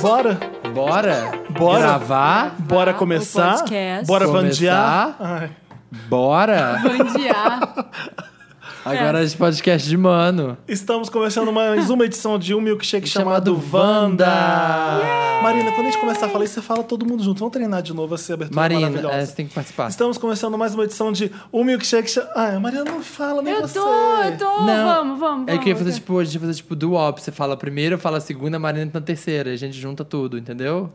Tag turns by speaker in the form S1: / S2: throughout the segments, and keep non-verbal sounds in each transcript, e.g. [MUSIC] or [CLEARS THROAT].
S1: Bora!
S2: Bora?
S1: Bora.
S2: Gravar?
S1: Bora
S3: Tá, o
S1: começar?
S3: podcast.
S1: Bora
S2: Começar.
S1: vandear? Ai.
S2: Bora?
S1: [LAUGHS]
S3: Bandear.
S2: Agora esse podcast de mano.
S1: Estamos começando mais uma edição de um milkshake chamado
S2: Chamado
S1: Wanda!
S2: Wanda.
S1: Marina, quando a gente começar a falar isso, você fala todo mundo junto. Vamos treinar de novo essa abertura
S2: Marina,
S1: maravilhosa.
S2: é, você tem que participar.
S1: Estamos começando mais uma edição de um milkshake chamado... Ah, a Marina não fala nem
S3: Eu
S1: você.
S3: tô, eu tô.
S2: Não.
S3: Vamos, vamos, vamos.
S2: É que eu queria fazer tipo, a gente ia fazer tipo duop. Você fala a primeira, eu falo a segunda, a Marina entra na terceira. A gente junta tudo, entendeu?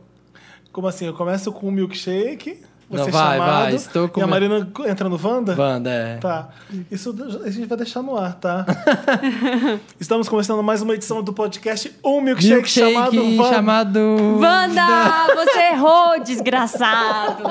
S1: Como assim? Eu começo com um milkshake, você
S2: Não, vai,
S1: chamado,
S2: vai, estou com
S1: e a
S2: uma-
S1: Marina entra no Wanda?
S2: Wanda, é.
S1: Tá. Isso a gente vai deixar no ar, tá? [LAUGHS] Estamos começando mais uma edição do podcast Um Milkshake, chamado
S2: Milkshake
S1: Wanda.
S2: chamado.
S1: [LAUGHS]
S3: Wanda, você errou, desgraçado.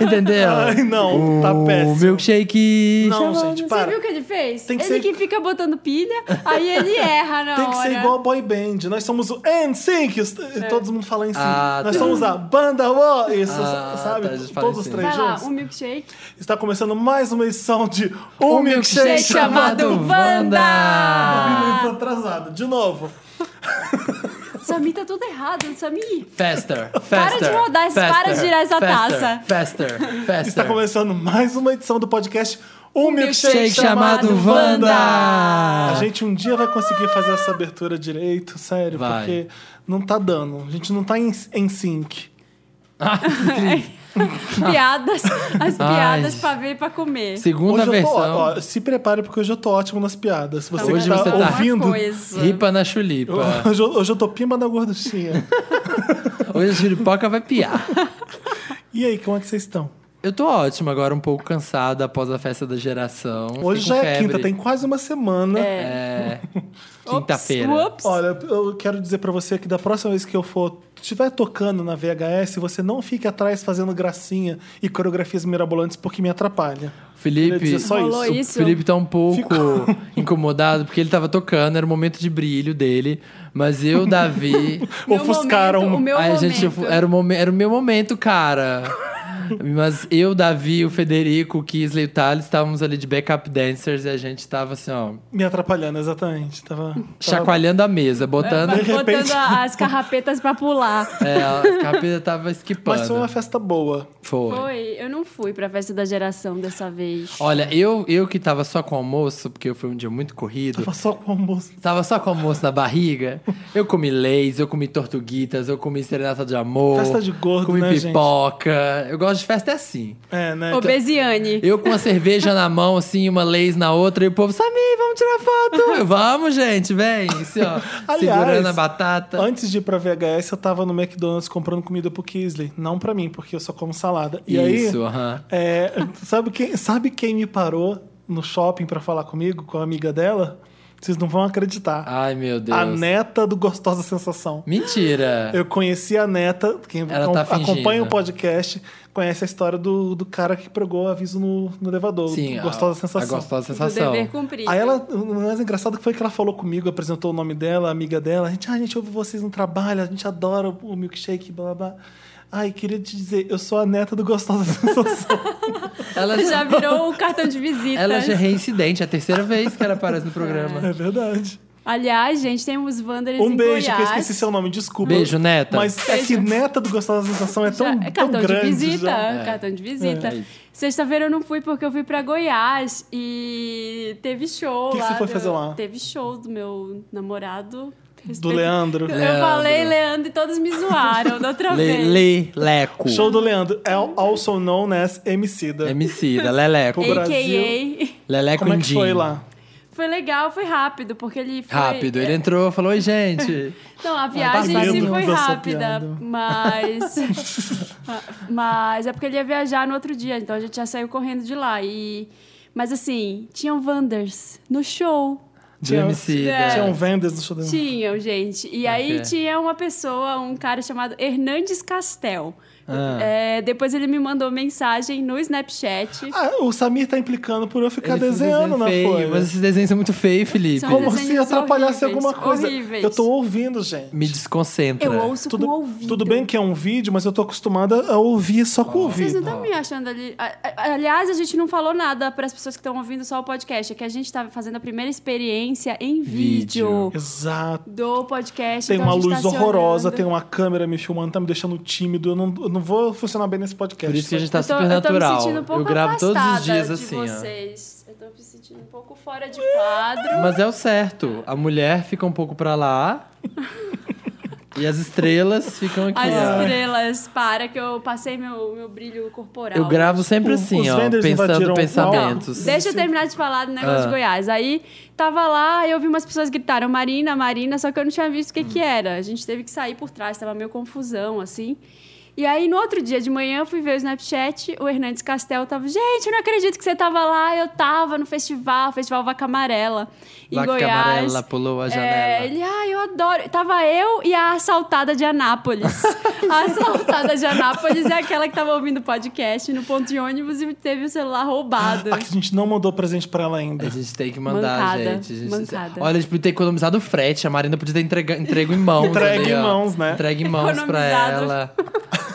S2: Entendeu?
S1: Ai, não, tá
S2: O
S1: péssimo.
S2: milkshake.
S1: Não,
S2: chamado-
S1: gente,
S3: Você
S1: para.
S3: viu o que ele fez?
S1: Tem que
S3: ele
S1: ser-
S3: que fica botando pilha, aí ele erra na
S1: Tem
S3: hora.
S1: que ser igual boy band. Nós somos o NSYNC. os- Todo mundo fala NSYNC.
S2: Ah,
S1: Nós
S2: tá.
S1: somos a Banda O. Isso,
S2: Ah,
S1: sabe?
S2: tá, a gente fala
S1: Todos os
S2: assim.
S1: três
S3: Vai lá,
S1: juntos.
S3: um milkshake.
S1: Está começando mais uma edição de Um, Milkshake,
S2: milkshake
S1: chamado...
S2: chamado
S3: Wanda.
S1: Tô atrasado. De novo.
S2: Tá
S3: Samir tá tudo errado, Samir.
S1: [LAUGHS]
S2: Faster, faster.
S3: de rodar,
S2: faster,
S3: para de girar essa
S2: faster,
S3: taça.
S2: Faster, faster.
S1: Está começando mais uma edição do podcast Um, milkshake,
S2: Shake chamado
S1: Wanda. A
S2: Wanda.
S1: gente um dia vai conseguir fazer essa abertura direito, sério,
S2: Vai.
S1: porque não tá dando. A gente não tá em, em sync.
S2: [LAUGHS]
S3: Piadas, as piadas
S2: Ai.
S3: pra ver e pra comer.
S2: Segunda
S1: hoje
S2: versão.
S1: Eu tô, ó, ó, se prepare, porque hoje eu tô ótimo nas piadas. Você
S2: Hoje
S1: que tá
S2: você tá-
S1: ouvindo.
S3: Uma coisa.
S2: Ripa na chulipa.
S1: [LAUGHS] Hoje eu, hoje eu tô pimba na gorduchinha.
S2: Hoje a churipoca vai piar.
S1: e aí, como é que vocês estão?
S2: Eu tô ótimo agora, um pouco cansada após a festa da geração. Fiquei
S1: Hoje
S2: com
S1: já é
S2: febre.
S1: quinta, tem quase uma semana.
S2: É.
S1: [LAUGHS]
S3: Ops,
S2: Quinta-feira.
S3: ups.
S1: Olha, eu quero dizer pra você que da próxima vez que eu for estiver tocando na VHS, você não fique atrás fazendo gracinha e coreografias mirabolantes porque me atrapalha. Queria
S2: Felipe,
S1: dizer só
S3: Rolou
S1: isso.
S3: É isso.
S2: o Felipe tá um pouco [LAUGHS] incomodado porque ele tava tocando, era o momento de brilho dele. Mas eu, Davi,
S3: Meu
S1: Ofuscaram. um-
S3: momento, o [LAUGHS] meu
S2: Ai,
S3: momento.
S2: gente, eu- era o, momen- era o meu momento, cara. Mas eu, Davi, o Federico, o Kisley e o Thales estávamos ali de backup dancers e a gente tava assim, ó,
S1: Me atrapalhando, exatamente. Tava, tava-
S2: chacoalhando a mesa, botando.
S1: de repente-
S3: Botando a- as carrapetas
S1: [LAUGHS]
S3: pra pular.
S2: é, a capeta tava
S1: Mas foi
S2: esquipando.
S1: uma festa boa.
S2: Foi.
S3: Foi, eu não fui pra festa da geração dessa vez.
S2: Olha, eu, eu que tava só com almoço, porque eu fui um dia muito corrido,
S1: Tava só com o almoço.
S2: tava só com almoço na barriga. Eu comi leis, eu comi tortuguitas, eu comi serenata de amor.
S1: Festa de gordo,
S2: comi
S1: né, gente?
S2: pipoca. Eu gosto de festa é assim.
S1: É, né?
S3: Obesiane.
S2: Eu com uma cerveja na mão, assim, uma leis na outra, e o povo, Samir, vamos tirar foto. Eu, vamos, gente, vem. Assim, ó,
S1: [LAUGHS] Aliás,
S2: segurando a batata.
S1: Antes de ir pra VHS, eu tava no McDonald's comprando comida pro Kisley. Não pra mim, porque eu só como salada. E
S2: Isso,
S1: aí,
S2: aham.
S1: é, sabe, quem, sabe quem me parou no shopping pra falar comigo, com a amiga dela? Vocês não vão acreditar.
S2: Ai, Ah, meu Deus.
S1: a neta do Gostosa Sensação.
S2: Mentira.
S1: Eu conheci a neta, quem
S2: Ela
S1: acom-
S2: tá fingindo.
S1: acompanha o podcast, conhece a história do, do cara que pregou o aviso no, no elevador.
S2: Sim, a-
S1: Gostosa
S2: A
S1: Sensação.
S2: gostosa
S3: Do
S2: sensação.
S3: dever cumprido.
S1: Aí ela, o mais engraçado que foi que ela falou comigo, apresentou o nome dela, a amiga dela. A gente, ah, a gente ouve vocês no trabalho, a gente adora o milkshake, blá blá blá. Ai, queria te dizer, eu sou a neta do Gostosa
S3: [LAUGHS]
S1: Sensação.
S2: Ela
S3: Já né? virou o cartão de visita.
S2: Ela já é reincidente, é a terceira vez que ela aparece no programa.
S1: é verdade.
S3: Aliás, gente, temos Wanderers
S1: Um
S3: em
S1: beijo, que eu
S3: Goiás.
S1: esqueci seu nome, desculpa.
S2: Beijo, neta.
S1: Mas é que neta do Gostosa Sensação é
S3: Já-
S1: tão,
S3: é
S1: tão
S3: cartão de
S1: grande.
S3: visita,
S1: já.
S3: cartão de visita.
S2: É.
S3: Sexta-feira eu não fui porque eu fui pra Goiás e teve show
S1: Que que
S3: lá.
S1: você foi
S3: do-
S1: fazer lá?
S3: Teve show do meu namorado.
S1: Do Leandro.
S3: Eu
S2: Leandro.
S3: falei Leandro e todos me zoaram da outra vez.
S2: Le, le, leco.
S1: Show do Leandro. É also known as Emicida. [LAUGHS]
S2: Emicida, Leleco.
S1: Pro Brasil.
S3: AKA.
S2: Leleco
S1: Como é que
S2: Indinho.
S1: foi lá?
S3: Foi legal, foi rápido, porque ele foi... é.
S2: Rápido, ele entrou, falou, oi,
S3: [LAUGHS]
S2: gente.
S3: Não, tá a viagem
S1: barbeiro
S3: em si
S1: não
S3: foi
S1: dá essa
S3: rápida,
S1: piada.
S3: [LAUGHS] mas. mas é porque ele ia viajar no outro dia, então a gente já saiu correndo de lá. E... Mas assim, tinham Wanders no show.
S2: Do
S1: Tinha-
S2: Emicida.
S3: É.
S1: Tinha um Vendors no show do
S3: Tinham, gente. E aí
S2: Ok.
S3: tinha uma pessoa, um cara chamado Hernandes Castel,
S2: Ah.
S3: É, depois ele me mandou mensagem no Snapchat.
S1: Ah, o Samir tá implicando por eu ficar
S2: Ele fez um
S1: desenhando
S2: desenho
S1: na
S2: feio,
S1: folha.
S2: Mas esses desenhos são muito feios, Felipe.
S3: São
S1: Como
S3: Desenhos
S1: se atrapalhasse
S3: horríveis,
S1: alguma coisa?
S3: horríveis.
S1: Eu tô ouvindo, gente.
S2: Me desconcentra.
S3: Eu ouço
S1: Tudo,
S3: com o ouvido.
S1: tudo bem que é um vídeo, mas eu tô acostumada a ouvir só com o
S3: Vocês
S1: ouvido.
S3: não estão me achando ali. a- a- Aliás, a gente não falou nada para as pessoas que estão ouvindo só o podcast. É que a gente tá fazendo a primeira experiência em vídeo,
S2: Vídeo.
S1: Exato.
S3: do podcast.
S1: Tem
S3: então
S1: uma
S3: a gente
S1: luz
S3: tá se
S1: horrorosa,
S3: olhando.
S1: tem um- uma câmera me filmando, tá me deixando tímido. Eu não, eu não vou funcionar bem nesse podcast.
S2: Por isso que a gente tá
S3: eu tô,
S2: super
S3: Eu, tô
S2: natural.
S3: me sentindo um pouco
S2: gravo todos os
S3: afastada
S2: dias
S3: de
S2: assim, ó.
S3: vocês. Eu tô me sentindo um pouco fora de quadro.
S2: Mas é o certo. A mulher fica um pouco pra
S3: [LAUGHS]
S2: lá. e as estrelas ficam aqui,
S3: As
S2: ó.
S3: estrelas, para que eu passei meu, meu brilho corporal.
S2: Eu gravo sempre
S1: Os-
S2: assim,
S1: os
S2: ó.
S1: vendors invadiram um
S2: Pensando
S1: o
S2: pensamentos.
S1: palco.
S3: Então, Deixa eu terminar de falar do negócio
S2: Ah.
S3: de Goiás. Aí tava lá, eu ouvi umas pessoas gritaram Marina, Marina, só que eu não tinha visto o que, que
S2: Hum.
S3: era. A gente teve que sair por trás, tava meio confusão, assim. E aí, no outro dia de manhã, eu fui ver o Snapchat, o Hernandes Castel tava, gente, eu não acredito que você tava lá, eu tava no festival, Festival Vaca Amarela, em
S2: Vaca
S3: Goiás.
S2: amarela pulou a janela.
S3: É, ele, ah, eu adoro. Tava eu e a assaltada de
S2: [LAUGHS]
S3: Anápolis. a assaltada de Anápolis é aquela que tava ouvindo podcast no ponto de ônibus e teve o celular roubado.
S1: A gente não mandou presente pra ela ainda.
S2: A gente tem que mandar,
S3: Mancada,
S2: gente. A gente-
S3: mancada.
S2: Olha, a gente podia ter economizado o frete. A Marina podia ter entrega... entregue em mãos.
S1: Entregue
S2: ali,
S1: em
S2: ó.
S1: mãos, né?
S2: Entregue em mãos pra
S3: Economizado.
S2: ela.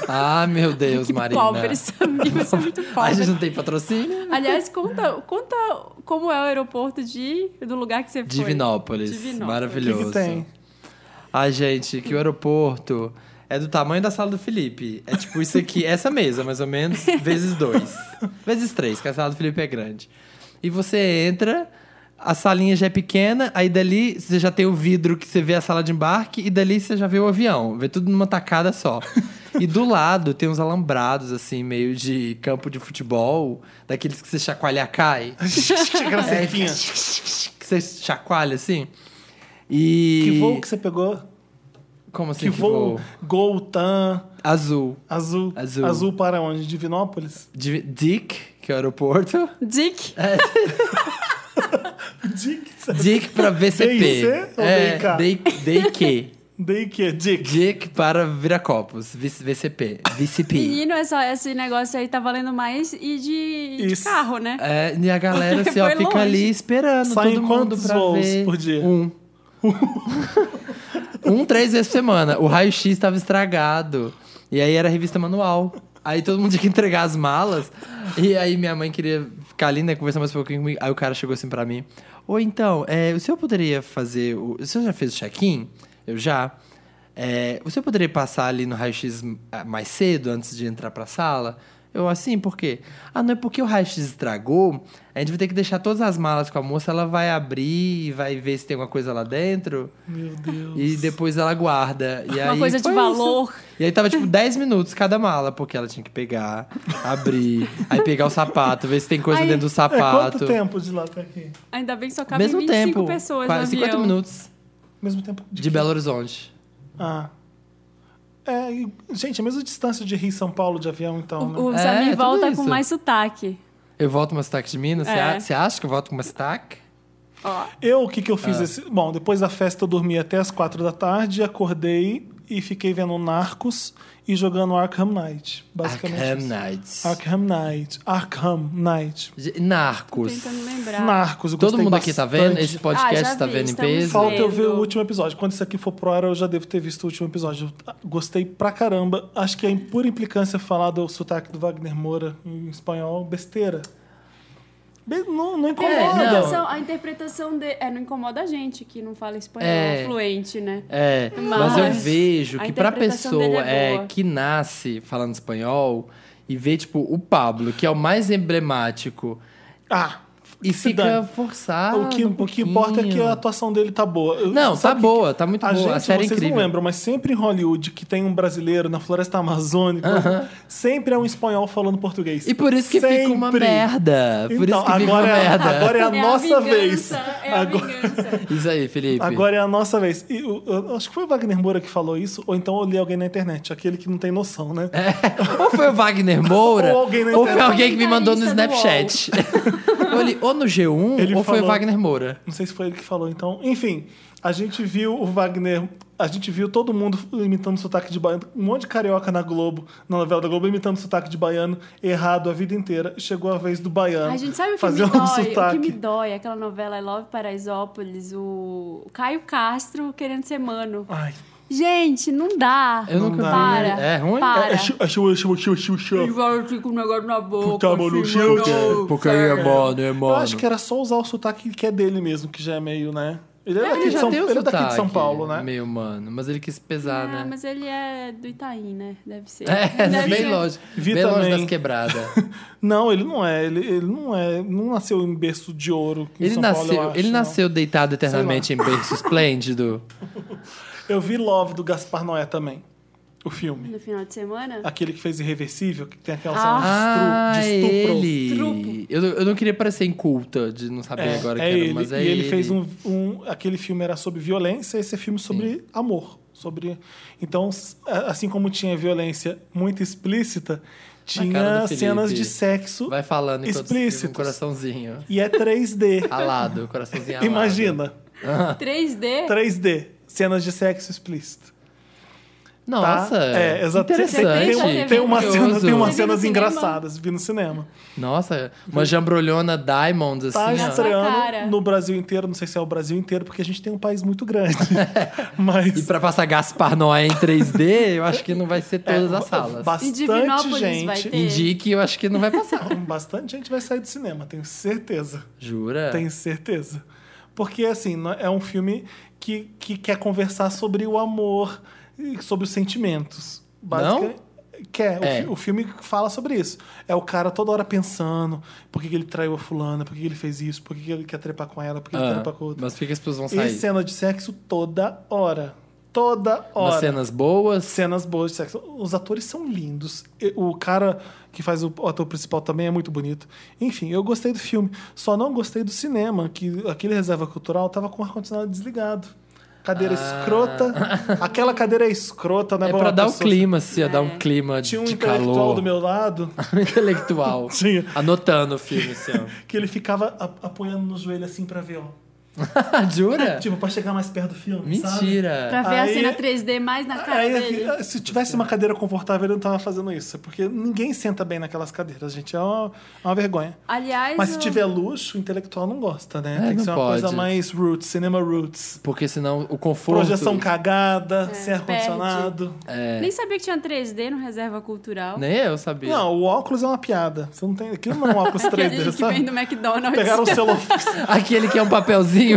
S2: Ah, meu Deus,
S3: [LAUGHS] que
S2: Marina.
S3: pobre, Samir, você é
S2: [LAUGHS]
S3: muito
S2: A
S3: pobre.
S2: gente não tem patrocínio?
S3: Aliás, conta, conta como é o aeroporto de, do lugar que você foi.
S2: Divinópolis.
S3: Divinópolis.
S1: O que
S2: Maravilhoso.
S1: que tem? [LAUGHS]
S2: Ai, gente, que o aeroporto é do tamanho da sala do Felipe. É tipo isso
S1: [LAUGHS]
S2: aqui, essa mesa, mais ou menos, vezes dois. vezes três, que a sala do Felipe é grande. E você entra, a salinha já é pequena, aí dali você já tem o vidro que você vê a sala de embarque, e dali você já vê o avião. Vê tudo numa tacada só. E
S1: [LAUGHS]
S2: do lado tem uns alambrados, assim, meio de campo de futebol, daqueles que você chacoalha cai.
S1: Aquela
S2: É,
S1: cerquinha.
S2: Que você chacoalha, assim. E.
S1: Que voo que você pegou?
S2: Como assim?
S1: Que voo? Gol, TAM,
S2: Azul.
S1: azul.
S2: Azul.
S1: para onde? Divinópolis?
S2: Di- Dick, que é o aeroporto.
S3: Dick,
S1: Dick.
S2: [LAUGHS] Dick pra VCP.
S1: DIC ou
S2: é,
S1: DIK?
S2: DIC? DIC.
S1: Daí que é Dick.
S2: Dick para Viracopos. Vic- VCP. VCP.
S3: menino, essa, é esse negócio aí tá valendo mais e de, de
S1: Isso.
S3: carro, né?
S2: É, e a [LAUGHS] galera assim, ó,
S3: Foi
S2: fica
S3: longe.
S2: ali esperando
S1: Saem
S2: todo mundo
S1: quantos
S2: pra
S1: voos
S2: ver.
S1: por dia?
S2: Um. um três vezes por semana. O raio-x estava estragado. E aí era revista manual. Aí todo mundo tinha que entregar as malas. E aí minha mãe queria ficar ali, né? Conversar mais um pouquinho comigo. Aí o cara chegou assim pra mim. Ou então, é, o senhor poderia fazer... O, o senhor já fez o check-in? Eu já. É, o senhor poderia passar ali no raio-x ah, mais cedo, antes de entrar pra sala? Eu, assim, por quê? Ah, não é porque o raio-x estragou. A gente vai ter que deixar todas as malas com a moça. Ela vai abrir e vai ver se tem alguma coisa lá dentro.
S1: Meu Deus.
S2: E depois ela guarda. É, E
S3: Uma
S2: aí
S3: coisa de
S2: foi
S3: valor.
S2: isso. E aí tava tipo 10 minutos cada mala, porque ela tinha que pegar,
S3: [LAUGHS]
S2: abrir, aí pegar o sapato, ver se tem coisa
S3: Ai.
S2: dentro do
S1: É,
S2: sapato.
S1: quanto tempo de lá até aqui?
S3: Ainda bem que só cabem
S2: Mesmo
S3: 25
S2: tempo,
S3: pessoas no
S2: quase
S3: avião.
S2: 50 minutos
S1: Mesmo tempo de,
S2: de
S1: quê?
S2: Belo Horizonte.
S1: Ah. É, e, gente, é a mesma distância de Rio e São Paulo de avião, então, né?
S3: O, o
S2: É,
S3: Samir
S2: tudo
S3: volta
S2: isso.
S3: com mais sotaque.
S2: Eu volto uma sotaque de Minas? Você
S3: É.
S2: a- Você acha que eu volto com uma sotaque?
S3: Ó,
S1: Eu, o que que eu
S2: É.
S1: fiz esse... Bom, depois da festa eu dormi até as quatro da tarde, acordei e fiquei vendo Narcos e jogando Arkham Knight. Basicamente
S2: Arkham
S1: isso.
S2: Knights.
S1: Arkham Knight. Arkham Knight.
S2: Ge- Narcos.
S3: tentando lembrar.
S1: Narcos, eu
S2: Todo
S1: gostei
S2: mundo aqui tá
S1: bastante.
S2: vendo? Esse podcast
S3: Ah, já
S2: tá
S3: vi,
S2: vendo em
S3: estamos
S2: peso?
S1: Falta eu
S3: Vendo.
S1: ver o último episódio. Quando isso aqui for pro ar, eu já devo ter visto o último episódio. Eu Gostei pra caramba. Acho que é por implicância falar do sotaque do Wagner Moura em espanhol, besteira. Be- Não, não
S3: A
S1: incomoda.
S2: É, não.
S3: interpretação- a interpretação de... é, não incomoda a gente que não fala espanhol
S2: É.
S3: fluente, né?
S2: É, mas,
S3: Mas
S2: eu vejo
S3: a
S2: que pra
S3: interpretação
S2: pessoa
S3: dele é
S2: é,
S3: boa.
S2: que nasce falando espanhol e vê, tipo, o Pablo, que é o mais emblemático,
S1: Ah,
S2: e
S1: se
S2: fica
S1: dane.
S2: forçado.
S1: o que,
S2: um
S1: o que importa é que a
S2: pouquinho.
S1: atuação dele tá boa. Eu-
S2: Não, tá
S1: sabe que-
S2: boa, tá muito
S1: A
S2: boa.
S1: gente,
S2: a série é
S1: vocês
S2: incrível.
S1: não lembram, mas sempre em Hollywood que tem um brasileiro na floresta amazônica, sempre é um espanhol falando português.
S2: E por isso que fica uma
S1: Sempre.
S2: merda. Por
S1: Então,
S2: isso que fica uma
S1: agora, é,
S2: merda.
S1: agora é a
S3: É
S1: nossa
S3: a vingança,
S1: vez.
S3: É a
S1: Agora-
S3: vingança.
S2: Isso aí, Felipe.
S1: Agora é a nossa vez. E o- eu acho que foi o Wagner Moura que falou isso, ou então eu li alguém na internet, aquele que não tem noção, né?
S2: Ou foi o Wagner Moura,
S1: Ou alguém na
S2: ou foi
S1: internet.
S2: alguém que me mandou no
S3: Comentarista do
S2: Snapchat. Eu li [LAUGHS] ou no G1
S1: Ele
S2: ou foi o
S1: falou-
S2: Wagner Moura.
S1: Não sei se foi ele que falou, então. Enfim, a gente viu o Wagner. A gente viu todo mundo imitando sotaque de baiano. Um monte de carioca na Globo, na novela da Globo, imitando sotaque de baiano, errado a vida inteira. Chegou a vez do baiano.
S3: A gente sabe o que
S1: fazer
S3: me
S1: um
S3: dói.
S1: sotaque.
S3: O que me dói é aquela novela I Love Paraisópolis, o o Caio Castro querendo ser mano.
S1: Ai.
S3: Gente, não dá.
S2: Eu
S1: Não
S2: nunca
S1: dá.
S3: Para.
S2: vi. É ruim?
S3: Para.
S1: É, chu- é chu- chu- chu- chu- chu.
S3: Agora eu fico com um negócio na boca.
S1: Puta, mano,
S3: assim,
S1: cheio
S3: mano,
S1: de-
S3: sério.
S2: é
S1: Eu acho que era só usar o sotaque que é dele mesmo, que já é meio, né? Ele é,
S2: Ele,
S1: daqui, de
S2: já
S1: São,
S2: tem o
S1: ele é daqui de
S2: sotaque
S1: São Paulo, né?
S2: Meio mano, mas ele quis pesar,
S3: Ah,
S2: né?
S3: mas ele é do Itaim, [LAUGHS] né? Deve
S2: [LAUGHS]
S3: ser.
S2: É,
S3: Deve
S2: bem
S3: ser.
S2: longe.
S1: Vi
S2: bem longe
S1: também.
S2: das quebradas.
S1: [LAUGHS] Não, ele não é. Ele, ele não é. Não nasceu em berço de ouro. em
S2: Ele
S1: São
S2: nasceu,
S1: Paulo, eu acho, né?
S2: ele
S1: não.
S2: nasceu deitado eternamente em berço
S1: [LAUGHS]
S2: esplêndido.
S1: Eu vi Love do Gaspar Noé também. O filme.
S3: No final
S2: [LAUGHS]
S3: de semana?
S1: Aquele que fez Irreversível, que tem aquela
S2: Ah,
S1: cena de, estru- de estupro.
S2: ele. Eu, eu não queria parecer inculta de não saber
S1: É,
S2: agora
S1: é
S2: que era,
S1: ele.
S2: mas é
S1: e ele, fez um, um- Aquele filme era sobre violência, esse é filme sobre amor. Sobre. Então, s- a- assim como tinha violência muito explícita,
S2: cara
S1: tinha
S2: do Felipe.
S1: cenas de sexo
S2: Vai falando enquanto escreve um
S1: explícitos.
S2: coraçãozinho.
S1: e
S2: [LAUGHS]
S1: é 3D.
S2: Alado, um coraçãozinho alado.
S1: Imagina. tá?
S3: 3D?
S1: 3D. Cenas de sexo explícito. tá?
S2: Nossa.
S1: É, exatamente.
S2: Interessante.
S1: Tem, um, tem, tem uma cena, tem umas
S3: Você viu no
S1: cenas
S3: cinema?
S1: engraçadas. Vi no cinema.
S2: Nossa, uma jambrolhona Diamonds,
S1: Tá
S2: assim, ó.
S3: Sua cara.
S1: estreando no Brasil inteiro. Não sei se é o Brasil inteiro, porque a gente tem um país muito grande.
S2: [LAUGHS] E
S1: Mas
S2: pra passar Gaspar Noé em 3D, eu acho que não vai ser todas as salas.
S3: Em
S1: é, bastante
S3: Divinópolis vai ter.
S1: gente...
S2: Indique, eu acho que não vai
S1: [LAUGHS]
S2: passar.
S1: Bastante gente vai sair do cinema, tenho certeza.
S2: Jura?
S1: Tenho certeza. Porque, assim, não- é um filme que, que quer conversar sobre o amor e sobre os sentimentos. Basica- Quer. O
S2: É.
S1: fi- O, filme fala sobre isso. É o cara toda hora pensando por que, que ele traiu a fulana, por que, que ele fez isso, por que, que ele quer trepar com ela, por que, que ele
S2: Ah,
S1: trepa com outra. é
S2: mas por que que as pessoas vão
S1: E
S2: sair?
S1: cena de sexo toda hora. Toda hora.
S2: Umas cenas boas?
S1: Cenas boas de sexo. Os atores são lindos. E- O cara que faz o ator principal também é muito bonito. Enfim, eu gostei do filme. Só não gostei do cinema, que aquele reserva cultural tava com o ar-condicionado desligado. Cadeira
S2: Ah.
S1: escrota. Aquela cadeira é escrota, né?
S2: É
S1: Uma
S2: pra dar o
S1: pessoa-
S2: clima, se ia dar um
S3: É.
S2: clima
S1: Tinha um
S2: de
S1: intelectual
S2: calor.
S1: do meu lado
S2: [LAUGHS] intelectual.
S1: [LAUGHS] Tinha.
S2: Anotando o filme, assim,
S1: [LAUGHS]
S2: ó.
S1: que ele ficava a- apoiando no joelho assim pra ver, ó.
S2: Jura?
S1: Tipo, pra chegar mais perto do filme, sabe?
S2: É. Mentira.
S3: Pra ver
S1: Aí-
S3: a cena 3D mais na cara
S1: Aí,
S3: dele.
S1: assim, se tivesse uma cadeira confortável, ele não tava fazendo isso. Porque ninguém senta bem naquelas cadeiras, gente. É uma, é uma vergonha.
S3: Aliás,
S1: Mas se
S3: o-
S1: tiver luxo, o intelectual não gosta, né?
S2: É,
S1: Tem que
S2: não
S1: ser uma
S2: pode.
S1: coisa mais roots, cinema roots.
S2: Porque senão o conforto...
S1: Projeção cagada, sem
S3: perde.
S1: ar-condicionado.
S2: É.
S3: nem sabia que tinha 3D no Reserva Cultural.
S2: Nem eu sabia.
S1: [LAUGHS] Não, o óculos é uma piada. Você não tem... Aquilo não é um
S2: [LAUGHS]
S1: óculos
S3: Aquele
S1: 3D,
S3: que vem
S1: sabe?
S3: do McDonald's.
S1: Pegaram o celofane.
S2: Aquele que é um
S1: [LAUGHS]
S2: papelzinho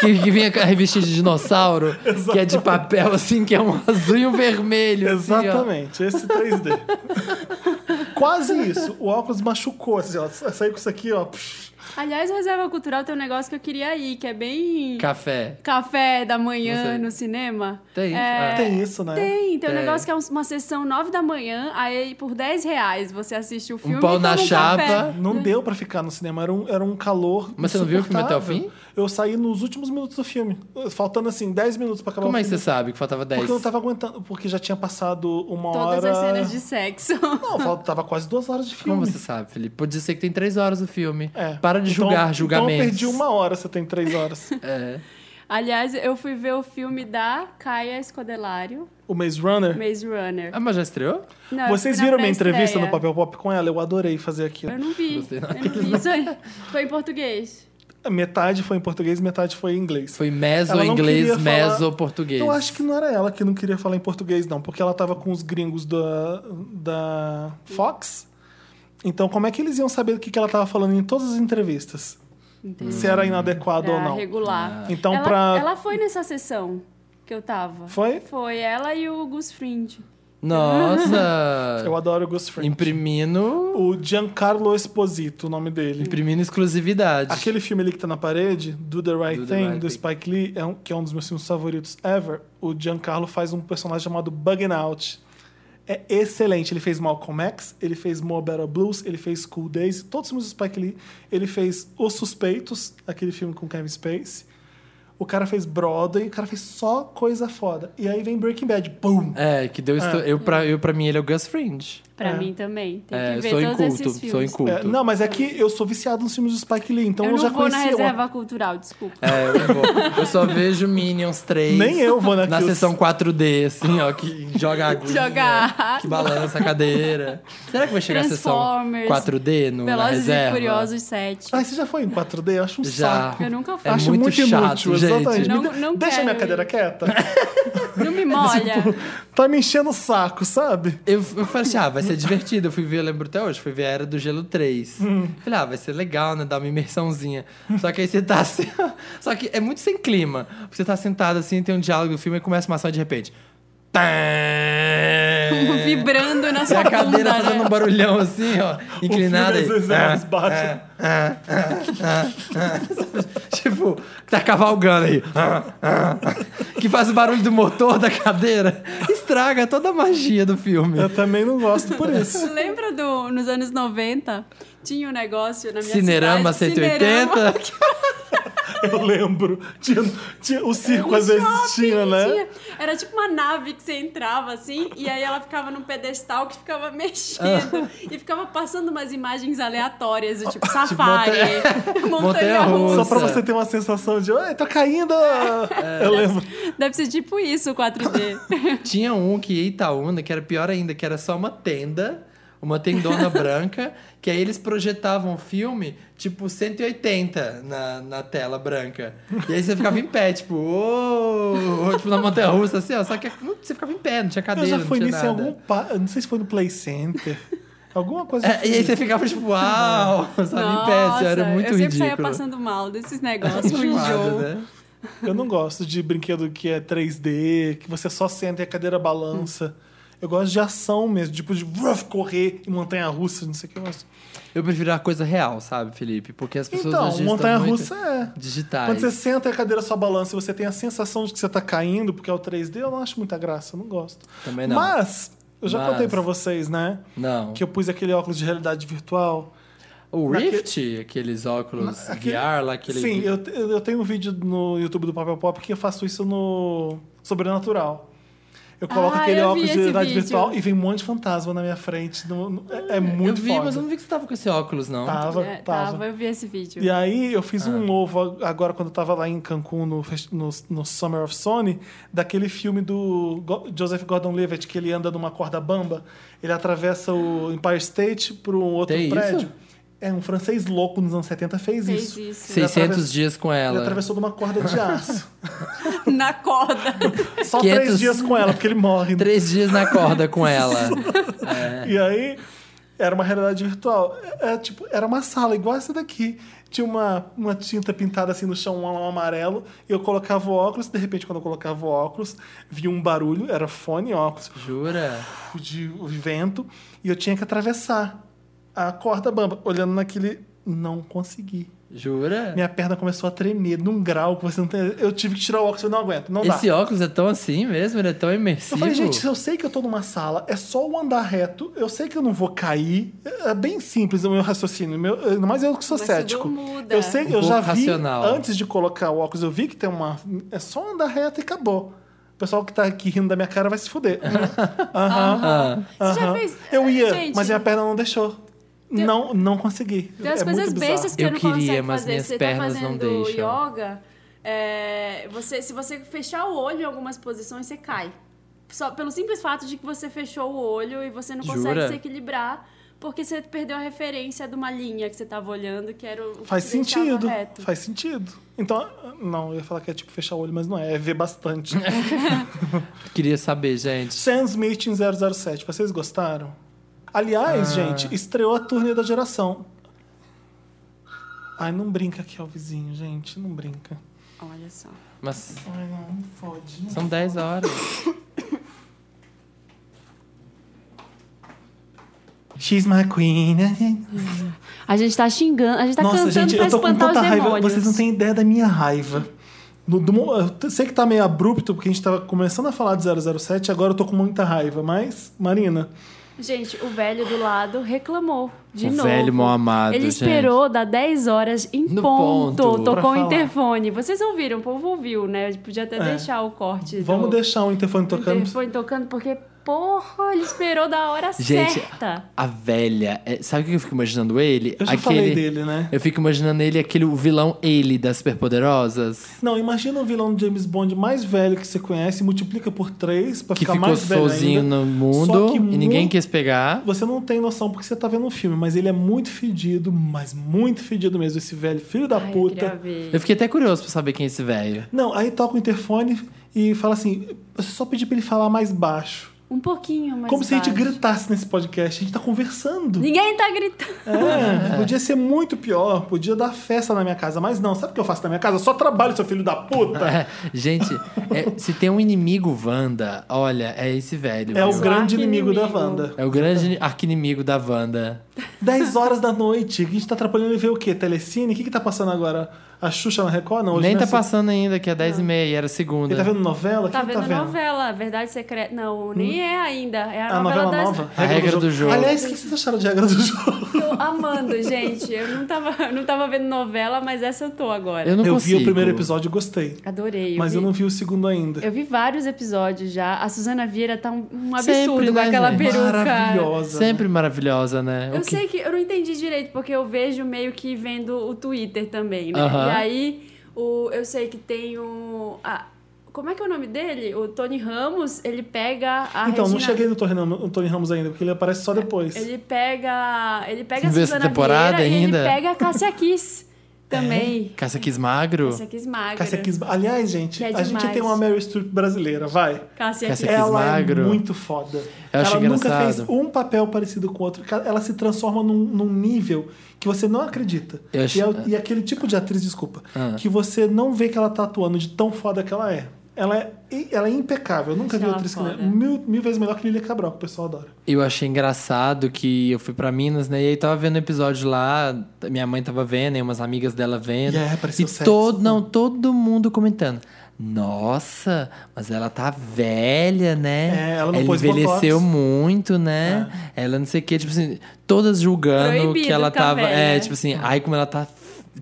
S2: que, que vinha com a revistinha de dinossauro, que é de papel, assim, que é um azul e um vermelho. assim, ó.
S1: Exatamente, esse 3D. [LAUGHS] Quase isso. O óculos machucou, assim, ó. Saiu com isso aqui, ó. Psh.
S3: Aliás, o Reserva Cultural tem um negócio que eu queria ir, que é bem
S2: Café.
S3: café da
S2: Não sei.
S3: manhã no cinema.
S2: Tem isso?
S3: É,
S2: Ah.
S1: Tem isso, né?
S3: Tem, tem um
S2: Tem.
S3: negócio que é uns- uma sessão 9 da manhã, aí por 10 reais você assiste o filme.
S2: pau
S3: e toma
S2: na
S3: um
S2: chapa.
S3: café.
S1: Não deu pra ficar no cinema, era um, era um calor.
S2: Mas você não viu o filme até o
S1: insuportável.
S2: fim?
S1: Eu saí nos últimos minutos do filme, faltando assim 10 minutos pra acabar
S2: Como
S1: o
S2: é que
S1: filme.
S2: você sabe que faltava 10?
S1: Porque eu não tava aguentando, porque já tinha passado uma
S3: Todas
S1: hora.
S3: as cenas de sexo. [LAUGHS]
S1: Não, faltava quase duas horas de filme.
S2: Como você sabe, Felipe? Podia ser que tem três horas o filme.
S1: É.
S2: Para de
S1: Então-
S2: julgar julgamentos.
S1: Então eu perdi uma hora, você tem três horas.
S2: É.
S3: Aliás, eu fui ver o filme da Caia Escodelário,
S1: o Maze Runner.
S3: Maze Runner.
S2: Ah, mas já estreou?
S3: Não, eu
S1: Vocês
S3: fui na
S1: viram minha entrevista
S3: pré-estreia.
S1: no Papel Pop com ela? Eu adorei fazer aquilo.
S3: Eu não vi.
S2: Gostei, não.
S3: Eu não vi isso aí. Foi em português.
S1: Metade foi em português, metade foi em inglês.
S2: Foi meso
S1: Ela não
S2: inglês,
S1: queria falar-
S2: meso português.
S1: Eu acho que não era ela que não queria falar em português, não, porque ela tava com os gringos da, da Fox. Então, como é que eles iam saber o que que ela tava falando em todas as entrevistas?
S3: Entendi.
S1: Se era inadequado ou
S3: Ah,
S1: não.
S3: regular.
S1: Então,
S3: ela,
S1: pra.
S3: ela foi nessa sessão que eu tava.
S1: Foi?
S3: Foi ela e o Gus Fring.
S2: Nossa!
S1: [LAUGHS] Eu adoro o Gus Fring.
S2: Imprimindo.
S1: O Giancarlo Esposito, o nome dele.
S2: Imprimindo exclusividade.
S1: Aquele filme ali que tá na parede, Do the Right
S2: Do the
S1: Thing,
S2: Right
S1: do
S2: Thing.
S1: Spike Lee, é um- que é um dos meus filmes favoritos ever, o Giancarlo faz um personagem chamado Bugging Out. É excelente. Ele fez Malcolm X, ele fez More Better Blues, ele fez Cool Days, todos os filmes do Spike Lee. Ele fez Os Suspeitos, aquele filme com Kevin Spacey. O cara fez Broadway, o cara fez só coisa foda. E aí vem Breaking Bad, boom!
S2: É, que deu. esto- Eu, pra, eu, pra mim, ele é o Gus Fringe.
S3: Pra
S1: É.
S3: mim também. Tem
S2: É,
S3: que
S2: eu
S3: ver
S2: sou
S3: todos
S2: inculto,
S3: esses filmes.
S2: sou inculto.
S1: É, não, mas é que eu sou viciado nos filmes do Spike Lee, então
S3: eu
S1: eu,
S3: não
S1: já
S3: vou na
S1: conhecia. uma-
S3: reserva
S1: [LAUGHS]
S3: cultural, desculpa.
S2: É, eu, não vou. eu só vejo Minions 3.
S1: Nem eu vou naquilo.
S2: Na sessão 4D, assim, ó, que
S3: [LAUGHS]
S2: joga água.
S3: Joga
S2: Que balança a cadeira. Será que vai chegar a sessão
S3: Transformers,
S2: 4D no, na
S3: Velozes e
S2: reserva?
S3: Furiosos
S1: [LAUGHS]
S3: 7.
S1: Ai, você já foi em 4D? Eu acho um
S2: Já.
S1: saco.
S3: Eu nunca fui.
S2: É
S1: acho
S2: muito chato,
S1: inútil,
S2: gente.
S1: exatamente.
S3: Não-
S1: Me de-
S3: não
S1: Deixa
S3: quero
S1: minha
S3: ir.
S1: cadeira quieta.
S3: Não me molha.
S1: tá me enchendo o saco, sabe?
S2: Eu, eu falei assim, ah, vai ser divertido. Eu fui ver, eu lembro até hoje, fui ver a Era do Gelo 3.
S1: Hum.
S2: Falei, ah, vai ser legal, né? Dar uma imersãozinha. Só que aí você tá assim. [LAUGHS] Só que é muito sem clima. Porque você tá sentado assim, tem um diálogo do filme e começa uma ação e de
S3: [LAUGHS]
S2: repente.
S3: Um
S2: Tá!
S3: Vibrando na
S2: E
S3: sua
S2: É. a cadeira
S3: bunda,
S2: fazendo
S3: né?
S2: um barulhão assim, ó, inclinada.
S1: O filme,
S2: aí. É,
S1: às vezes, é elas batem.
S2: [LAUGHS] Tipo, tá cavalgando aí. que faz o barulho do motor da cadeira. Estraga toda a magia do filme.
S1: Eu também não gosto por isso.
S2: [LAUGHS]
S3: Lembra do, nos anos 90? Tinha um negócio na minha
S2: Cinerama
S3: cidade.
S2: 180.
S3: Cinerama.
S1: Eu lembro. Tinha, tinha- o [LAUGHS] circo às vezes
S3: um shopping,
S1: tinha, né?
S3: tinha. Era tipo uma nave que você entrava assim, e aí ela ficava num pedestal que ficava [LAUGHS] mexendo. e ficava passando umas imagens aleatórias, do tipo safari, [LAUGHS] montanha
S2: montanha-russa.
S3: russa.
S1: Só pra você ter uma sensação de, ai, tô caindo!
S2: É,
S1: Eu lembro.
S3: Deve ser tipo isso o 4D.
S2: Tinha um que ia Itaúna, que era pior ainda, que era só uma tenda, uma [LAUGHS] tendona branca, que aí eles projetavam o filme, tipo, 180 na, na tela branca. E aí você ficava em pé, tipo, ô, tipo, na montanha russa, assim, ó. Só que não- você ficava em pé, não tinha
S1: Eu
S2: cadeira,
S1: já
S2: não
S1: fui
S2: tinha
S1: nisso em
S2: nada.
S1: algum. Pa... eu Não sei se foi no Play Center. Alguma coisa. assim.
S2: É, e aí você ficava, tipo, uau, sabe, em pé, assim, ó, era muito
S3: eu sempre saía
S2: ridículo.
S3: passando mal desses negócios, um
S2: Enjoado,
S3: enjoo.
S2: né?
S1: Eu não gosto de brinquedo que é 3D, que você só senta e a cadeira balança. Eu gosto de ação mesmo, tipo de vruf, correr em montanha russa, não sei o que mais.
S2: Eu prefiro a coisa real, sabe, Felipe? Porque as pessoas
S1: Então,
S2: hoje estão
S1: montanha
S2: muito
S1: russa é.
S2: digitais.
S1: Quando você senta e a cadeira só balança e você tem a sensação de que você tá caindo, porque é o 3D, eu não acho muita graça, eu não gosto.
S2: Também É, não.
S1: Mas, eu já
S2: Mas-
S1: contei pra vocês, né?
S2: Não.
S1: Que eu pus aquele óculos de realidade virtual.
S2: O
S1: Naque-
S2: Rift, aqueles óculos
S1: Aquele-
S2: VR lá, aquele.
S1: Sim, eu, te- eu tenho um vídeo no YouTube do Papel Pop que eu faço isso no Sobrenatural. Eu coloco
S3: Ah,
S1: aquele
S3: eu vi
S1: óculos de
S3: esse
S1: realidade
S3: vídeo.
S1: virtual e vem um monte de fantasma na minha frente. no- no- é, é
S2: Eu
S1: muito
S2: vi,
S1: foda.
S2: mas eu não vi que você tava com esse óculos, não.
S1: Tava,
S3: É,
S1: tava.
S3: eu vi esse vídeo.
S1: E aí eu fiz
S2: Ah.
S1: um novo a- agora quando eu tava lá em Cancún no, fest- no, no Summer of Sony, daquele filme do Go- Joseph Gordon-Levitt que ele anda numa corda bamba, ele atravessa o Empire State para um outro
S2: Tem isso?
S1: prédio. É um francês louco nos anos 70 fez,
S3: Fez
S1: isso.
S3: isso.
S1: Ele
S2: 600
S1: atravessa-
S2: dias com
S1: Ele
S2: ela.
S1: atravessou de uma corda de aço.
S3: [LAUGHS] Na corda.
S1: Só
S2: 500
S1: três dias com ela, porque ele morre. né?
S2: Três dias na corda com ela.
S1: E aí, era uma realidade virtual. É, é, tipo, era uma sala igual essa daqui. Tinha uma, uma tinta pintada assim no chão, um um amarelo. E eu colocava o óculos. De repente, quando eu colocava o óculos, via um barulho. Era fone e óculos
S2: Jura?
S1: de vento. E eu tinha que atravessar a corda bamba. Olhando naquele... Não consegui.
S2: Jura?
S1: Minha perna começou a tremer num grau que você não tem... Eu tive que tirar o óculos. Eu não aguento. Não dá.
S2: Esse óculos é tão assim mesmo? Ele é tão imersivo.
S1: Eu falei, gente, é eu sei que eu tô numa sala, é só o andar reto, eu sei que eu não vou cair. É é bem simples o meu raciocínio, meu, ainda mais eu que sou
S3: Mas tudo
S1: cético.
S3: muda.
S1: Eu sei,
S2: Um
S1: eu já
S2: pouco
S1: vi,
S2: racional.
S1: antes de colocar o óculos, eu vi que tem uma. É só andar reto e acabou. O pessoal que tá aqui rindo da minha cara vai se
S3: [LAUGHS]
S1: fuder. Aham.
S2: Ah,
S3: Você já
S1: aham.
S3: fez? É,
S1: Eu ia,
S3: Gente, um
S1: mas é minha perna não deixou. Não, não consegui.
S3: Tem as
S1: é
S3: coisas
S1: muito bizarro.
S3: bestas que
S2: Eu
S3: você não
S2: queria,
S3: consegue
S2: mas
S3: fazer.
S2: minhas
S3: você
S2: pernas
S3: tá
S2: não
S3: fazendo
S2: deixam.
S3: yoga, é, você, se você fechar o olho em algumas posições, você cai. Só pelo simples fato de que você fechou o olho e você não consegue
S2: Jura?
S3: se equilibrar, porque você perdeu a referência de uma linha que você tava olhando, que era o que
S1: Faz
S3: te deixava
S1: sentido.
S3: reto.
S1: Faz sentido. Então, não, eu ia falar que é tipo fechar o olho, mas não é, é
S2: [LAUGHS]
S1: ver bastante.
S2: queria saber, gente.
S1: Sam Smith em 007. Vocês gostaram? Aliás, gente, estreou a turnê da geração. Ai, não brinca aqui, ó, o vizinho, gente. Não brinca.
S3: Olha só.
S2: Mas
S1: Ai, não, não fode. não.
S2: são 10 horas.
S1: She's my queen.
S3: A gente tá xingando, a gente tá
S1: Nossa,
S3: cantando
S1: gente,
S3: pra
S1: eu tô com
S3: espantar
S1: tanta
S3: os
S1: raiva.
S3: demônios.
S1: Vocês não têm ideia da minha raiva. No- do mo- eu sei que tá meio abrupto, porque a gente tava começando a falar de 007, agora eu tô com muita raiva. Mas, Marina,
S3: Gente, o velho do lado reclamou de
S2: O
S3: novo.
S2: velho mal amado,
S3: Ele
S2: gente.
S3: esperou dar 10 horas em
S2: No
S3: ponto.
S2: ponto.
S1: Pra
S3: Tocou o
S1: falar.
S3: interfone. Vocês ouviram, o povo ouviu, né? Podia até
S1: É.
S3: deixar o corte.
S1: vamos
S3: do,
S1: deixar o interfone
S3: do
S1: tocando.
S3: interfone tocando, porque porra, ele esperou da hora
S2: Gente,
S3: certa.
S2: A velha. é- sabe o que eu fico imaginando ele?
S1: Eu já falei dele, né?
S2: Eu fico imaginando ele aquele o vilão ele das Superpoderosas.
S1: Não, imagina um vilão do James Bond mais velho que você conhece, multiplica por três pra
S2: Que
S1: ficar
S2: ficou
S1: mais velho
S2: sozinho
S1: ainda.
S2: no
S1: Só
S2: mundo
S1: que
S2: e ninguém
S1: muito-
S2: quis pegar.
S1: Você não tem noção porque você tá vendo um filme, mas ele é muito fedido, mas muito fedido mesmo, esse velho filho da
S3: Ai, eu queria
S1: puta.
S3: ver.
S2: Eu fiquei até curioso pra saber quem é esse velho. [LAUGHS]
S1: Não, aí toca o interfone e fala assim: eu só pedi pra ele falar mais baixo.
S3: Um pouquinho mais
S1: Como se a gente
S3: baixo.
S1: gritasse nesse podcast, a gente tá conversando.
S3: Ninguém tá gritando.
S1: É, podia ser muito pior, podia dar festa na minha casa, mas não, sabe o que eu faço na minha casa? Eu só trabalho, seu filho da puta.
S2: É, gente, é, se tem um inimigo Wanda, olha, é esse velho.
S1: É o
S2: viu?
S1: grande
S3: Arqui-inimigo.
S1: inimigo da Wanda.
S2: é o grande arquinimigo da Wanda.
S1: 10 horas da noite, a gente tá atrapalhando ele ver o quê? Telecine? O que que tá passando agora? A Xuxa na Record? Não, hoje
S2: Nem
S1: não é
S2: tá
S1: assim.
S2: passando ainda, que é 10 e meia, e era segunda.
S1: Ele tá vendo novela? O que
S3: Tá
S1: que
S3: vendo
S1: tá
S3: a
S1: vendo? Hum.
S3: novela, Verdade Secreta. Não, nem é ainda. É a,
S1: A novela
S3: das...
S1: nova?
S2: A regra do jogo.
S1: Aliás, o que vocês acharam de regra do jogo?
S3: Tô amando, gente. Eu não tava, [LAUGHS] eu não tava vendo novela, mas essa eu tô agora.
S2: Eu não
S1: eu
S2: consigo.
S1: vi o primeiro episódio e gostei.
S3: Adorei.
S1: Mas
S3: vi...
S1: eu não vi o segundo ainda.
S3: Eu vi vários episódios já. A Suzana Vieira tá um, um
S2: Sempre,
S3: absurdo com
S2: né,
S3: aquela
S2: gente?
S3: peruca.
S1: Maravilhosa. né?
S2: Sempre maravilhosa, né?
S3: Eu
S2: O que-
S3: sei que eu não entendi direito, porque eu vejo meio que vendo o Twitter também, né?
S2: Aham.
S3: E aí o, eu sei que tem o. a- como é que é o nome dele? O Tony Ramos, ele pega a.
S1: Então, não
S3: Regina-
S1: cheguei no Tony, Ramos, no Tony Ramos ainda, porque ele aparece só depois.
S3: Ele é pega. Ele pega a
S2: Viu essa
S3: Suzana
S2: temporada
S3: Vieira
S2: ainda?
S3: e ele pega a Cássia Kiss também.
S2: Caça Quis Magro?
S3: Cássia Kiss magra.
S1: Cássia Kiss... Aliás, gente,
S3: Que é
S1: a gente
S3: demais.
S1: tem uma Mary Streep brasileira, vai.
S2: Cássia
S3: Cássia Kiss.
S2: Kiss
S1: Ela
S2: Magro.
S1: é muito foda.
S2: Eu acho
S1: ela nunca
S2: engraçado.
S1: fez um papel parecido com o outro. Ca- Ela se transforma num, num nível que você não acredita.
S2: Eu acho-
S1: E, é, e é aquele tipo de atriz, desculpa,
S2: Ah.
S1: que você não vê que ela tá atuando de tão foda que ela é. Ela é, e- ela é impecável. Eu nunca
S3: Deixa
S1: vi
S3: ela
S1: atriz que
S3: fora.
S1: mil, mil vezes melhor que Lilia Cabral, que o pessoal adora.
S2: Eu achei engraçado que eu fui pra Minas, né? E aí tava vendo um episódio lá, minha mãe tava vendo, e umas amigas dela vendo.
S1: E aí apareceu
S2: e
S1: sexo.
S2: todo, não, todo mundo comentando. Nossa, mas ela tá velha, né?
S1: É, ela não pôs
S2: envelheceu
S1: botox." É.
S2: muito, né? Ela não sei o quê, tipo assim, todas julgando
S3: Proibido
S2: que ela
S3: ficar
S2: tava, é,
S3: velha. Ah.
S2: tipo assim, ai como ela tá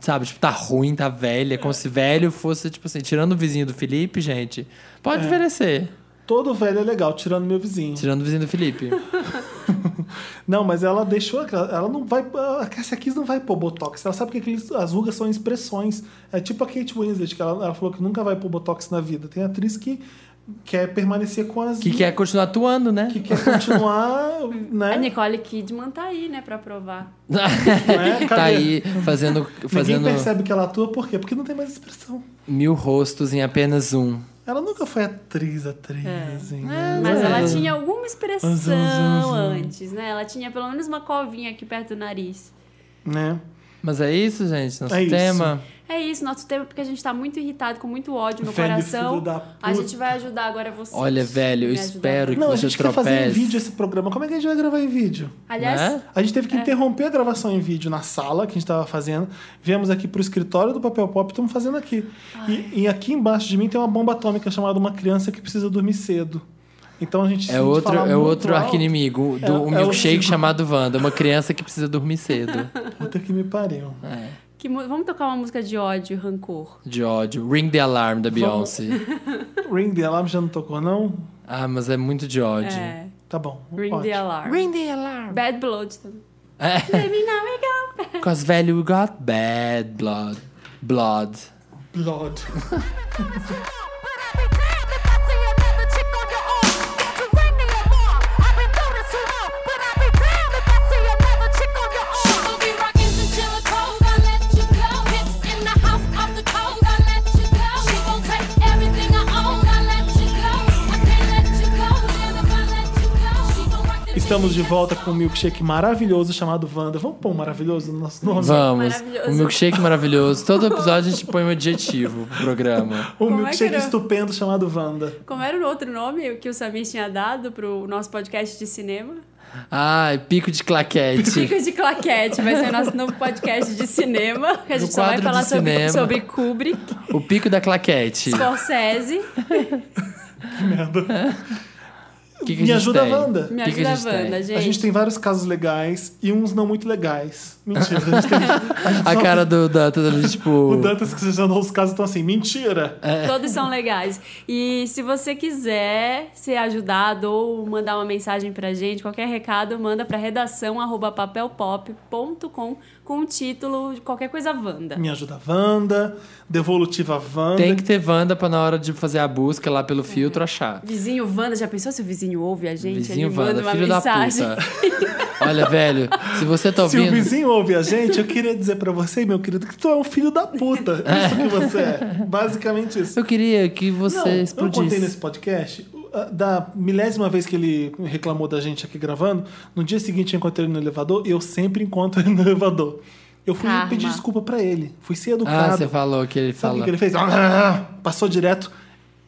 S2: Sabe, tipo, tá ruim, tá velha, como se velho fosse, tipo assim, tirando o vizinho do Felipe, gente, pode
S1: É.
S2: envelhecer.
S1: Todo velho é legal, tirando meu vizinho.
S2: Tirando o vizinho do Felipe.
S1: Não, mas ela deixou. aquela- Ela não vai. A Cassia Kiss não vai pôr botox. Ela sabe que aqueles, as rugas são expressões. É tipo a Kate Winslet, que ela, ela falou que nunca vai pôr botox na vida. Tem atriz que quer permanecer com as.
S2: que quer continuar atuando, né?
S1: que quer
S3: [LAUGHS]
S1: continuar,
S3: A
S1: né?
S3: Nicole Kidman tá aí, né, pra provar.
S1: Né?
S2: [LAUGHS] tá
S1: Cadê?
S2: aí fazendo, fazendo
S1: Ninguém percebe que ela atua, por quê? Porque não tem mais expressão.
S2: mil rostos em apenas um.
S1: Ela nunca foi atriz, atriz, assim. né?
S3: Mas
S2: É.
S3: ela tinha alguma expressão
S1: Zum, zum, zum.
S3: antes, né? Ela tinha pelo menos uma covinha aqui perto do nariz.
S1: Né?
S2: Mas é isso, gente, nosso
S1: É isso.
S2: tema.
S3: É isso, nosso tema, porque a gente tá muito irritado, com muito ódio no
S1: Velho
S3: coração.
S1: filho da puta.
S3: A gente vai ajudar agora vocês.
S2: Olha, velho, eu
S3: Me ajudar.
S2: espero que
S1: Não, a
S2: você
S1: gente quer fazer em
S2: tropece.
S1: vídeo esse programa. Como é que a gente vai gravar em vídeo?
S3: Aliás,
S2: Né?
S1: A gente teve
S3: É.
S1: que interromper a gravação em vídeo na sala que a gente estava fazendo. Viemos aqui pro escritório do Papel Pop, estamos fazendo aqui. E, e aqui embaixo de mim tem uma bomba atômica chamada Uma Criança que Precisa Dormir Cedo. Então a gente. se
S2: É
S1: a gente
S2: outro,
S1: falar
S2: é
S1: muito
S2: outro
S1: alto,
S2: arquinimigo, do,
S1: É-
S2: um
S1: é o
S2: milkshake
S1: segundo.
S2: chamado Wanda, uma criança que precisa dormir
S1: [LAUGHS]
S2: cedo.
S1: Puta que me pariu.
S2: É,
S3: que mu- vamos tocar uma música de ódio e rancor.
S2: de ódio. Ring the Alarm da Beyoncé.
S1: Ring the Alarm já não tocou, não?
S2: Ah, mas é muito de ódio.
S3: É,
S1: Tá bom.
S3: Ring the
S1: ótimo.
S3: Alarm.
S2: Ring the Alarm.
S3: Bad Blood também.
S2: É.
S3: Let me now we go.
S2: Cause velho, we got bad blood. Blood.
S1: Blood.
S4: But I'd be damned if I see another chick on your arm. Got you ring me alarm. I've been through this too long. But I'd be damned if I see another chick on your arm. She gon' be rockin' chinchilla clothes. I let you go. Hits in the house off the coast. I let you go. She gon' take everything I own. I let you go. I can't let you go. Damn if I let you go. She gon' rock the
S1: Estamos de volta com um milkshake maravilhoso chamado Wanda. Vamos pôr um maravilhoso no nosso nome?
S2: Vamos.
S3: Maravilhoso.
S2: Um milkshake maravilhoso. Todo episódio a gente põe um adjetivo pro programa.
S1: Um
S3: Como é que
S1: milkshake
S3: era?
S1: estupendo chamado Wanda.
S3: Como era o outro nome que o Samir tinha dado pro nosso podcast de cinema?
S2: Ai, pico de claquete.
S3: Dicas de Claquete, vai ser o nosso novo podcast de cinema. Que a gente
S2: No
S3: só vai
S2: quadro
S3: falar
S2: de
S3: sobre,
S2: cinema.
S3: sobre Kubrick,
S2: O pico da claquete.
S3: Scorsese.
S2: O que que
S1: Me
S2: a gente
S1: ajuda,
S2: tem?
S1: Wanda.
S2: O que que
S3: Me
S2: a
S3: ajuda,
S2: gente tem?
S3: Wanda, gente.
S1: A gente tem vários casos legais e uns não muito legais. Mentira.
S2: [LAUGHS]
S1: A gente tem- a gente
S2: A
S1: só-
S2: cara do Dantas ali,
S1: [LAUGHS] O
S2: tipo. É.
S1: Dantas que você andou os casos estão assim, mentira.
S3: Todos são legais. E se você quiser ser ajudado ou mandar uma mensagem pra gente, qualquer recado, manda pra redação arroba papelpop.com com o título de qualquer coisa Wanda.
S1: Me ajuda Wanda, Devolutiva Wanda.
S2: Tem que ter Wanda pra na hora de fazer a busca lá pelo filtro achar.
S3: Vizinho Wanda, já pensou se o vizinho ouve a gente?
S2: Vizinho
S3: Ele
S2: Wanda,
S3: manda uma
S2: filho
S3: mensagem.
S2: da puta. Olha, velho, se você tá
S1: [LAUGHS] Se o
S2: ouvindo.
S1: vizinho ouve a gente, eu queria dizer pra você, meu querido, que tu é um filho da puta. Isso que você é. Basicamente isso.
S2: Eu queria que você
S1: Não, eu contei nesse
S2: explodisse.
S1: podcast, o- a- da milésima vez que ele reclamou da gente aqui gravando, no dia seguinte eu encontrei ele no elevador e eu sempre encontro ele no elevador. Eu fui
S3: Karma.
S1: pedir desculpa pra ele, fui ser
S2: Ah,
S1: educado.
S2: você falou que ele
S1: Sabe o
S2: falou.
S1: que ele fez? Ah, Passou direto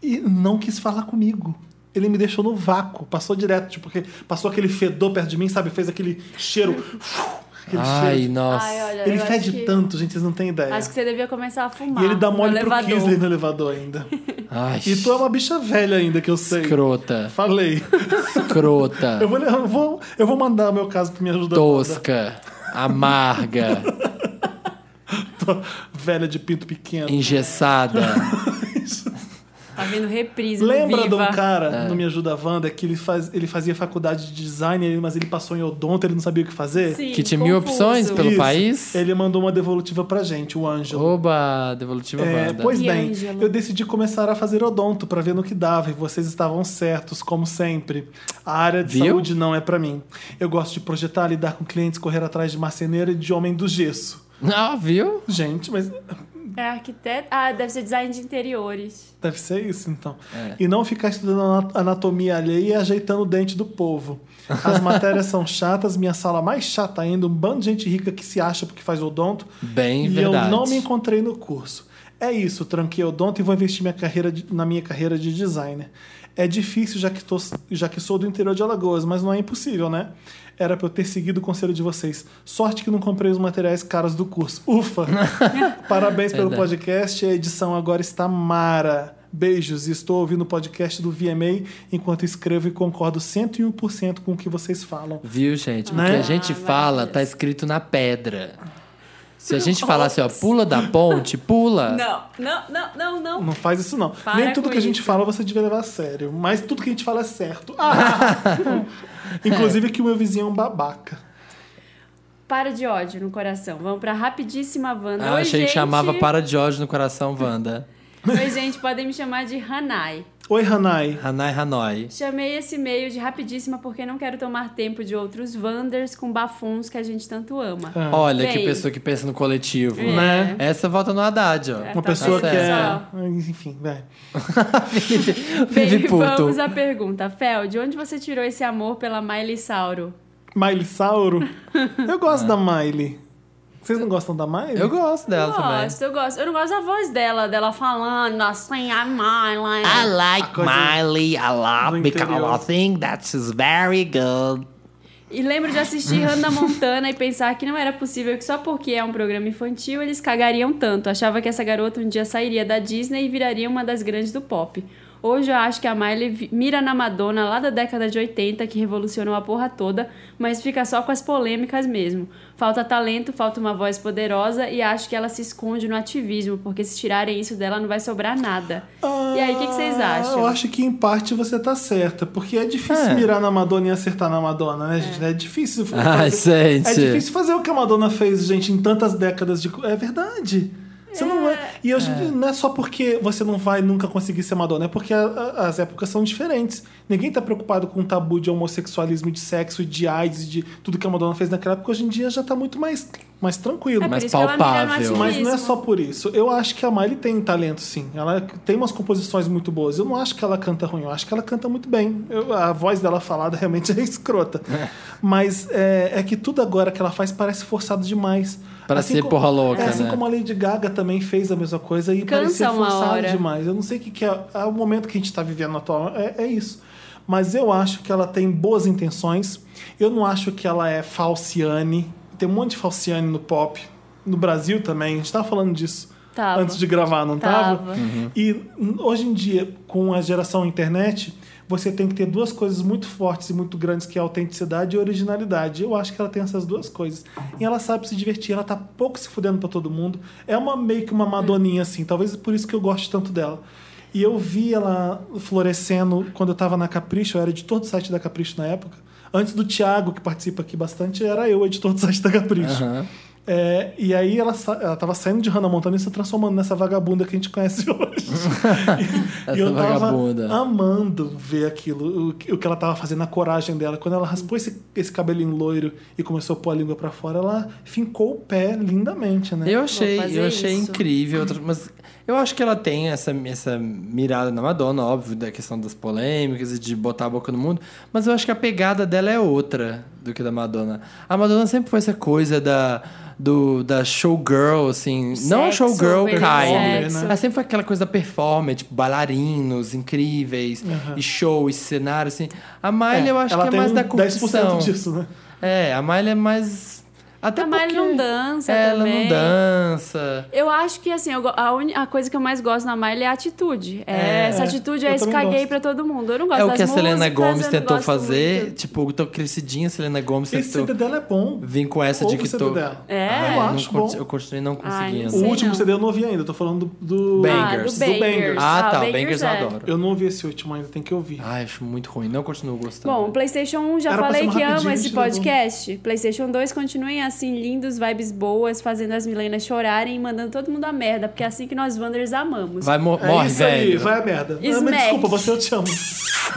S1: e não quis falar comigo. Ele me deixou no vácuo, passou direto, tipo, porque passou aquele fedor perto de mim, sabe? Fez aquele cheiro. aquele
S2: Ai,
S1: cheiro.
S2: nossa.
S3: Ai, olha,
S1: Ele
S3: eu
S1: fede
S3: acho que-
S1: tanto, gente, vocês não têm ideia.
S3: [LAUGHS] Acho que você devia começar a fumar.
S1: E ele dá
S3: no
S1: mole pro
S3: elevador.
S2: né?
S1: Kisley no elevador ainda.
S2: Ai,
S1: E tu é uma bicha velha ainda, que eu sei. [LAUGHS]
S2: Escrota.
S1: Falei.
S2: Tá. Escrota.
S1: Eu vou, eu vou, eu vou mandar o meu caso pra me ajudar.
S2: Tosca. Amarga.
S1: Tô Velha de pinto pequeno. [LAUGHS]
S2: Engessada.
S3: Tá vendo reprise no
S1: Lembra de
S3: Viva.
S1: um cara
S2: É.
S1: no Me Ajuda Wanda que ele, faz, ele fazia faculdade de design, ele- mas ele passou em odonto, ele não sabia o que fazer?
S3: Sim,
S2: Que tinha mil
S3: confuso.
S2: opções pelo
S1: Isso.
S2: país?
S1: Ele mandou uma devolutiva pra gente, o Ângelo.
S2: Oba, devolutiva
S1: É,
S2: Wanda.
S1: pois
S3: E
S1: bem,
S3: Ângelo?
S1: eu decidi começar a fazer odonto pra ver no que dava e vocês estavam certos, como sempre. A área de
S2: Viu?
S1: saúde não é pra mim. Eu gosto de projetar, lidar com clientes, correr atrás de marceneiro e de homem do gesso.
S2: Ah, viu?
S1: Gente, mas
S3: É arquiteto. Ah, deve ser design de interiores.
S1: Deve ser isso, então.
S2: É.
S1: E não ficar estudando ana- anatomia alheia e ajeitando o dente do povo. As matérias são chatas, minha sala mais chata ainda, um bando de gente rica que se acha porque faz odonto.
S2: Bem
S1: e
S2: verdade.
S1: eu não me encontrei no curso. É isso, tranquei odonto e vou investir minha carreira de- na minha carreira de designer. É difícil, já que, tô- já que sou do interior de Alagoas, mas não é impossível, né? Era pra eu ter seguido o conselho de vocês. Sorte que não comprei os materiais caros do curso. Ufa! Parabéns pelo
S2: Verdade.
S1: podcast. A edição agora está mara. Beijos. Estou ouvindo o podcast do VMA enquanto escrevo e concordo 101% com o que vocês falam.
S2: Viu, gente? O
S1: Né?
S2: que a gente
S3: Ah,
S2: fala tá escrito na pedra. Se a gente falasse, ó, pula da ponte, pula.
S3: Não, não, não, não, não.
S1: Não faz isso, não.
S3: Para
S1: Nem tudo
S3: com
S1: que a gente
S3: isso.
S1: fala você devia levar a sério. Mas tudo que a gente fala é certo. Ah!
S3: [LAUGHS]
S1: Inclusive que o meu vizinho é um babaca.
S3: Para de ódio no coração. Vamos pra rapidíssima Wanda.
S2: Ah,
S3: Oi,
S2: achei
S3: gente.
S2: que chamava Para de ódio no coração, Wanda.
S3: [LAUGHS] Oi, gente, podem me chamar de Hanai.
S1: Oi, Hanai.
S2: Hanai Hanoi.
S3: Chamei esse e-mail de rapidíssima porque não quero tomar tempo de outros Wanders com bafuns que a gente tanto ama.
S1: Ah,
S2: Olha que
S3: Bem.
S2: pessoa que pensa no coletivo.
S3: É,
S1: Né?
S2: Essa volta no Haddad, ó.
S1: Uma
S3: Tá
S1: pessoa que é.
S3: certo.
S1: Enfim, vai.
S2: Vive puto.
S3: vamos à pergunta. Fel, de onde você tirou esse amor pela Miley Sauro?
S1: Miley Sauro. Eu gosto da Miley. Vocês não gostam da Miley?
S2: Eu gosto dela também.
S3: gosto, eu gosto. Eu não gosto da voz dela, dela falando assim, a Miley.
S2: Ah,
S5: like
S1: coisa
S5: Miley a
S1: do
S5: lot because
S1: interior.
S5: I think that she's very good.
S3: E lembro de assistir Hannah Montana e pensar que não era possível que só porque é um programa infantil eles cagariam tanto. Achava que essa garota um dia sairia da Disney e viraria uma das grandes do pop. Hoje eu acho que a Miley vi- mira na Madonna lá da década de 80, que revolucionou a porra toda, mas fica só com as polêmicas mesmo. Falta talento, falta uma voz poderosa e acho que ela se esconde no ativismo, porque se tirarem isso dela não vai sobrar nada. e aí, o que, que vocês
S1: Ah,
S3: acham?
S1: Eu acho que em parte você tá certa, porque é difícil
S2: É.
S1: mirar na Madonna e acertar na Madonna, né, gente? É, difícil.
S2: Ai, Ah, gente.
S1: É difícil fazer o que a Madonna fez, gente, em tantas décadas de. co- É verdade. Você não é. E hoje em dia não é só porque você não vai nunca conseguir ser Madonna, é porque a- a- as épocas são diferentes. Ninguém tá preocupado com o tabu de homossexualismo, de sexo, e de AIDS, e de tudo que a Madonna fez naquela época. Hoje em dia já tá muito mais, mais tranquilo.
S3: É por
S2: Mas
S3: isso que ela mira no
S2: palpável.
S3: ativismo.
S1: Mas não é só por isso. Eu acho que a Miley tem talento, sim. Ela tem umas composições muito boas. Eu não acho que ela canta ruim, eu acho que ela canta muito bem. Eu- a voz dela falada realmente [LAUGHS] é escrota. Mas é, é que tudo agora que ela faz parece forçado demais.
S2: Pra ser
S1: co-
S2: porra louca,
S1: é, assim
S2: né?
S1: como a Lady Gaga também fez a mesma coisa e
S3: Cansa
S1: parecia
S3: uma
S1: forçado
S3: hora.
S1: demais. Eu não sei o que, que é, é o momento que a gente está vivendo atual. É, é isso. Mas eu acho que ela tem boas intenções. Eu não acho que ela é falciane. Tem um monte de falciane no pop. No Brasil também. A gente tava falando disso
S3: Tava.
S1: antes de gravar, não tava?
S3: Tava.
S1: E hum, hoje em dia, com a geração internet, você tem que ter duas coisas muito fortes e muito grandes, que é autenticidade e originalidade. Eu acho que ela tem essas duas coisas. E ela sabe se divertir, ela tá pouco se fudendo pra todo mundo. É uma meio que uma madoninha, assim. Talvez por isso que eu gosto tanto dela. E eu vi ela florescendo quando eu tava na Capricho, eu era editor do site da Capricho na época. Antes do Thiago, que participa aqui bastante, era eu, editor do site da Capricho. É, e aí ela, sa- ela tava saindo de Hannah Montana e se transformando nessa vagabunda que a gente conhece [LAUGHS] hoje. E-
S2: Essa
S1: e eu tava
S2: vagabunda.
S1: amando ver aquilo, o, que- o que ela tava fazendo, a coragem dela. Quando ela raspou esse, esse cabelinho loiro e começou a pôr a língua pra fora, ela fincou o pé lindamente, né?
S2: Eu achei,
S3: fazer
S2: eu achei
S3: isso. [CLEARS THROAT]
S2: incrível, outras- mas eu acho que ela tem essa, essa mirada na Madonna, óbvio, da questão das polêmicas e de botar a boca no mundo, mas eu acho que a pegada dela é outra do que da Madonna. A Madonna sempre foi essa coisa da, do, da showgirl, assim, não a
S3: Sexo,
S2: showgirl
S3: performer,
S2: kind, né?
S3: sexo.
S2: ela sempre foi aquela coisa da performance, tipo, bailarinos incríveis, e show, e cenário, assim. A Miley eu acho
S1: ela
S2: que é
S1: tem
S2: mais da
S1: 10%
S2: curtição.
S1: disso, né?
S2: É, a Miley é mais... Até
S3: A Miley
S2: porque
S3: não dança
S2: Ela não
S3: também.
S2: dança.
S3: Eu acho que, assim, eu go- a, uni- a coisa que eu mais gosto na Miley é a atitude. É,
S2: É.
S3: essa atitude
S1: Eu
S3: é esse
S1: também
S3: caguei
S1: gosto.
S3: pra todo mundo. Eu não gosto
S2: É o
S3: das
S2: que a Selena
S3: músicas,
S2: Gomes
S3: eu não
S2: tentou
S3: gosto
S2: fazer.
S3: muito.
S2: Tipo, tô crescidinha, a Selena Gomes
S1: Esse CD
S2: tentou
S1: dela é bom.
S2: vir com essa de
S1: Ouve
S2: que
S1: o CD
S2: tô.
S1: dela.
S3: É?
S2: Ah,
S1: eu
S2: não
S1: acho
S2: curti-
S1: bom.
S2: eu continuei não
S3: não
S1: O
S2: conseguindo.
S3: sei.
S1: último
S3: não.
S1: CD eu não ouvi ainda, eu tô falando do...
S2: Bang.
S3: Ah,
S2: Bangers.
S3: do
S2: Do
S3: Bangers.
S1: Bangers.
S2: Ah, tá.
S3: o
S2: O Bangers eu
S3: é.
S2: adoro.
S1: Eu não ouvi esse último ainda, tem que ouvir.
S2: Ai, acho muito ruim. Não continuo gostando.
S3: Bom, o PlayStation 1 já
S1: Era pra ser
S3: falei
S1: uma
S3: que amo
S1: rapidinha,
S3: esse
S1: chegou.
S3: podcast. PlayStation 2 continuem assim, lindos, vibes boas, fazendo as milenas chorarem e mandando todo mundo a merda, porque é assim que nós Wanders amamos.
S2: Vai, mo-
S1: É
S2: morre,
S1: isso
S2: velho.
S1: aí, vai a merda. Ah, mas
S3: Smack.
S1: desculpa, você eu te amo.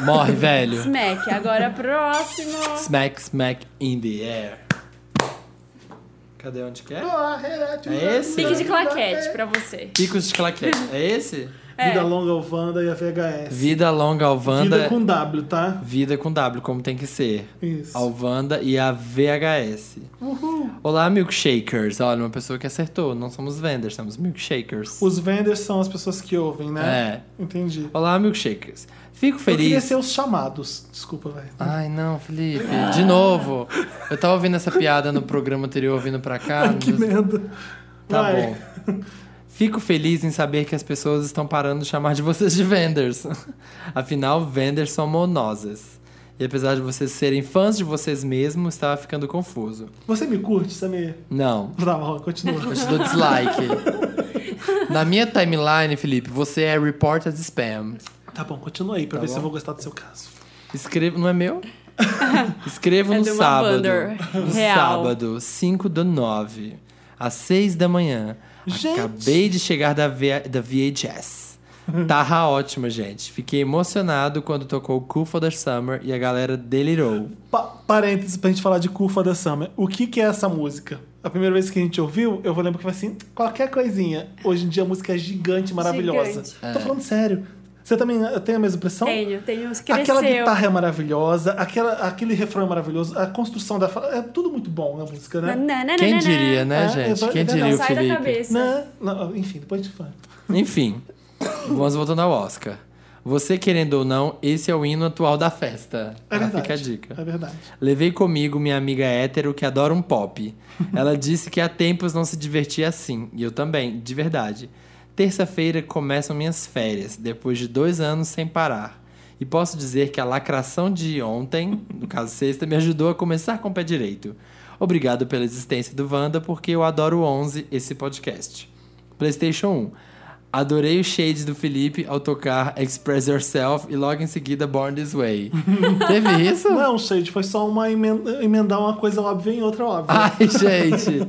S2: Morre, velho.
S3: Smack, agora próximo.
S2: smack, smack in the air. Cadê onde que é? É esse?
S3: Pique de claquete pra você.
S2: Picos de claquete. É esse?
S1: Vida longa ao Wanda e a VHS.
S2: Vida longa ao Wanda.
S1: Vida com W, tá?
S2: Vida com W, como tem que ser.
S1: Isso.
S2: Ao Wanda e a VHS.
S1: Uhul.
S2: Olá, milkshakers. Olha, uma pessoa que acertou. Não somos venders, somos milkshakers.
S1: Os venders são as pessoas que ouvem, né?
S2: É.
S1: Entendi.
S2: Olá, milkshakers. Fico
S1: Eu queria
S2: feliz. Ah,
S1: ser os chamados. Desculpa, velho.
S2: Ai, não, Felipe. De novo. Eu tava ouvindo essa piada no programa anterior, vindo pra cá.
S1: [LAUGHS] que
S2: Nos-
S1: merda.
S2: Tá
S1: Vai.
S2: bom. Fico feliz em saber que as pessoas estão parando de chamar de vocês de venders. Afinal, venders são monoses. E apesar de vocês serem fãs de vocês mesmos, estava ficando confuso.
S1: Você me curte, Samir?
S2: Não.
S1: Tá bom,
S2: [LAUGHS]
S1: continua.
S2: Eu te dou dislike. Na minha timeline, Felipe, você é report as spam.
S1: tá bom, continua aí pra ver se
S2: bom.
S1: eu vou gostar do seu caso.
S2: Escrevo, não é meu? Escrevo
S3: É
S2: no
S3: de uma
S2: sábado.
S3: Wander,
S2: No
S3: real.
S2: sábado, 5 do 9, às 6 da manhã.
S1: Gente!
S2: Acabei de chegar da, V- da VHS. Tava ótima, gente. Fiquei emocionado quando tocou Cool for the Summer e a galera delirou.
S1: Pa parênteses pra gente falar de Curva da Summer. O que, que é essa música? A primeira vez que a gente ouviu, eu vou lembrar que foi assim, qualquer coisinha. Hoje em dia a música é gigante, maravilhosa.
S3: Gigante.
S1: Tô
S2: É.
S1: falando sério. Você também eh, tem a mesma impressão?
S3: Tenho, tenho.
S1: Aquela
S3: Cresceu.
S1: guitarra é maravilhosa, aquela, aquele refrão é maravilhoso, a construção da fala. É tudo muito bom na música, né?
S3: Nananana.
S2: Quem diria, né,
S3: Ah,
S1: É,
S2: gente?
S1: é
S2: Quem
S1: verdade.
S2: diria o
S3: Sai da
S2: Felipe?
S3: cabeça.
S1: Né? Não, enfim, depois a gente fala. É
S2: Enfim, vamos voltando ao Oscar. Você querendo ou não, esse é o hino atual da festa.
S1: É
S2: Já
S1: verdade.
S2: Ah, Fica a dica.
S1: É verdade.
S2: Levei comigo minha amiga hétero que adora um pop. Ela disse que há tempos não se divertia assim, e eu também, de verdade. Terça-feira começam minhas férias, depois de dois anos sem parar. E posso dizer que a lacração de ontem, no caso sexta, me ajudou a começar com o pé direito. Obrigado pela existência do Wanda, porque eu adoro o 11, esse podcast. PlayStation 1. Adorei o shade do Felipe ao tocar Express Yourself e logo em seguida Born This Way. Teve isso?
S1: Não, Shade, foi só uma emen- emendar uma coisa óbvia em outra óbvia.
S2: Ai, gente.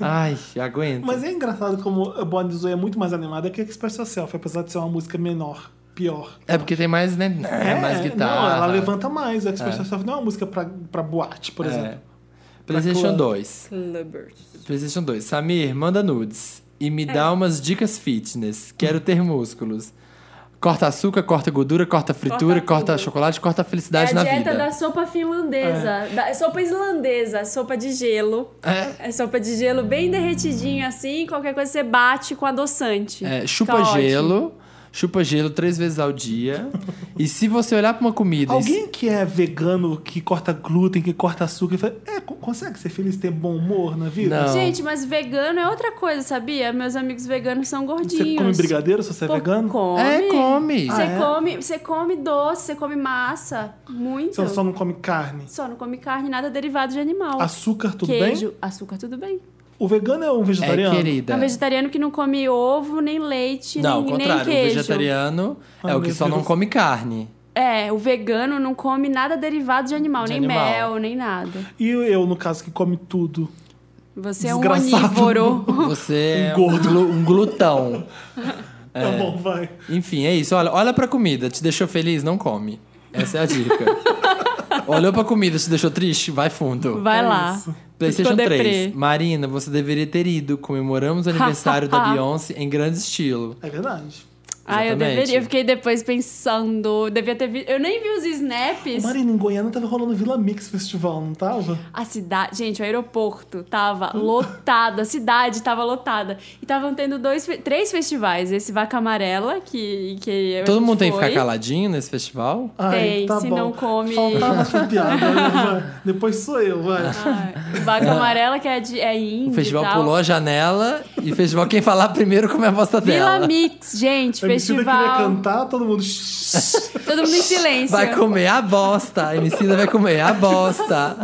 S2: Ai, aguenta.
S1: Mas é engraçado como a Bonnie Zoe é muito mais animada que a Express Yourself, apesar de ser uma música menor, pior.
S2: É porque tem mais, né? É, mais guitarra.
S1: Não, ela levanta mais. A Express Yourself não é uma música pra, pra boate, por
S2: É.
S1: exemplo.
S2: PlayStation
S1: Pra club.
S2: 2.
S3: Clubbers.
S2: PlayStation 2. Samir, manda nudes. E me
S3: É.
S2: dá umas dicas fitness. Quero ter músculos. Corta açúcar, corta gordura, corta fritura,
S3: tudo.
S2: corta, chocolate, corta
S3: É a
S2: felicidade na
S3: dieta
S2: vida.
S3: da sopa finlandesa. Da, sopa islandesa, sopa de gelo.
S2: É.
S3: É sopa de gelo bem derretidinha assim, qualquer coisa você bate com adoçante.
S2: É,
S3: Tá
S2: chupa
S3: ótimo.
S2: gelo, chupa gelo três vezes ao dia. e se você olhar pra uma comida. e se-
S1: Alguém que é vegano, que corta glúten, que corta açúcar, fala, é, co- consegue ser feliz, ter bom humor na vida?
S2: Não.
S3: Gente, mas vegano é outra coisa, sabia? Meus amigos veganos são gordinhos.
S1: Você come brigadeiro se você é
S3: Pô,
S1: vegano?
S3: Come.
S2: É, come.
S3: Você
S1: Ah, é?
S3: come, você come doce, você come massa, muito.
S1: Você só não come carne.
S3: Só não come carne, nada derivado de animal.
S1: Açúcar, tudo
S3: Queijo,
S1: bem?
S3: açúcar, tudo bem.
S1: O vegano é um
S2: É,
S1: vegetariano?
S2: querida.
S3: É um vegetariano que não come ovo, nem leite,
S2: Não, ao
S3: nem,
S2: contrário.
S3: nem
S2: o
S3: queijo.
S2: vegetariano
S1: Ah,
S2: é o que
S1: meu
S2: só não
S1: Deus.
S2: come carne.
S3: É, o vegano não come nada derivado de animal,
S2: De
S3: nem
S2: animal.
S3: mel, nem nada.
S1: E eu, no caso, que come tudo.
S3: Você é um
S1: Desgraçado.
S3: onívoro.
S2: [LAUGHS] Você é um,
S1: gordo.
S2: glu- um glutão. É.
S1: Tá bom, vai.
S2: Enfim, é isso. Olha, olha pra comida, te deixou feliz, não come. Essa é a
S3: [LAUGHS]
S2: dica. Olhou pra comida, te deixou triste, vai fundo.
S3: Vai lá.
S2: PlayStation
S3: Ficou
S2: 3.
S3: deprê.
S2: Marina, você deveria ter ido. Comemoramos o aniversário da
S3: [LAUGHS]
S2: Beyoncé em grande estilo.
S1: É verdade.
S3: Ah, eu
S2: Exatamente.
S3: deveria. Eu fiquei depois pensando. eu Devia ter vi- Eu nem vi os
S1: Ô,
S3: snaps.
S1: Marina, em Goiânia tava rolando Vila Mix Festival, não tava?
S3: A cidade, gente, o aeroporto
S2: [LAUGHS]
S3: tava lotado, a cidade tava lotada. E estavam tendo dois, fe- três festivais. Esse Vaca Amarela, que, que a
S2: Todo
S3: gente
S2: mundo tem que
S3: foi.
S2: ficar caladinho nesse festival?
S1: Ai,
S3: Tem,
S1: tá
S3: se
S1: bom.
S3: não come-
S1: Faltava essa piada.
S3: [LAUGHS]
S1: né? Vai. Depois sou eu, vai.
S3: Ah,
S2: [LAUGHS]
S3: Vaca Amarela, que é, de, é indie
S2: O
S3: e
S2: festival
S3: tal.
S2: pulou a janela e o festival quem falar primeiro come a bosta
S3: Vila
S2: dela.
S3: Mix, gente,
S1: A Emicida queria
S3: festival.
S1: cantar, todo mundo... "Shh".
S3: Todo mundo em silêncio.
S2: Vai comer a bosta. A Emicida vai comer a
S3: [LAUGHS]
S2: bosta.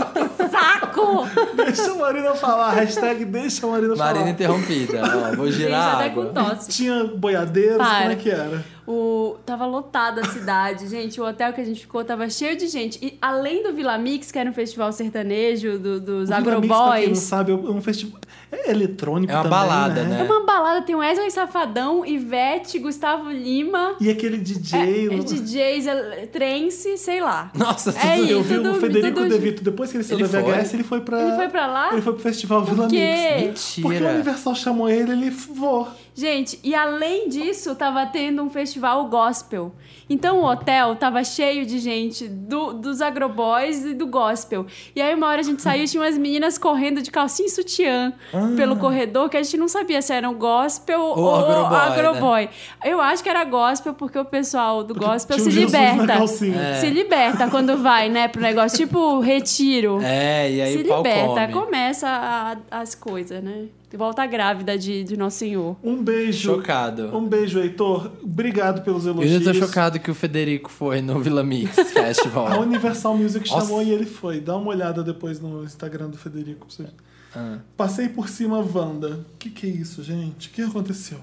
S3: Saco!
S1: deixa a Marina falar. Hashtag deixa a Marina falar.
S2: Marina interrompida. Ó, vou
S3: Gente,
S2: girar a
S3: até com
S2: água.
S3: tosse.
S1: Tinha boiadeiros, como
S3: Para.
S1: é que era?
S3: O... Tava lotada a cidade, gente. O hotel que a gente ficou tava cheio de gente. E além do Vila Mix, que era um festival sertanejo do- dos
S1: O Vila Mix, pra quem não
S3: agroboys.
S1: sabe, é um festival... É eletrônico
S2: É uma
S1: também,
S2: balada, né?
S3: É uma balada, tem Wesley Safadão, Ivete, Gustavo Lima,
S1: E aquele DJ...
S3: é, é DJs, é, Trance, sei lá.
S2: Nossa, tudo
S3: É
S1: Eu
S3: isso.
S1: vi
S3: tudo-
S1: o Federico
S3: tudo-
S1: De Vito, depois que ele saiu
S2: Ele
S1: da VHS, ele foi pra...
S3: Ele foi pra lá?
S1: Ele foi pro festival Vila
S3: quê?
S1: Mix. Porque o
S2: Mentira.
S1: Universal chamou ele, ele voou.
S3: Gente, e além disso, tava tendo um festival gospel. Então o hotel tava cheio de gente do- dos agroboys e do gospel. E aí uma hora a gente saiu e tinha umas meninas correndo de calcinha e sutiã
S2: Ah.
S3: pelo corredor, que a gente não sabia se era um gospel ou,
S2: agroboy, né?
S3: agroboy. Eu acho que era gospel, porque o pessoal do gospel
S1: tinha
S3: se
S1: um Jesus na
S3: liberta.
S1: calcinha. É.
S3: Se liberta quando vai, né, pro negócio. Tipo retiro.
S2: É, e aí
S3: se
S2: o pau
S3: liberta,
S2: come.
S3: começa a- as coisas, né? Volta grávida de, de Nosso Senhor.
S1: Um beijo.
S2: Chocado.
S1: Um beijo, Heitor. Obrigado pelos
S2: Eu
S1: elogios.
S2: ainda tô chocado que o Federico foi no Vila Mix
S1: [LAUGHS] A
S2: Festival.
S1: Universal Music
S2: Nossa.
S1: chamou e ele foi. Dá uma olhada depois no Instagram do Federico. pra você ver.
S2: Ah.
S1: Passei por cima, Wanda. O que, que é isso, gente? O
S2: [LAUGHS]
S1: que aconteceu?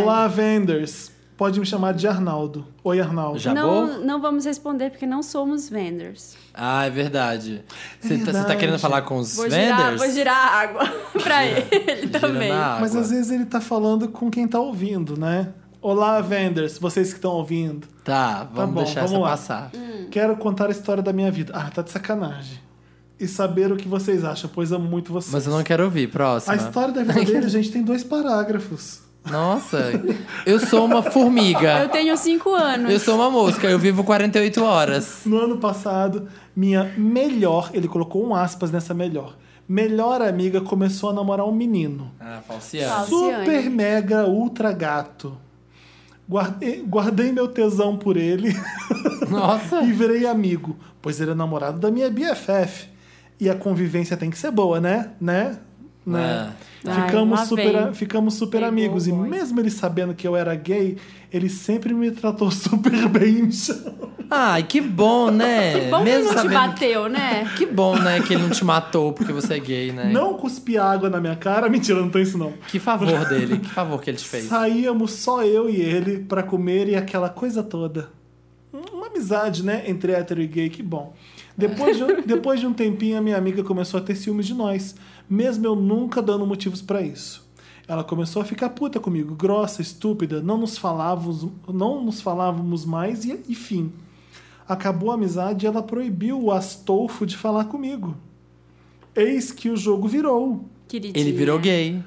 S1: Olá, vendors. Pode me chamar de Arnaldo. Oi, Arnaldo.
S2: Já
S3: não,
S2: Tá bom?
S3: não vamos responder porque não somos vendors.
S2: Ah, é verdade. Você tá, você tá
S1: Verdade.
S2: querendo falar com os
S3: Vou
S2: vendors?
S3: girar, vou girar a água [LAUGHS] pra ele
S2: Gira
S3: também.
S2: na água.
S1: Mas às vezes ele tá falando com quem tá ouvindo, né? Olá, vendors. Vocês que estão ouvindo.
S2: Tá, vamos
S1: bom,
S2: deixar
S1: vamos
S2: essa
S1: lá.
S2: passar.
S1: Quero contar a história da minha vida. Ah, tá de sacanagem. E saber o que vocês acham, pois amo muito vocês.
S2: Mas eu não quero ouvir, próxima.
S1: A história da
S2: [LAUGHS]
S1: vida dele, gente, tem dois parágrafos.
S2: Nossa, eu sou uma
S3: [LAUGHS] Eu
S2: formiga.
S3: tenho cinco anos.
S2: Eu sou uma mosca, eu vivo 48 horas.
S1: No ano passado, minha melhor, ele colocou um aspas nessa melhor, melhor amiga começou a namorar um menino.
S2: Ah, falseando.
S3: Falso. Luciane.
S1: Super mega ultra gato. Guardei, guardei meu tesão por ele
S2: Nossa.
S1: [LAUGHS] e virei amigo, pois ele é namorado da minha BFF. E a convivência tem que ser boa, né? Né? Né?
S3: É. Ai,
S1: ficamos,
S3: lá
S1: super,
S3: vem.
S1: ficamos super
S3: Pegou
S1: amigos.
S3: o
S1: E
S3: boy.
S1: mesmo ele sabendo que eu era gay, ele sempre me tratou [LAUGHS] super bem. me chamou-
S2: Ai, que bom, né?
S3: Que bom
S2: Mesmo
S3: que não te
S2: sabendo que-
S3: bateu, né?
S2: Que bom, né, que ele não te matou porque você é gay, né?
S1: Não cuspia água na minha cara. [LAUGHS] Mentira, não tem isso não.
S2: Que favor dele, que favor que ele te fez.
S1: Saíamos só eu e ele pra comer e aquela coisa toda. Uma amizade, né? Entre hétero e gay, que bom. Depois de, um- depois de um tempinho, a minha amiga começou a ter ciúmes de nós, mesmo eu nunca dando motivos pra isso. Ela começou a ficar puta comigo, grossa, estúpida, não nos falávamos, não nos falávamos mais e, e fim. Acabou a amizade e ela proibiu o Astolfo de falar comigo. Eis que o jogo virou.
S3: Queridinha.
S2: Ele virou gay.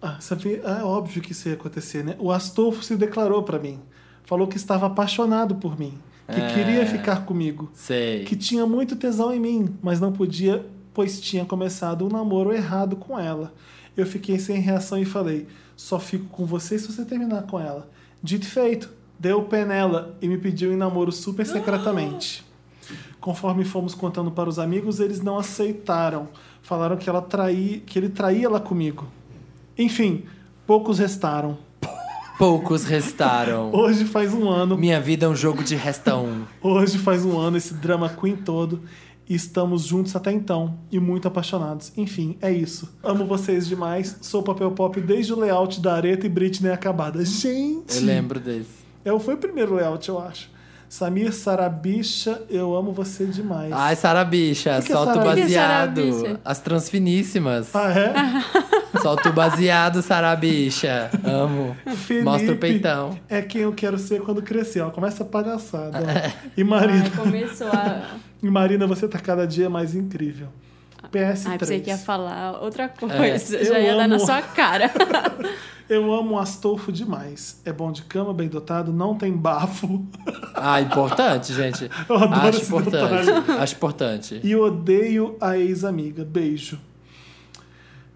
S1: Ah, sabe, é óbvio que isso ia acontecer, né? O Astolfo se declarou pra mim. Falou que estava apaixonado por mim, que
S2: É.
S1: queria ficar comigo,
S2: Sei.
S1: que tinha muito tesão em mim, mas não podia, pois tinha começado um namoro errado com ela. Eu fiquei sem reação e falei: só fico com você se você terminar com ela. Dito e feito, deu penela e me pediu em namoro super secretamente. Conforme fomos contando para os amigos, eles não aceitaram. Falaram que, ela traí, que ele traía ela comigo. Enfim, poucos restaram.
S2: Poucos
S1: [LAUGHS]
S2: restaram.
S1: Hoje faz um ano.
S2: Minha vida é um jogo de resta um.
S1: Hoje faz um ano esse drama queen todo. E estamos juntos até então e muito apaixonados. Enfim, é isso. Amo vocês demais. Sou papel pop desde o layout da Areta e Britney acabada. Gente!
S2: Eu lembro desse.
S1: É, foi o primeiro layout, eu acho. Samir Sarabicha, eu amo você demais.
S2: Ai, Sara Bicha,
S1: que é
S2: solta o
S1: Sara Bicha?
S2: baseado.
S3: O que é Sara Bicha?
S2: As transfiníssimas. [LAUGHS]
S1: Ah, é?
S2: Solta o baseado, Sara Bicha. Amo.
S1: Felipe
S2: Mostra o peitão.
S1: É quem eu quero ser quando crescer. Ó, começa a palhaçada.
S2: É.
S1: ó. E Marina, [LAUGHS]
S3: Ah, começou a.
S1: e Marina, você tá cada dia mais incrível. PS3.
S3: Ai, Ah, pensei que ia falar outra coisa.
S1: É,
S3: Já
S1: eu
S3: ia dar na
S1: amo.
S3: sua cara.
S2: [LAUGHS]
S1: Eu amo o Astolfo demais. É bom de cama, bem dotado, não tem bafo. [LAUGHS]
S2: Ah, importante, gente.
S1: Eu adoro
S2: Acho
S1: esse
S2: importante.
S1: detalhe.
S2: Acho importante.
S1: E odeio a ex-amiga. Beijo.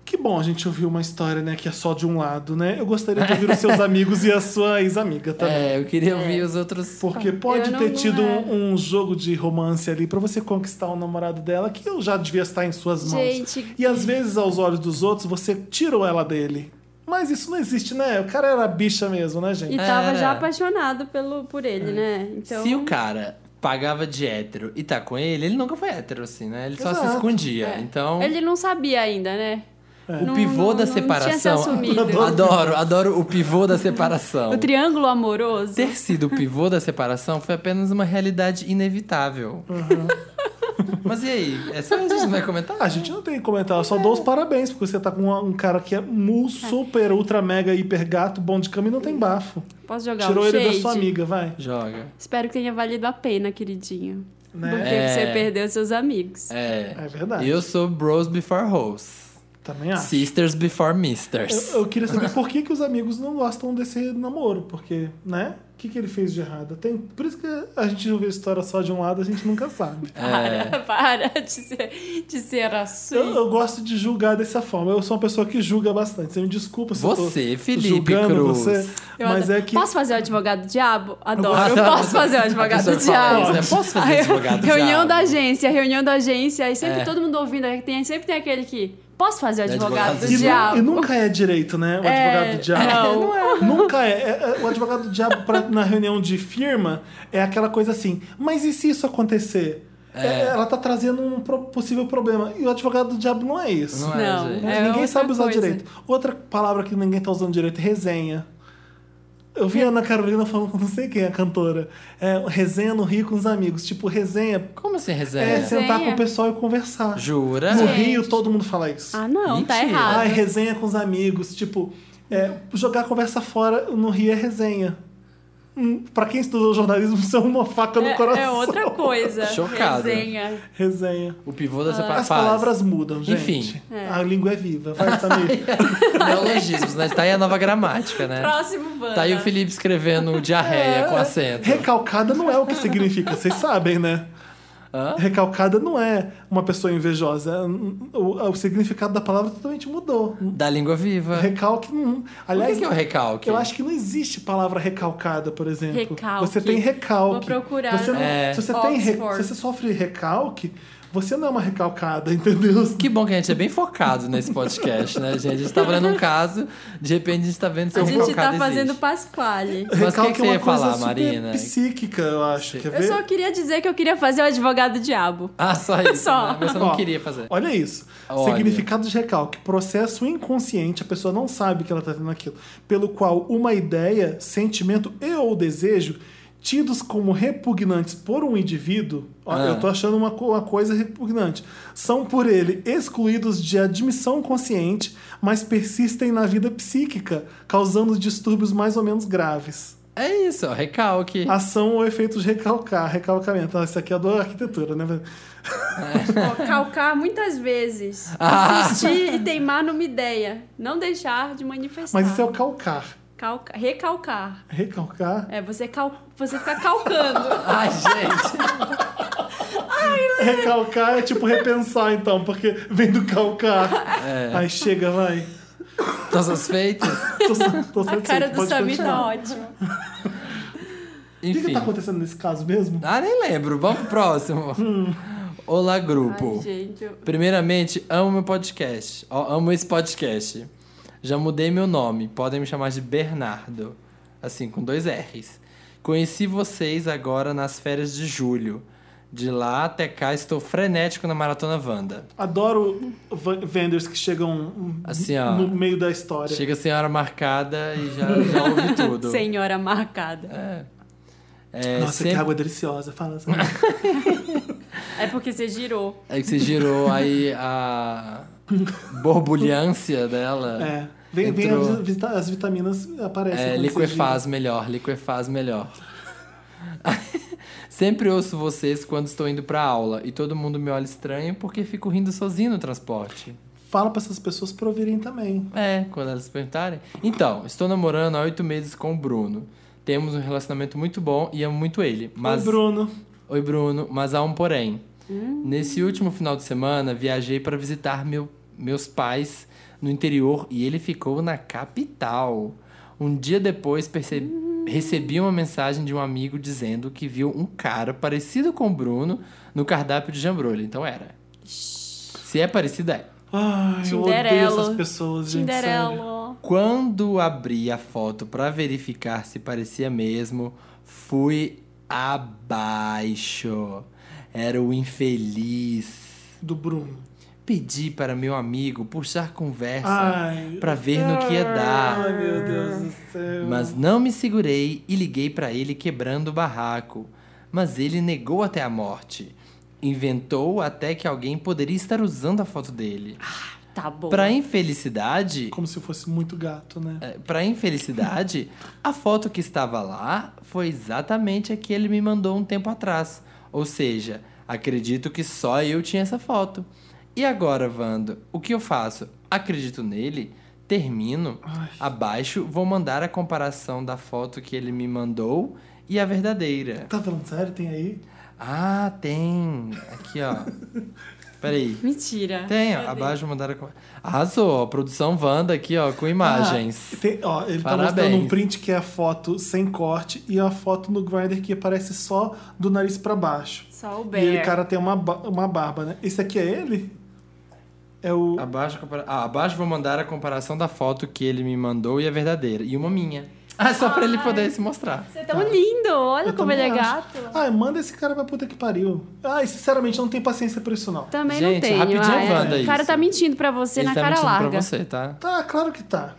S1: Que bom a gente ouvir uma história, né, que é só de um lado, né? Eu gostaria de ouvir os seus amigos e a sua ex-amiga também.
S2: É, eu queria ouvir os outros.
S1: Porque pode
S3: Eu não-
S1: ter tido
S3: é.
S1: um, um jogo de romance ali pra você conquistar o namorado dela, que eu já devia estar em suas mãos.
S3: Gente.
S1: E às vezes, aos olhos dos outros, você tirou ela dele. Mas isso não existe, né? O cara era bicha mesmo, né, gente?
S3: E tava
S2: Era.
S3: já apaixonado pelo, por ele, né? Então.
S2: É. Se o cara pagava de hétero e tá com ele, ele nunca foi hétero, assim, né? Ele só se
S1: Exato.
S2: escondia.
S3: É.
S2: Então.
S3: Ele não sabia ainda, né?
S2: O pivô da separação.
S3: Não tinha se assumido.
S2: [LAUGHS] adoro, adoro o pivô da separação.
S3: [LAUGHS] O triângulo amoroso.
S2: Ter sido o pivô da separação foi apenas uma realidade inevitável. [LAUGHS] Mas e aí? É só a gente não vai comentar?
S1: Ah, A gente não tem que comentar, eu só dou os parabéns, porque você tá com um cara que é mu, super, ultra, mega, hiper gato, bom de cama e não tem bafo.
S3: Posso jogar
S1: Tirou
S3: um
S1: ele
S3: shade?
S1: da sua amiga, vai.
S2: Joga.
S3: Espero que tenha valido a pena, queridinho. Porque
S1: Né?
S2: É.
S3: você perdeu seus amigos.
S2: É.
S1: É verdade.
S2: Eu sou bros before hoes.
S1: Também acho.
S2: Sisters before misters.
S1: Eu, eu queria saber por que, que os amigos não gostam desse namoro, porque, né? O que, que ele fez de errado? Tem, por isso que a gente ouve a história só de um lado, a gente
S2: [LAUGHS]
S1: nunca sabe.
S2: É.
S3: [LAUGHS] Para, para de ser, de ser assim.
S1: Eu, eu gosto de julgar dessa forma. Eu sou uma pessoa que julga bastante. Você me desculpa se eu
S2: Você,
S1: tô
S2: Felipe
S1: julgando
S2: Cruz.
S1: você,
S3: Eu
S1: mas
S3: adoro.
S1: é que
S3: Posso fazer o advogado diabo? Adoro.
S2: gosto.
S3: Eu posso fazer o advogado
S2: A pessoa
S3: diabo.
S2: que fala isso, né? Posso fazer o
S3: Aí,
S2: advogado diabo?
S3: Reunião da agência, reunião da agência. Aí sempre
S2: É.
S3: todo mundo ouvindo. aí Tem, sempre tem aquele que. Posso fazer o advogado,
S2: Advogado
S3: do
S1: E, nu-
S3: diabo?
S1: e nunca é direito, né? O
S3: É,
S1: advogado do diabo.
S3: não.
S1: Nunca é. É, é, O advogado do diabo pra- na reunião de firma é aquela coisa assim, mas e se isso acontecer? É, Ela tá trazendo um pro- possível problema. E o advogado do diabo não é isso.
S2: Não é,
S3: Não,
S2: gente.
S3: é
S1: ninguém
S3: outra
S1: sabe usar
S3: coisa.
S1: direito. Outra palavra que ninguém tá usando direito, resenha. Eu
S3: É.
S1: vi a Ana Carolina falando com não sei quem, a cantora. É, resenha no Rio com os amigos. Tipo, resenha
S2: Como assim
S1: é,
S2: resenha?
S1: sentar com o pessoal e conversar.
S2: Jura?
S1: No
S3: Gente.
S1: Rio, todo mundo fala isso.
S3: Ah, não, tá
S2: Mentira.
S1: Ah,
S3: errado.
S1: resenha com os amigos. Tipo, é, jogar a conversa fora no Rio é resenha. Hum, pra quem estudou jornalismo, [LAUGHS] isso é uma faca no
S3: É,
S1: coração.
S3: é outra coisa.
S2: Chocado.
S3: Resenha.
S1: Resenha.
S2: O pivô da
S3: Ah.
S2: separação.
S1: As palavras mudam, gente.
S2: Enfim.
S1: A língua é viva. Vai,
S3: [LAUGHS]
S1: Samir.
S2: [LAUGHS] Neologismos, né? Tá aí a nova gramática, né?
S3: Próximo bando.
S2: Tá aí o Felipe escrevendo diarreia
S1: Ah.
S2: com acento.
S1: Recalcada não é o que significa, vocês sabem, né?
S2: Hã?
S1: Recalcada não é uma pessoa invejosa. O, o significado da palavra totalmente mudou.
S2: Da língua viva.
S1: Recalque não.
S2: O
S1: Aliás,
S2: que que é o recalque?
S1: Eu acho que não existe palavra recalcada, por exemplo.
S3: Recalque.
S1: Você tem recalque.
S3: Vou procurar
S1: Você não-
S2: É.
S1: se, você tem re-
S3: Oxford.
S1: se você sofre recalque, você não é uma recalcada, [LAUGHS] entendeu?
S2: Que bom que a gente é bem focado nesse podcast, né, gente? A gente tá falando um caso, de repente a gente tá vendo se
S3: A
S2: um
S3: gente tá
S2: focado
S3: fazendo
S2: existe.
S3: Pasquale.
S2: Mas o que que
S1: recalque é
S2: você
S1: uma
S2: ia
S1: coisa
S2: falar,
S1: super
S2: Marina?
S1: psíquica, eu acho. Quer
S3: Eu
S1: ver?
S3: só queria dizer que eu queria fazer o advogado diabo.
S2: Ah, só isso.
S3: Só.
S2: né? Mas eu não
S1: Ó,
S2: queria fazer.
S1: Olha isso.
S2: Olha.
S1: Significado de recalque. Processo inconsciente, a pessoa não sabe que ela está tendo aquilo. Pelo qual uma ideia, sentimento e ou desejo tidos como repugnantes por um indivíduo, ó,
S2: Ah.
S1: eu tô achando uma, co- uma coisa repugnante, são por ele excluídos de admissão consciente, mas persistem na vida psíquica, causando distúrbios mais ou menos graves.
S2: É isso, ó, recalque.
S1: Ação ou efeito de recalcar, recalcamento. Ah, isso aqui é da arquitetura, né?
S3: [LAUGHS] Ó, calcar muitas vezes.
S2: Ah.
S3: Insistir e teimar numa ideia. Não deixar de manifestar.
S1: Mas isso é o calcar.
S3: Calca- Recalcar.
S1: Recalcar
S3: É, você, cal... você ficar calcando.
S1: [LAUGHS]
S2: Ah, Ai, gente.
S1: Recalcar é tipo repensar, então, porque vem do calcar.
S2: É.
S1: Aí chega, vai.
S2: Estão satisfeitos?
S1: Tô, sa- tô
S3: A cara
S1: satisfeito,
S3: do
S1: pode
S3: Samir tá
S1: continuar.
S3: ótima.
S1: O que,
S2: Enfim.
S1: que tá acontecendo nesse caso mesmo?
S2: Ah, nem lembro. Vamos pro próximo.
S1: Hum.
S2: Olá, grupo.
S3: Ai, gente, eu...
S2: Primeiramente, amo meu podcast. Ó, amo esse podcast. Já mudei meu nome. Podem me chamar de Bernardo. Assim, com dois R's. Conheci vocês agora nas férias de julho. De lá até cá, estou frenético na Maratona Wanda.
S1: Adoro va- vendors que chegam hum,
S2: Assim, ó.
S1: no meio da história.
S2: Chega assim a hora marcada e já,
S1: [LAUGHS]
S2: já ouve tudo.
S3: senhora marcada.
S2: É,
S1: Nossa,
S2: sempre-
S1: que água deliciosa.
S2: [LAUGHS]
S1: Fala assim.
S3: É porque você girou.
S2: Aí que você girou aí
S1: [LAUGHS]
S2: a borbulhância dela.
S1: é. Vem, vem
S2: Entrou.
S1: as, vita- as vitaminas aparecem.
S2: É,
S1: quando você
S2: liquefaz melhor, liquefaz melhor. [LAUGHS] Sempre ouço vocês quando estou indo pra aula e todo mundo me olha estranho porque fico rindo sozinho no transporte.
S1: gira. Fala pra essas pessoas pra ouvirem também.
S2: É, quando elas perguntarem. Então, estou namorando há oito meses com o Bruno. Temos um relacionamento muito bom e amo muito ele. Mas...
S1: Mas... Bruno,
S2: Oi, Bruno, mas há um porém. Nesse último final de semana, viajei para visitar meu- meus pais no interior e ele ficou na capital. Um dia depois, perce- recebi uma mensagem de um amigo dizendo que viu um cara parecido com o Bruno no cardápio de jambrolha. Então era. Se é parecido, é.
S1: ai, eu odeio
S3: Tinderelo.
S1: essas pessoas, gente. sério.
S3: Cinderelo.
S2: Quando abri a foto pra verificar se parecia mesmo, fui abaixo. Era o infeliz.
S1: Do Bruno.
S2: Pedi para meu amigo puxar conversa
S1: Ai.
S2: pra ver no que ia
S1: Ai,
S2: dar,
S3: Ah.
S1: meu Deus do céu.
S2: mas não me segurei e liguei pra ele quebrando o barraco. Mas ele negou até a morte. Inventou até que alguém poderia estar usando a foto dele.
S3: Tá bom.
S2: Pra infelicidade,
S1: Como se fosse muito gato, né?
S2: É, Pra infelicidade, a foto que estava lá foi exatamente a que ele me mandou um tempo atrás. Ou seja, acredito que só eu tinha essa foto. E agora, Vando, o que eu faço? Acredito nele? Termino?
S1: Ai.
S2: Abaixo, vou mandar a comparação da foto que ele me mandou e a verdadeira.
S1: Tá falando sério? Tem aí?
S2: Ah, tem. Aqui, ó. Peraí.
S3: Mentira.
S2: Tem, ó. Abaixo, mandar a comparação. Arrasou. ó, Produção Wanda aqui, ó, com imagens.
S1: Ah, tem- ó, ele tá
S2: Parabéns.
S1: mostrando um print que é a foto sem corte e a foto no grinder que aparece só do nariz pra baixo.
S3: Só o
S1: E ele,
S3: Bear.
S1: cara, tem uma, ba- uma barba, né? Esse aqui é ele? É o.
S2: Abaixo, a compara- ah, abaixo vou mandar a comparação da foto que ele me mandou e a verdadeira. E uma minha. Ah, só pra ele poder se mostrar.
S3: Você é tão lindo. Olha
S1: Tá. Eu
S3: como ele é
S1: também acho.
S3: gato.
S1: Ai, manda esse cara pra puta que pariu. Ai, sinceramente, não tem paciência pra isso, não.
S3: Também
S2: Gente,
S3: não tenho.
S2: rapidinho,
S3: ai.
S2: Wanda,
S3: o cara
S2: isso.
S3: tá mentindo pra você
S2: ele
S3: na
S2: tá
S3: cara
S2: mentindo
S3: larga.
S2: pra você, tá?
S1: Tá, claro que tá.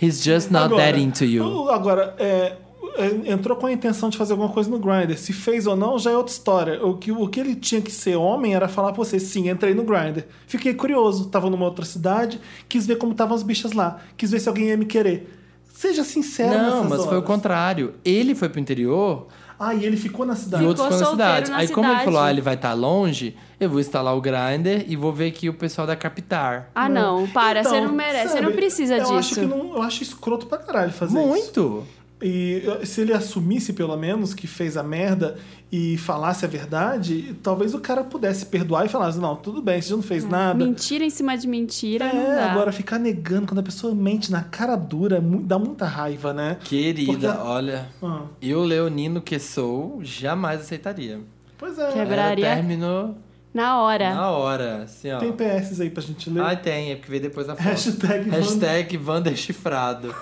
S2: He's just not
S1: Agora-
S2: that into you.
S1: o- Agora, é, é, entrou com a intenção de fazer alguma coisa no Grindr. Se fez ou não, já é outra história. O que, o que ele tinha que ser homem era falar pra você, sim, entrei no Grindr. Fiquei curioso, tava numa outra cidade, quis ver como estavam as bichas lá, quis ver se alguém ia me querer. Seja sincero
S2: Não,
S1: nessas
S2: mas foi o
S1: horas.
S2: contrário. Ele foi pro interior
S1: Ah, e ele ficou na
S2: e
S1: cidade.
S2: outros foram na
S3: solteiro
S2: cidade.
S3: na
S2: Aí, como ele
S3: cidade.
S2: falou, ah, ele vai estar longe, eu vou instalar o Grindr e vou ver aqui o pessoal da Capitar.
S3: Ah, não. Para. você
S1: Então,
S3: não merece.
S1: sabe,
S3: você não precisa
S1: eu
S3: disso.
S1: Acho que não, eu acho escroto pra caralho fazer isso.
S2: Muito!
S1: E eh, se ele assumisse, pelo menos, que fez a merda e falasse a verdade, talvez o cara pudesse perdoar e falasse, não, tudo bem, você já não fez nada.
S3: É, Mentira em cima de mentira. não
S1: É,
S3: dá.
S1: agora ficar negando quando a pessoa mente na cara dura é mu- dá muita raiva, né?
S2: Querida,
S1: Porque-
S2: olha,
S1: Ah,
S2: eu, Leonino que sou, jamais aceitaria.
S1: pois é.
S3: Quebra-
S2: Era
S3: Quebraria- É.
S2: término
S3: Na hora.
S2: na hora, assim, ó.
S1: Tem PS aí pra gente ler.
S2: Ah, tem, é porque veio depois da foto.
S1: Né? [LAUGHS] Hashtag
S2: Hashtag Wander chifrado.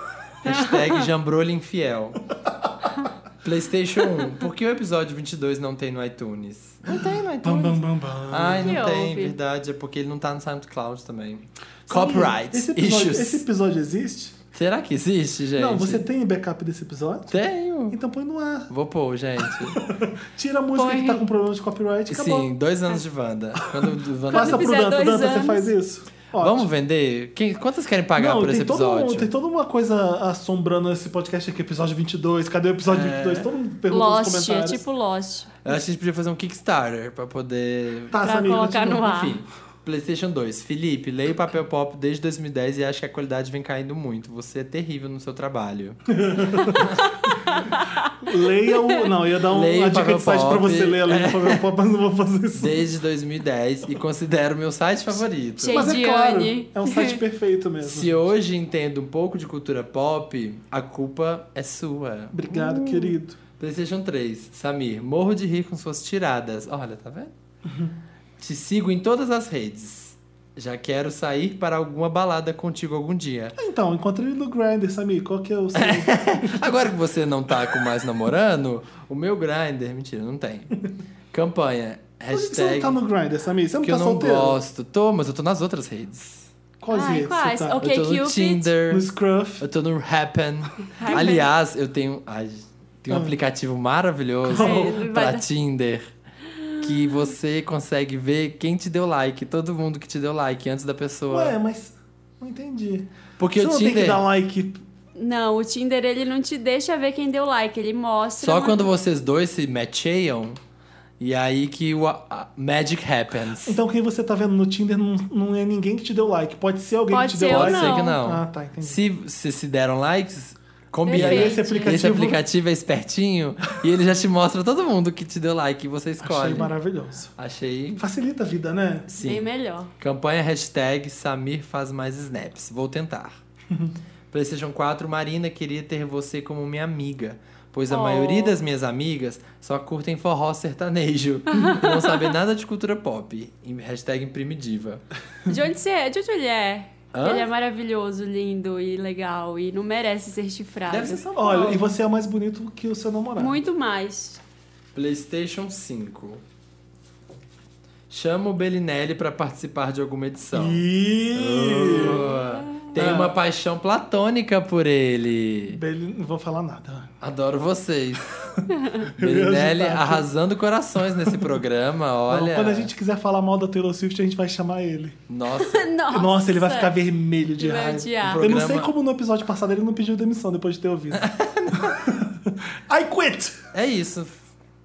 S1: [LAUGHS]
S2: Hashtag jambrolho infiel. Playstation 1. Por que o episódio 22 não tem no iTunes? Não tem no iTunes.
S1: Bam, bam, bam, bam.
S2: Ai, não
S3: Que
S2: tem,
S3: houve?
S2: verdade. É porque ele não tá no SoundCloud também. Copyright
S1: Esse episódio,
S2: issues.
S1: esse episódio existe?
S2: Será que existe, gente?
S1: Não, você tem backup desse episódio?
S2: Tenho.
S1: Então põe no ar.
S2: Vou pôr, gente.
S1: Tira a música
S3: Põe.
S1: que tá com problema de copyright e [LAUGHS] acabou.
S2: Sim, dois anos de Wanda. Quando o Wanda...
S1: Passa pro
S3: fizer
S1: Danta.
S3: dois
S1: Danta, você
S3: anos.
S1: faz isso? Ótimo.
S2: Vamos vender? Quem... Quantas querem pagar
S1: Não,
S2: por esse
S1: tem todo
S2: episódio?
S1: um- tem toda uma coisa assombrando esse podcast aqui, episódio 22. Cadê o episódio
S2: É.
S1: 22? Todo mundo pergunta nos
S3: Lost. É
S1: comentários.
S3: tipo Lost.
S2: Eu acho que a gente podia fazer um Kickstarter pra poder
S1: Passa,
S3: pra
S1: amigo, tipo,
S3: colocar
S1: continua.
S3: no ar.
S2: Enfim, PlayStation 2. Felipe, leio papel pop desde 2010 e acho que a qualidade vem caindo muito. Você é terrível no seu trabalho.
S1: Leia o. Não, eu ia dar um,
S2: Leia
S1: uma
S2: o
S1: dica
S2: Papel
S1: de site pra
S2: Pop. É.
S1: você ler, leia o papel pop, mas não vou fazer isso.
S2: Desde 2010 e considero meu site favorito.
S3: Gente.
S1: Mas é claro,
S3: Ediane.
S1: é um site perfeito mesmo.
S2: Se hoje entendo um pouco de cultura pop, a culpa é sua.
S3: Hum.
S1: Obrigado, querido.
S2: PlayStation 3, Samir, morro de rir com suas tiradas. Olha, tá vendo? Te sigo em todas as redes. Já quero sair para alguma balada contigo algum dia.
S1: Então, encontrei no Grindr, Samir. Qual que é o seu.
S2: Agora que você não tá com mais namorando, o meu grinder, mentira, não tem. Campanha,
S1: Por que que você
S2: hashtag
S1: não tá no Grindr, Samir? Você não
S2: que
S1: tá
S2: eu não
S1: solteiro?
S2: gosto. Tô, mas eu tô nas outras redes.
S1: Quais
S3: Ai,
S1: redes
S3: quais?
S1: você tá?
S3: Ok.
S2: eu tô no
S3: é Cupid.
S2: Tinder.
S1: No Scruff.
S2: Eu tô no Happen. Aliás, eu tenho, ai, tem
S1: Ah.
S2: um aplicativo maravilhoso
S3: Sim, vai
S2: pra
S3: dar.
S2: Tinder. Que você consegue ver quem te deu like, todo mundo que te deu like antes da pessoa.
S1: Ué, mas. Não entendi.
S2: Porque
S1: você
S2: o
S1: não tem
S2: Tinder.
S1: que dar um like.
S3: Não, o Tinder ele não te deixa ver quem deu like, ele mostra.
S2: Só
S3: mas-
S2: quando vocês dois se matcheiam, e aí que o a- a- magic happens.
S1: Então quem você tá vendo no Tinder não, não é ninguém que te deu like. Pode ser alguém
S3: Então, Pode
S1: que te
S3: ser
S1: deu
S3: ou
S2: Pode
S1: like.
S2: ser que não.
S1: Ah, tá, entendi.
S2: Se, se se deram likes,
S1: E
S2: combina.
S1: aí
S3: Perfeito.
S1: esse aplicativo.
S2: Esse aplicativo é espertinho e ele já te mostra todo mundo que te deu like e você escolhe.
S1: Achei maravilhoso.
S2: Achei.
S1: Facilita a vida, né?
S2: Sim.
S3: Bem é melhor.
S2: Campanha hashtag Samir faz mais snaps. Vou
S1: [LAUGHS]
S2: tentar. PlayStation 4, Marina, queria ter você como minha amiga. Pois a
S3: Oh.
S2: maioria das minhas amigas só curtem forró
S3: [LAUGHS]
S2: sertanejo. e não sabem nada de cultura pop. Em- Hashtag imprimidiva.
S3: De onde você é? De onde ele é?
S2: Hã?
S3: Ele é maravilhoso, lindo e legal e não merece ser chifrado.
S2: Deve ser São Paulo.
S1: Olha, e você é mais bonito que o seu namorado.
S3: Muito mais.
S2: PlayStation 5. Chama o Bellinelli pra participar de alguma edição.
S1: Ih!
S2: Oh,
S1: Ah.
S2: Tem uma paixão platônica por ele.
S1: Beli- Oh. Não vou falar nada.
S2: Adoro vocês.
S1: [LAUGHS] Eu ia
S2: Belinelli
S1: agitar aqui.
S2: arrasando corações
S1: [LAUGHS]
S2: nesse programa,
S1: Não,
S2: olha.
S1: quando a gente quiser falar mal da Taylor Swift, a gente vai chamar ele.
S2: Nossa,
S3: Nossa,
S1: Nossa, ele vai ficar vermelho de
S3: Ele vai
S1: raiva.
S3: odiar.
S1: Eu não
S2: Programa-
S1: sei como no episódio passado ele não pediu demissão depois de ter
S2: [LAUGHS]
S1: ouvido. I quit!
S2: é isso.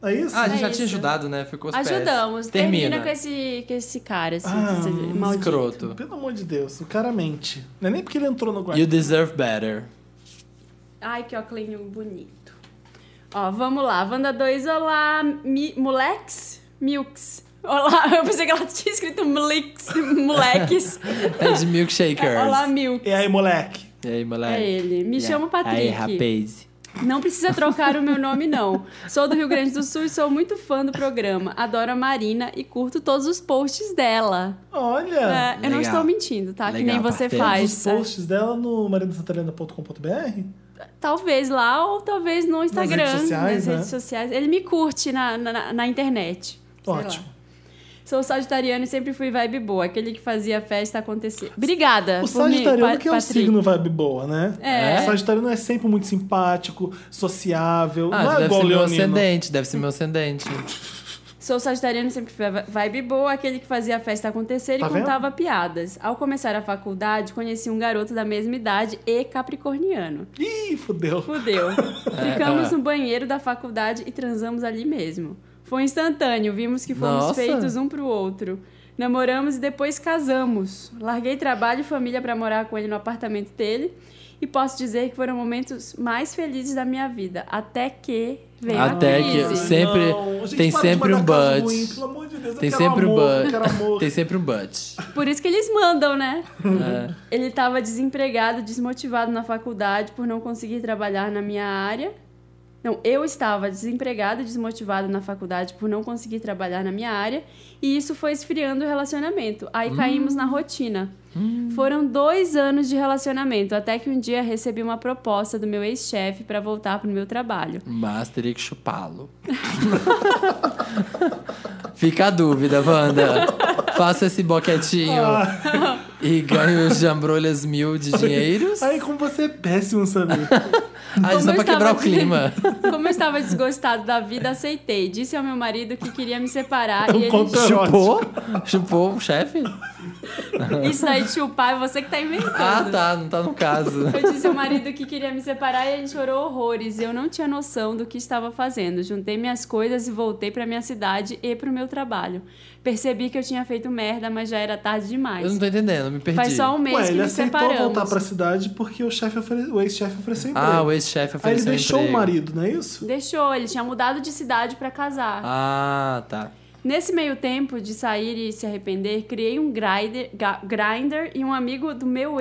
S1: É isso?
S2: Ah, a gente
S3: É
S2: já
S3: isso.
S2: tinha ajudado, né? Ficou os pés.
S3: Ajudamos. Termina,
S2: Termina.
S3: com, esse, com esse cara, assim,
S1: Ah,
S3: esse
S1: um
S3: maldito.
S2: Escroto.
S1: Pelo amor de Deus, o cara mente. Não é nem porque ele entrou no
S2: You
S1: guarda.
S2: deserve better.
S3: Ai, que óculos bonito. Ó, vamos lá. Wanda 2, olá, mi, moleques? Milks. Olá, [LAUGHS] eu pensei que ela tinha escrito moleques. moleques.
S2: É
S3: [LAUGHS]
S2: de milkshakers.
S3: olá, Milks.
S1: E aí, moleque?
S2: E aí, moleque?
S3: É ele. Me chama
S2: Aí,
S3: Patrick.
S2: rapaz.
S3: Não precisa trocar o meu nome, não. Sou do Rio Grande do Sul e sou muito fã do programa. Adoro a Marina e curto todos os posts dela.
S1: Olha!
S3: É, eu não
S2: legal.
S3: estou mentindo, tá? que
S2: Legal,
S3: nem você
S2: parceiro.
S1: Todos os
S3: faz.
S1: posts dela no marinasantarena.com.br?
S3: Talvez lá ou talvez no Instagram, nas
S1: redes
S3: redes
S1: sociais,
S3: sociais.
S1: né?
S3: Ele me curte na, na, na internet. Sei
S1: Ótimo.
S3: lá. Sou sagitariano e sempre fui vibe boa, aquele que fazia a festa acontecer. Obrigada.
S1: O
S3: por me-
S1: Sagitariano
S3: Pa-
S1: que é um
S3: Patrick.
S1: signo vibe boa, né?
S3: É.
S1: O Sagitariano é sempre muito simpático, sociável.
S2: Ah,
S1: não é
S2: deve
S1: igual
S2: ser
S1: o
S2: meu
S1: Leonino.
S2: ascendente, deve ser meu ascendente.
S3: Sou sagitariano e sempre fui a vibe boa, aquele que fazia a festa acontecer
S1: Tá
S3: e
S1: vendo?
S3: contava piadas. Ao começar a faculdade, conheci um garoto da mesma idade e capricorniano.
S1: Ih, fudeu.
S2: [LAUGHS]
S3: Fudeu.
S2: É,
S3: Ficamos
S2: tá.
S3: no banheiro da faculdade e transamos ali mesmo. Foi instantâneo, vimos que fomos
S2: Nossa.
S3: feitos um pro outro. Namoramos e depois casamos. Larguei trabalho e família pra morar com ele no apartamento dele. E posso dizer que foram momentos mais felizes da minha vida. Até que veio
S2: Até
S3: a
S2: que-
S3: crise.
S2: sempre-
S1: gente,
S2: tem
S1: para de
S2: sempre
S1: mandar
S2: um
S1: caso
S2: but.
S1: ruim, pelo amor de Deus, eu
S2: Tem
S1: quero
S2: sempre um
S1: amor, eu
S2: but.
S1: quero amor.
S2: Tem sempre um
S1: [LAUGHS]
S2: but.
S3: Por isso que eles mandam, né?
S2: É.
S3: Ele estava desempregado, desmotivado na faculdade por não conseguir trabalhar na minha área. Não, eu estava desempregado, desmotivado na faculdade por não conseguir trabalhar na minha área. E isso foi esfriando o relacionamento. Aí
S2: Hum.
S3: caímos na rotina. Foram dois anos de relacionamento, até que um dia recebi uma proposta do meu ex-chefe para voltar pro meu trabalho.
S2: Mas teria que chupá-lo. [LAUGHS] Fica a dúvida, Wanda. Faça esse boquetinho
S1: Ah.
S2: e ganhe os jambrolhas mil de dinheiros.
S1: Ai, como você é péssimo,
S3: [LAUGHS]
S1: Samir.
S2: Ah,
S3: Como
S2: só
S3: eu
S2: pra
S3: estava
S2: quebrar o
S3: de-
S2: clima.
S3: [LAUGHS] Como eu estava desgostado da vida, aceitei. Disse ao meu marido que queria me separar e ele
S1: contra-
S2: Chupou? Chupou o chefe?
S3: Isso daí de chupar é você que tá inventando.
S2: Ah, tá, não tá no caso.
S3: Eu disse ao marido que queria me separar e ele chorou horrores. E eu não tinha noção do que estava fazendo. Juntei minhas coisas e voltei pra minha cidade e pro meu trabalho. Percebi que eu tinha feito merda, mas já era tarde
S2: Eu
S3: demais.
S2: não tô entendendo, me perdi.
S3: Faz só um mês
S1: Ué,
S3: que
S1: ele
S3: nos
S1: aceitou
S3: separamos.
S1: voltar pra cidade porque o chefe ofere- o ex-chefe ofereceu
S3: um
S1: emprego.
S2: Ah, o ex-chefe
S1: Aí ele
S2: ofereceu
S1: deixou
S2: emprego.
S1: o marido, não é isso?
S3: Deixou, ele tinha mudado de cidade pra casar.
S2: Ah, tá.
S3: Nesse meio tempo de sair e se arrepender, criei um grinder, ga- grinder e um amigo do meu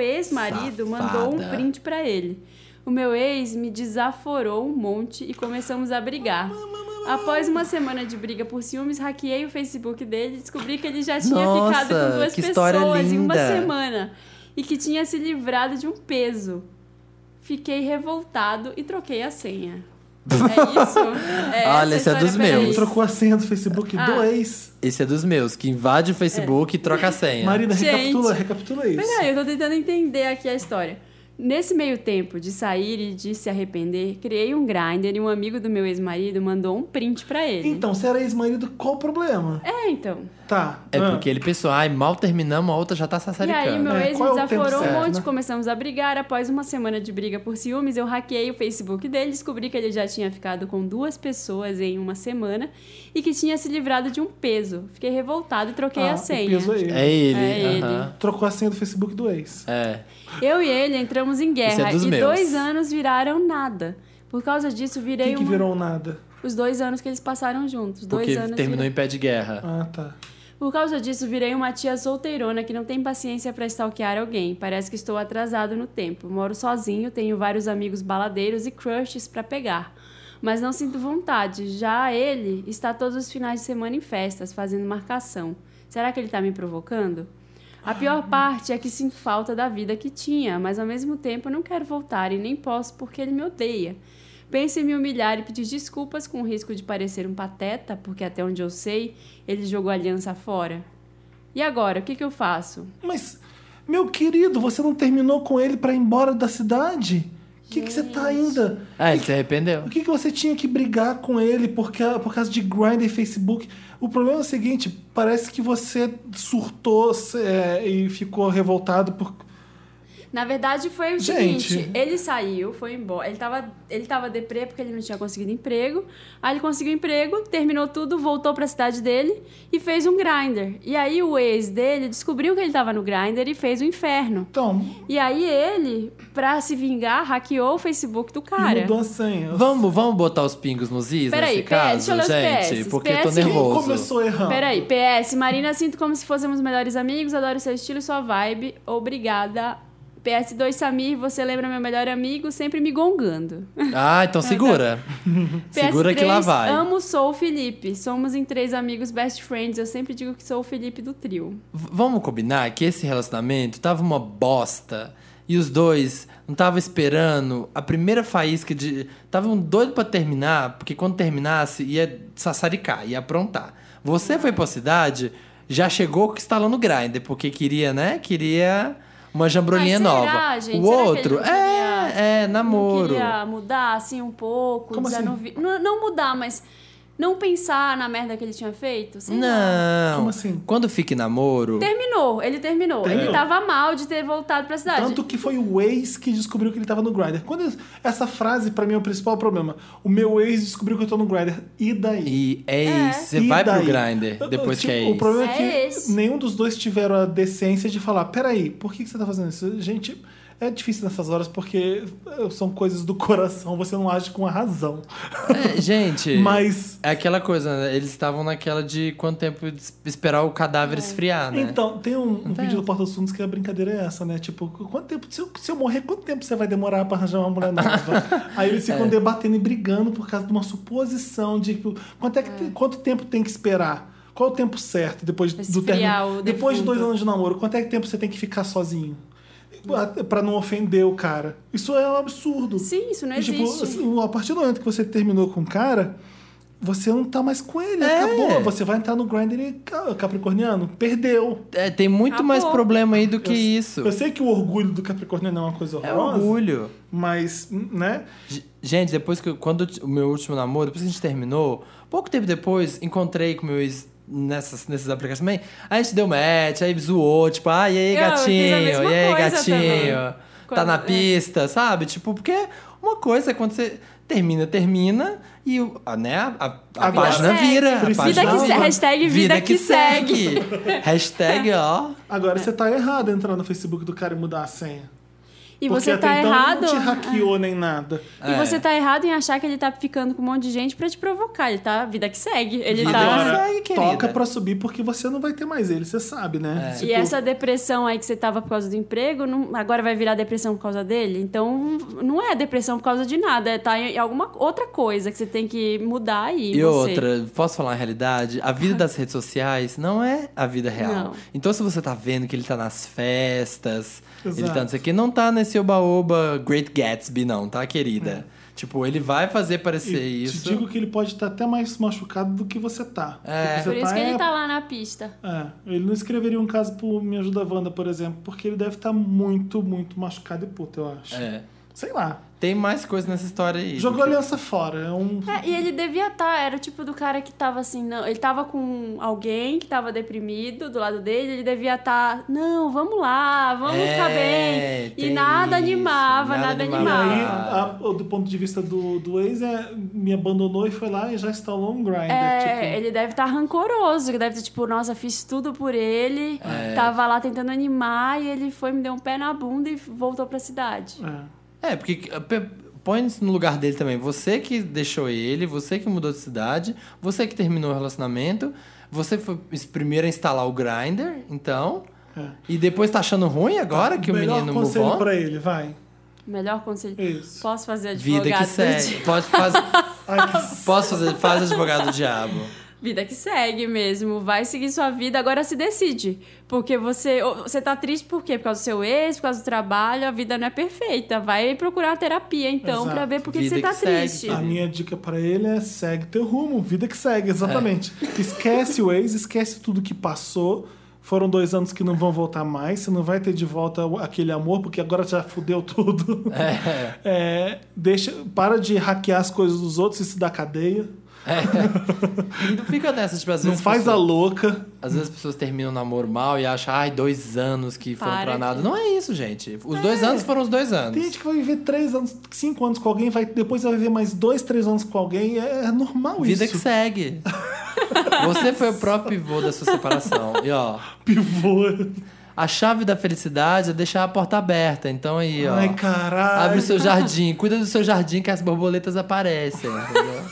S2: Safada.
S3: ex-marido mandou um print pra ele. O meu ex me desaforou um monte e começamos a brigar. Após uma semana de briga por ciúmes, hackeei o Facebook dele e descobri que ele já tinha
S2: Nossa,
S3: ficado com duas
S2: que história
S3: pessoas em uma
S2: linda.
S3: semana e que tinha se livrado de um peso. Fiquei revoltado e troquei a senha. É
S2: [LAUGHS]
S3: isso? É
S2: Olha, esse é
S3: história
S2: dos
S3: pela
S2: meus.
S1: Ele
S3: ex.
S1: trocou a senha do Facebook do
S3: Ah.
S1: ex.
S2: Esse é dos meus, que
S3: É.
S2: invade o Facebook e troca a senha.
S1: Marina,
S3: Gente.
S1: recapitula, recapitula isso.
S3: Peraí, ah, eu tô tentando entender aqui a história. Nesse meio tempo de sair e de se arrepender, criei um grinder e um amigo do meu ex-marido mandou um print pra ele.
S1: Então, se era ex-marido, qual o problema?
S3: É, então.
S1: Tá.
S2: É
S1: ah,
S2: porque ele pensou, ai, mal terminamos, a outra já tá
S3: E aí,
S2: sassaricando.
S3: meu
S1: É,
S3: ex me
S1: qual é o tempo
S3: desaforou um
S1: certo,
S3: monte,
S1: né?
S3: começamos a brigar. Após uma semana de briga por ciúmes, eu hackeei o Facebook dele, descobri que ele já tinha ficado com duas pessoas em uma semana e que tinha se livrado de um peso. Fiquei revoltado e troquei
S1: ah,
S3: a
S1: o
S3: senha.
S1: peso é ele.
S2: É ele.
S3: É ele.
S2: aham.
S1: Trocou a senha do Facebook do ex.
S2: É.
S3: Eu e ele entramos em guerra
S2: é dos
S3: e
S2: meus.
S3: dois anos viraram nada. Por causa disso, virei
S1: Quem que
S3: uma-
S1: virou nada?
S3: Os dois anos que eles passaram juntos. Dois
S2: Porque
S3: anos.
S2: terminou
S3: vira-
S2: em pé de guerra.
S1: Ah, tá.
S3: Por causa disso, virei uma tia solteirona que não tem paciência pra stalkear alguém. Parece que estou atrasado no tempo. Moro sozinho, tenho vários amigos baladeiros e crushes pra pegar. Mas não sinto vontade. Já ele está todos os finais de semana em festas, fazendo marcação. Será que ele tá me provocando? A pior parte é que sinto falta da vida que tinha, mas ao mesmo tempo não quero voltar e nem posso porque ele me odeia. Pensa em me humilhar e pedir desculpas com o risco de parecer um pateta, porque até onde eu sei, ele jogou a aliança fora. E agora, o que, que eu faço?
S1: Mas, meu querido, você não terminou com ele pra ir embora da cidade? O que, que você tá ainda?
S2: Ah, ele se arrependeu.
S1: O que, que você tinha que brigar com ele por, ca- por causa de Grindr e Facebook? O problema é o seguinte: parece que você surtou é, e ficou revoltado por.
S3: Na verdade, foi o
S1: Gente.
S3: seguinte: ele saiu, foi embora. Ele tava, ele tava deprê porque ele não tinha conseguido emprego. Aí ele conseguiu emprego, terminou tudo, voltou pra cidade dele e fez um grinder. E aí o ex dele descobriu que ele tava no grinder e fez o inferno.
S1: Então,
S3: E aí ele, pra se vingar, hackeou o Facebook do
S1: e
S3: cara.
S1: mudou a senha.
S2: Vamos, vamos botar os pingos nos is
S3: Peraí,
S2: nesse
S3: PS,
S2: caso,
S3: deixa eu ler os um
S2: gente?
S3: PS.
S2: Porque eu tô
S3: PS, quem
S1: Quem
S2: nervoso.
S1: começou errando?
S3: Peraí, PS, Marina, sinto como se fôssemos melhores amigos, adoro seu estilo e sua vibe. Obrigada. PS2 Samir, você lembra meu melhor amigo, sempre me
S2: [LAUGHS]
S3: gongando.
S2: Ah,
S3: tá.
S2: então segura. segura
S3: PS3,
S2: que lá vai.
S3: Amo, sou o Felipe. Somos em três amigos best friends. Eu sempre digo que sou o Felipe do trio.
S2: V- Vamos combinar que esse relacionamento tava uma bosta. E os dois não tava esperando a primeira faísca de. Estavam doidos pra terminar, porque quando terminasse ia sassaricar, ia aprontar. Você foi pra cidade, já chegou instalando o grinder, porque queria, né? Queria uma jambrolinha
S3: Mas será,
S2: nova. O
S3: gente? Será que ele
S2: outro,
S3: não
S2: é,
S3: queria-
S2: é,
S3: Não
S2: namoro.
S3: queria mudar, assim, um pouco.
S1: Como assim?
S3: desanuvi- Não, não mudar, mas não pensar na merda que ele tinha feito. sei lá.
S2: Não.
S1: Como assim?
S2: Quando fica em namoro.
S3: Terminou, ele terminou. Ele
S1: Terminou.
S3: tava mal de ter voltado pra cidade.
S1: Tanto que foi o ex que descobriu que ele tava no Grindr. Quando eu- essa frase, pra mim, é o principal problema. O meu ex descobriu que eu tô no Grindr. E daí?
S2: E é isso. Você
S1: E
S2: vai pro
S1: daí?
S2: grinder depois
S1: [LAUGHS] Tipo,
S2: que é
S1: O
S2: isso.
S1: problema é que
S3: É ex.
S1: nenhum dos dois tiveram a decência de falar: peraí, por que, que você tá fazendo isso? Gente, é difícil nessas horas porque eh, são coisas do [LAUGHS] coração, você não age com a razão.
S2: É, gente.
S1: Mas.
S2: É aquela coisa, né? Eles estavam naquela de quanto tempo es- esperar o cadáver esfriar, né?
S1: Então, tem um, um vídeo do Porta dos Fundos que a brincadeira é essa, né? Tipo, quanto tempo, se eu, se eu morrer, quanto tempo você vai demorar pra arranjar uma mulher nova? Aí eles ficam debatendo e brigando por causa de uma suposição de tipo, quanto, é que, quanto tempo tem que esperar? Qual é o tempo certo depois do
S3: Esfriar
S1: término?
S3: o
S1: Depois de dois
S3: defunto.
S1: anos de namoro, quanto é que tempo você tem que ficar sozinho? Pra não ofender o cara. Isso é um absurdo.
S3: Sim, isso não
S1: E, tipo,
S3: existe.
S1: assim, a partir do momento que você terminou com o cara, Você não tá mais com ele,
S2: É.
S1: acabou. Você vai entrar no grinder capricorniano? Perdeu.
S2: É, tem muito
S3: Acabou.
S2: mais problema aí do que isso.
S1: Eu sei que o orgulho do capricorniano é uma coisa
S2: É
S1: horrorosa.
S2: orgulho.
S1: Mas, né?
S2: G- Gente, depois que. eu- Quando eu t- o meu último namoro, depois que a gente terminou, pouco tempo depois, encontrei com o meu ex nessas, nessas aplicações também. Aí a gente deu match, aí zoou, tipo, ah, e aí,
S3: Eu fiz a
S2: gatinho,
S3: mesma
S2: e aí,
S3: coisa
S2: gatinho.
S3: também.
S2: tá
S3: Quando-
S2: na
S3: é.
S2: pista, sabe? Tipo, porque uma coisa é quando você termina, termina, e o- a- né, a, a- a
S1: Agora-
S2: página
S3: Segue.
S2: vira. A
S1: Vida
S2: página
S1: que se-
S2: vira.
S3: hashtag vida que
S2: segue. hashtag, ó.
S1: Agora
S3: É.
S1: você tá errado entrar no Facebook do cara e mudar a senha.
S3: E
S1: Porque
S3: você
S1: até
S3: tá
S1: então ele
S3: errado. É.
S1: não te hackeou nem nada.
S3: E
S2: É.
S3: você tá errado em achar que ele tá ficando com um monte de gente pra te provocar. Ele tá. Vida que segue. Ele
S2: Vida
S3: tá.
S2: que
S1: Agora,
S2: segue, querida.
S1: toca pra subir porque você não vai ter mais ele, você sabe,
S2: É.
S1: né?
S3: E essa depressão aí que você tava por causa do emprego, não- agora vai virar depressão por causa dele? Então, não é depressão por causa de nada, é tá em alguma outra coisa que você tem que mudar aí.
S2: E
S3: você. Ah.
S2: outra, posso falar a realidade? A vida das redes sociais não é a vida real.
S3: Não.
S2: Então, se você tá vendo que ele tá nas festas, ele
S1: Exato.
S2: tá não sei o quê, não tá nesse oba-oba Great Gatsby, não, tá, querida? Tipo, ele vai fazer parecer
S1: É. E
S2: isso.
S1: Te digo que ele pode estar até mais machucado do que você tá.
S2: É.
S1: Porque
S3: Por
S1: você
S3: isso que
S1: é-
S3: ele tá lá na pista.
S1: É, ele não escreveria um caso pro Me Ajuda Wanda, por exemplo, porque ele deve estar muito, muito machucado e puto, eu acho.
S2: É.
S1: Sei lá.
S2: Tem mais coisa nessa história aí.
S1: Jogou a aliança fora. É um.
S3: É, e ele devia estar, era o tipo do cara que tava assim, não, ele tava com alguém que tava deprimido do lado dele, ele devia estar, não, vamos lá, vamos
S2: É,
S3: ficar bem. E
S2: tem
S3: nada
S2: isso,
S3: animava,
S2: nada
S3: nada,
S1: E
S2: animava.
S3: animava.
S1: aí, a- do ponto de vista do, do ex, é, me abandonou e foi lá e já instalou um grinder.
S3: É,
S1: tipo,
S3: ele deve estar rancoroso, que deve ter tipo, nossa, fiz tudo por ele,
S2: É.
S3: tava lá tentando animar e ele foi, me deu um pé na bunda e voltou pra cidade.
S1: é.
S2: É, porque eh, pe- põe isso no lugar dele também. Você que deixou ele, você que mudou de cidade, você que terminou o relacionamento, você foi esse primeiro a instalar o grinder, então. E depois tá achando ruim agora que o
S1: É. Melhor
S2: menino
S1: conselho
S2: move on?
S1: pra ele, vai. É
S3: Melhor conselho.
S1: Isso.
S3: Posso fazer advogado?
S2: Vida que
S3: do
S2: segue.
S3: dia-
S2: Pode
S3: [LAUGHS]
S2: fazer,
S1: Ai, que
S2: posso fazer, faz advogado do diabo.
S3: Vida que segue mesmo. Vai seguir sua vida, agora se decide. Porque você, ou- você tá triste por quê? Por causa do seu ex, por causa do trabalho, a vida não é perfeita. Vai procurar uma terapia, então,
S1: Exato.
S3: pra ver por que, que
S2: Vida
S3: você tá
S2: que segue,
S3: triste.
S1: A minha dica pra ele é segue teu rumo, vida que segue, exatamente.
S2: É.
S1: Esquece o ex, esquece tudo que passou. Foram dois anos que não vão voltar mais, você não vai ter de volta aquele amor, porque agora já fudeu tudo.
S2: É.
S1: [LAUGHS] É, deixa, para de hackear as coisas dos outros e se dar cadeia.
S2: é. E não fica nessa, tipo, às
S1: Não
S2: vezes. as
S1: faz a
S2: pessoas-
S1: louca.
S2: Às vezes as pessoas terminam o namoro mal e acham, ai, dois anos que foram
S3: Para
S2: pra
S3: de-
S2: nada. Não é isso, gente. Os dois anos foram os dois anos.
S1: Tem gente que vai viver três anos, cinco anos com alguém, vai, depois vai viver mais dois, três anos com alguém. É, é normal
S2: Vida
S1: isso.
S2: que segue. Você foi o próprio pivô da sua separação. E ó,
S1: Pivô.
S2: a chave da felicidade é deixar a porta aberta. Então aí, ó.
S1: Ai, caralho.
S2: Abre o seu jardim, cuida do seu jardim que as borboletas aparecem. entendeu?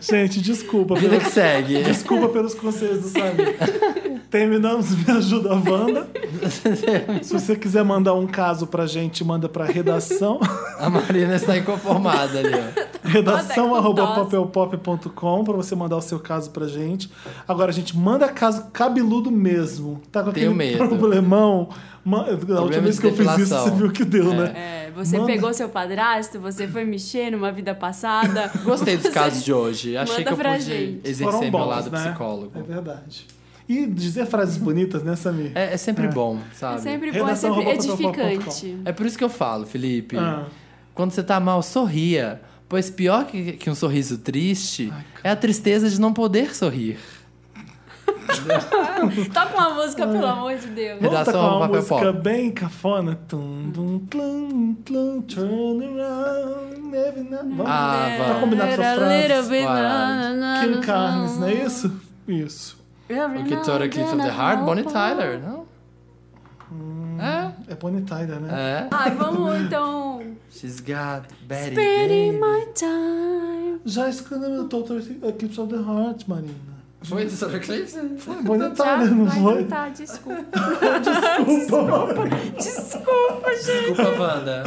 S1: Gente, desculpa.
S2: Vida
S1: pelo-
S2: que segue.
S1: Desculpa pelos conselhos do Samir. Terminamos o Me Ajuda
S2: [LAUGHS]
S1: Wanda. Se você quiser mandar um caso pra gente, manda pra redação.
S2: A Marina está inconformada ali, ó.
S1: redação
S3: Até com
S1: arroba
S3: dose.
S1: papelpop.com pra você mandar o seu caso pra gente. Agora, gente, manda caso cabeludo mesmo. Tá com aquele
S2: Tenho medo.
S1: problemão. Ma- A última
S2: Problema
S1: vez
S2: de
S1: que eu fiz isso,
S2: depilação.
S1: você viu que deu, né?
S3: É, você
S1: Manda.
S3: pegou seu padrasto, você foi mexer numa vida passada.
S2: [LAUGHS] Gostei dos
S3: Você-
S2: casos de hoje. Achei
S3: Manda
S2: que eu
S3: pra
S2: pude
S3: gente.
S2: exercer meu
S1: bons,
S2: lado
S1: né? É
S2: psicólogo.
S1: verdade. E dizer frases bonitas, né, Samir?
S2: É, é sempre bom, sabe?
S3: É sempre bom, é
S1: Redação
S3: sempre
S1: arroba papelpop.com.
S3: edificante.
S2: É por isso que eu falo, Felipe.
S1: Ah.
S2: Quando você tá mal, sorria. Pois pior que, que um sorriso triste é a tristeza de não poder sorrir.
S3: Toca uma música, pelo
S2: Ah.
S3: amor de Deus.
S2: Redação
S1: Volta com uma
S2: um Papel
S1: música
S2: Pop.
S1: bem cafona. Tum, dum, tlum, tlum, turn around, every now- Vamos
S2: Ah,
S1: né?
S2: vai.
S1: Tá combinado com
S3: Era
S1: essa
S3: little
S1: frase.
S3: bit
S2: Vai.
S3: na- na-
S1: Kim
S3: na-
S1: Carnes, não é isso? Isso.
S3: Every
S2: O que
S3: now
S2: Tora
S3: and
S2: Clips
S3: then
S2: of the
S3: I
S2: Heart, Bonnie
S3: hope I-
S2: Tyler, né? não? É,
S1: É Bonnie Tyler, né?
S2: é.
S3: Ai, vamos então.
S2: She's got Betty Davis.
S3: Spending my time.
S1: Já escreveu Total Eclipse of the Heart, Marina.
S2: Foi do Tora Clips? Foi.
S1: Bonnie
S3: Tá,
S1: Tyler, não
S3: vai
S1: foi? [LAUGHS]
S3: cantar, desculpa.
S2: [LAUGHS] Desculpa, Wanda.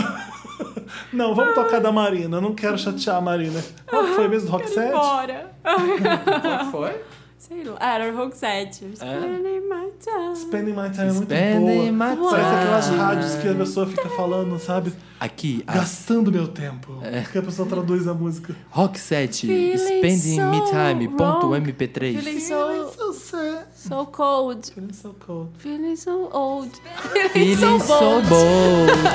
S1: Não, vamos tocar da Marina. Não quero chatear a Marina. Qual que foi mesmo? Rock
S3: Bora.
S2: Qual que foi?
S3: é,
S2: É.
S3: Sei lá. Era o Rock 7. Spending my time.
S1: Spending My Time é muito
S2: Spending
S1: boa.
S2: my
S1: Parece
S2: time.
S1: aquelas rádios que a pessoa fica falando, sabe?
S2: Aqui, a
S1: Gastando meu tempo.
S2: É.
S1: Que a pessoa traduz a música.
S2: Rock 7,
S3: Feeling
S2: spending
S3: so
S2: me time, ponto
S3: wrong.
S2: mp3.
S3: Feeling
S1: Feeling so
S3: so,
S1: sad.
S3: so cold.
S1: Feeling so cold.
S3: Feeling so old.
S2: Feeling so bold. [LAUGHS]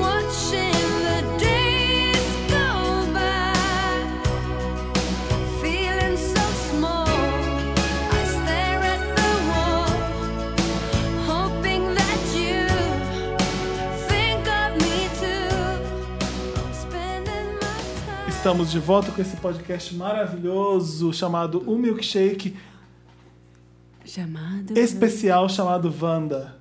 S4: Watching the days go by, feeling so small. I stare at the wall, hoping that you think of me too. Spending my time.
S1: Estamos de volta com esse podcast maravilhoso chamado Um Milkshake,
S3: Uhum. Chamado.
S1: especial chamado Wanda.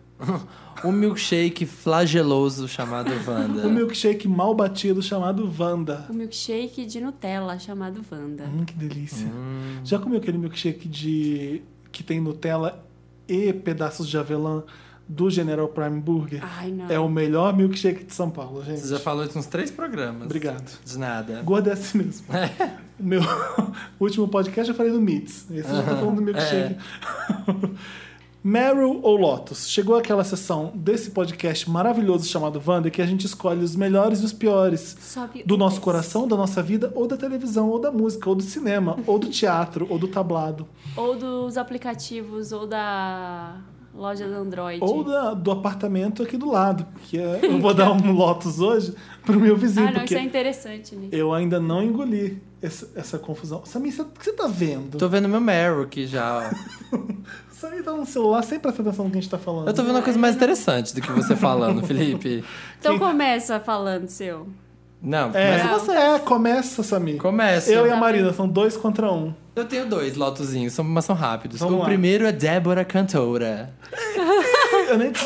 S2: um milkshake flageloso chamado Wanda.
S1: Um milkshake mal batido chamado Wanda.
S3: O milkshake de Nutella, chamado Wanda.
S1: Hum, que delícia.
S2: Hum.
S1: Já comeu aquele milkshake de que tem Nutella e pedaços de avelã do General Prime Burger?
S3: Ai, não.
S1: É o melhor milkshake de São Paulo, gente.
S2: Você já falou isso nos três programas.
S1: Obrigado.
S2: De nada.
S1: Gordo é assim mesmo. O meu [LAUGHS] último podcast eu falei do Meats. Esse eu já tô falando do milkshake. [LAUGHS] Meryl ou Lotus? Chegou aquela sessão desse podcast maravilhoso chamado Wanda que a gente escolhe os melhores e os piores
S3: Sobe
S1: do
S3: o
S1: nosso
S3: preço.
S1: coração, da nossa vida, ou da televisão, ou da música, ou do cinema, ou do teatro, ou do tablado,
S3: Ou dos aplicativos, ou da loja do Android.
S1: ou da- do apartamento aqui do lado. Porque é- eu [LAUGHS] vou dar um Lotus hoje pro meu vizinho.
S3: Ah, não,
S1: porque
S3: isso é interessante, né?
S1: Eu ainda não engoli essa, essa confusão. Samir, você- o que você tá vendo?
S2: Tô vendo meu Meryl aqui já, ó.
S1: Isso aí tá no celular sem prestar atenção no que a gente tá falando.
S2: Eu tô vendo uma coisa mais interessante do que você
S1: [LAUGHS]
S2: falando, Felipe.
S3: Então começa falando, seu.
S2: Não,
S1: É,
S2: mas
S1: você é, começa, Samir.
S2: começa.
S1: Eu e
S2: Eu,
S1: a Marina, são dois contra um.
S2: tenho dois lotozinhos, são, mas são rápidos.
S1: Vamos
S2: o
S1: lá.
S2: primeiro é Débora Cantora.
S1: Eu nem... [LAUGHS]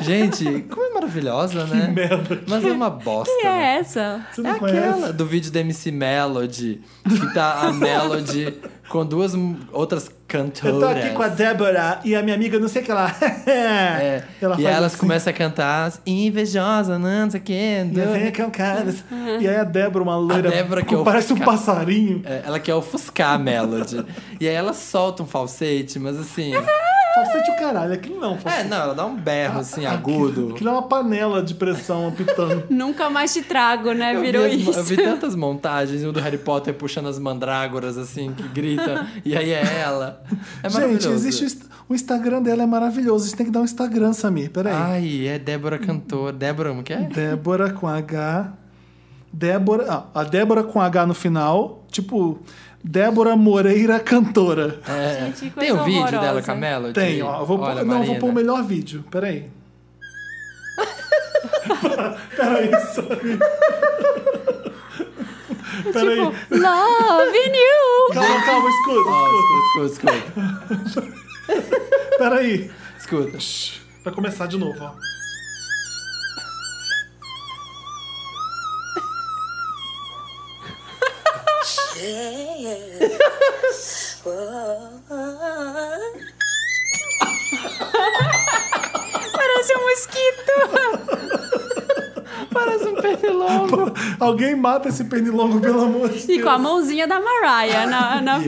S2: Gente, como é maravilhosa, né?
S1: merda.
S2: Mas é uma bosta.
S1: Tá
S3: Que
S2: né?
S3: é essa?
S1: Você
S2: É
S1: não conhece?
S2: aquela do vídeo da MC Melody, que
S1: [LAUGHS]
S2: tá a Melody com duas m- outras cantoras.
S1: Eu tô aqui com a Débora e a minha amiga, não sei o que lá. [LAUGHS]
S2: É, e
S1: faz
S2: elas
S1: assim.
S2: começam a cantar as invejosa, não sei o que.
S1: Não sei que é um cara. E aí a Débora, uma loira,
S2: Uhum. Débora que
S1: com-
S2: é o
S1: parece um
S2: cara.
S1: passarinho.
S2: É, Ela quer ofuscar a Melody. e aí ela solta um falsete, mas assim.
S1: Falsete o caralho, aquilo não.
S2: é,
S1: Falsete.
S2: não, ela dá um berro assim, agudo.
S1: Aquilo é uma panela
S2: [LAUGHS]
S1: de pressão apitando.
S3: Nunca mais te trago, né?
S2: Eu vi
S3: Virou
S2: as-
S3: isso.
S2: Eu vi tantas montagens o do Harry Potter puxando as mandrágoras, assim, que grita, e aí é ela. É
S1: Gente,
S2: maravilhoso.
S1: existe o, inst- o Instagram dela, é maravilhoso. A gente tem que dar um Instagram, Samir. Peraí.
S2: Ai, é Débora Cantor. Débora, como que é?
S1: Débora com H. Débora. ah, a Débora com H no final. Tipo, Débora Moreira Cantora.
S2: É.
S3: Gente, que coisa
S2: Tem o vídeo
S3: horrorosa.
S2: dela com a Melody?
S1: Tem, ó. eu Vou pôr-
S2: Olha,
S1: não, eu vou
S2: Marina.
S1: pôr o melhor vídeo. Peraí. [LAUGHS] Peraí,
S3: [LAUGHS]
S1: Samir. Peraí.
S3: Tipo, loving you! [LAUGHS]
S1: Calma, calma, escuta,
S2: Ah,
S1: escuta.
S2: Ó, escuta, escuta,
S1: Peraí.
S2: escuta. escuta.
S1: Vai começar de novo, ó. [LAUGHS]
S3: Parece um mosquito!
S2: Parece um pernilongo.
S1: Alguém mata esse pernilongo, pelo amor de Deus.
S3: E com a mãozinha da Mariah na, na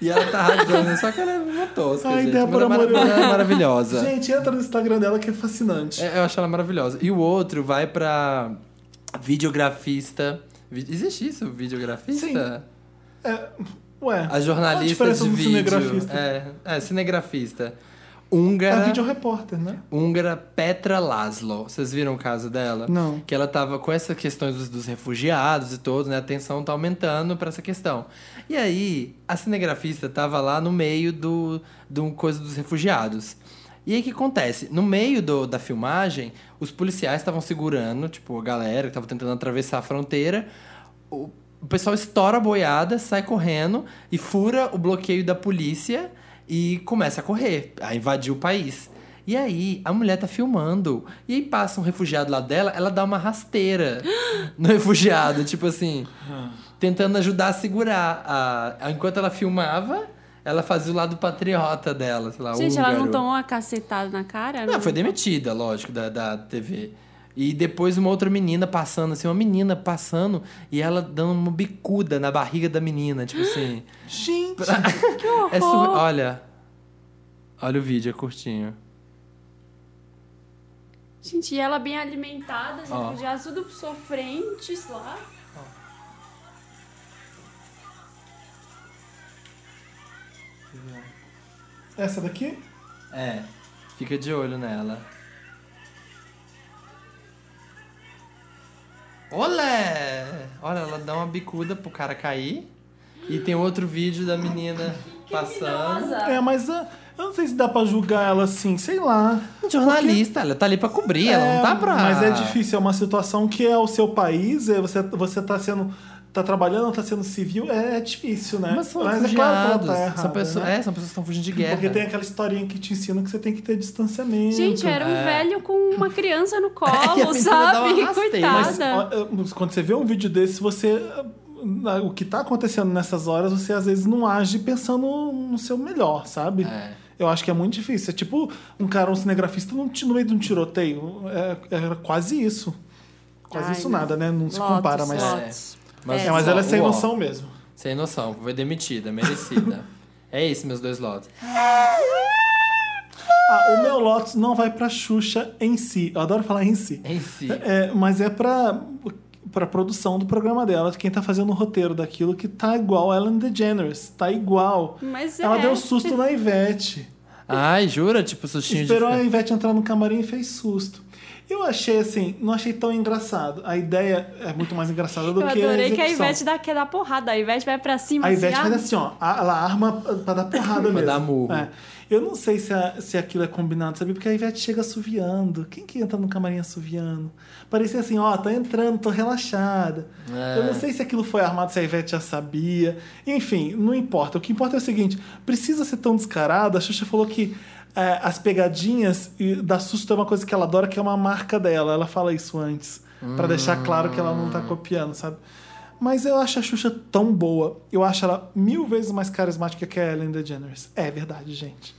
S2: E ela tá arrasando, só que ela é uma tosca,
S1: Ai,
S2: gente.
S1: Débora
S2: mas ela é mara-
S1: Moreira.
S2: ela é maravilhosa.
S1: Gente, entra no Instagram dela que é fascinante.
S2: É, eu acho ela maravilhosa. E o outro vai pra videografista. Vi- Existe isso, videografista?
S1: Sim. É, ué.
S2: A
S1: qual a
S2: jornalista
S1: diferença
S2: de
S1: do
S2: vídeo.
S1: cinegrafista?
S2: É, é, cinegrafista.
S1: É
S2: Húngara,
S1: vídeo repórter, né?
S2: húngara Petra Laszlo. Vocês viram o caso dela?
S1: Não.
S2: Que ela tava com essas questões dos, dos refugiados e todos, né? A tensão tá aumentando pra essa questão. E aí, a cinegrafista tava lá no meio do, do coisa dos refugiados. E aí, o que acontece? No meio do, da filmagem, os policiais estavam segurando, tipo, a galera que tava tentando atravessar a fronteira. O, o pessoal estoura a boiada, sai correndo e fura o bloqueio da polícia e começa a correr, a invadir o país. E aí, a mulher tá filmando. E aí passa um refugiado lá dela, ela dá uma
S3: [GASPS]
S2: rasteira no refugiado, tipo assim, tentando ajudar a segurar. A... Enquanto ela filmava, ela fazia o lado patriota
S1: é
S2: dela, sei lá,
S1: um
S3: Gente, ela
S2: húngaro. Ah,
S3: não tomou uma cacetada na cara? né?
S2: Não, foi demitida, lógico, da, da TV. E depois uma outra menina passando, assim, uma menina passando e ela dando uma bicuda na barriga da menina, tipo assim.
S1: Gente,
S2: [LAUGHS] É surre- Olha. Olha o vídeo, é curtinho.
S3: Gente, e ela bem alimentada, gente,
S2: Ó.
S3: de azul sofrentes lá.
S1: essa daqui?
S2: É. Fica de olho nela. Olé! Olha, ela dá uma bicuda pro cara cair. E tem outro vídeo da menina passando.
S3: Nossa.
S1: É, mas ah, eu não sei se dá pra julgar ela assim, sei lá.
S2: Jornalista, ela tá ali pra cobrir, ela
S1: É,
S2: não tá pra.
S1: Mas é difícil, é uma situação que é o seu país, é você, você tá sendo. tá trabalhando, tá sendo civil, é, é difícil, né?
S2: Mas são
S1: é claro
S2: refugiados.
S1: que ela tá
S2: são,
S1: errada,
S2: pessoas,
S1: né?
S2: é, são pessoas que estão fugindo de guerra.
S1: Porque tem aquela historinha que te ensina que você tem que ter distanciamento.
S3: Gente, era um
S2: É.
S3: velho com uma
S1: [LAUGHS]
S3: criança no
S2: E a menina dá uma
S3: colo, sabe?
S2: rasteira.
S1: Mas
S3: Coitada.
S1: ó, mas quando você vê um vídeo desse, você. na- O que tá acontecendo nessas horas, você às vezes não age pensando no seu melhor, sabe?
S2: É.
S1: Eu acho que é muito difícil. É tipo um cara, um cinegrafista, num ti- no meio de um tiroteio. É, era quase isso. Quase
S3: Ai,
S1: isso
S3: não.
S1: nada, né? Não se
S3: Lotus,
S1: compara, mas.
S2: é.
S3: Lotus.
S2: Mas,
S1: É, mas ela é sem
S2: Uó.
S1: noção mesmo.
S2: Sem noção, foi demitida,
S1: [LAUGHS]
S2: merecida. é isso, meus dois lotes.
S1: Ah, o meu Lotus não vai pra Xuxa em si. Eu adoro falar em si.
S2: Em si.
S1: É, mas é pra, pra produção do programa dela, quem tá fazendo o roteiro daquilo que tá igual Ellen DeGeneres. Tá igual.
S3: Mas
S1: Ela
S3: é.
S1: deu susto na
S3: [LAUGHS]
S1: Ivete.
S2: Ai, jura? Tipo, sustinho
S1: Esperou
S2: de.
S1: a Ivete entrar no camarim e fez susto. Eu achei assim, não achei tão engraçado. A ideia é muito mais engraçada do
S3: Eu
S1: que a
S3: adorei que a
S1: execução.
S3: Ivete dá, quer dar porrada. A Ivete vai pra cima
S1: A Ivete
S3: assim,
S1: faz
S3: ah,
S1: assim, ó. a- Ela arma pra dar
S2: [LAUGHS]
S1: porrada mesmo.
S2: dar murro.
S1: É. Eu não sei se, a- se aquilo é combinado, sabe? Porque a Ivete chega assoviando. Quem que entra no camarim assoviando? Parecia assim, ó, tá entrando, tô relaxada.
S2: É.
S1: Eu não sei se aquilo foi armado, se a Ivete já sabia. Enfim, não importa. O que importa é o seguinte, precisa ser tão descarado. A Xuxa falou que é, as pegadinhas e dar susto é uma coisa que ela adora, que é uma marca dela. Ela fala isso antes, Pra deixar claro que ela não tá copiando, sabe? Mas eu acho a Xuxa tão boa. Eu acho ela mil vezes mais carismática que a Ellen DeGeneres. É verdade, gente.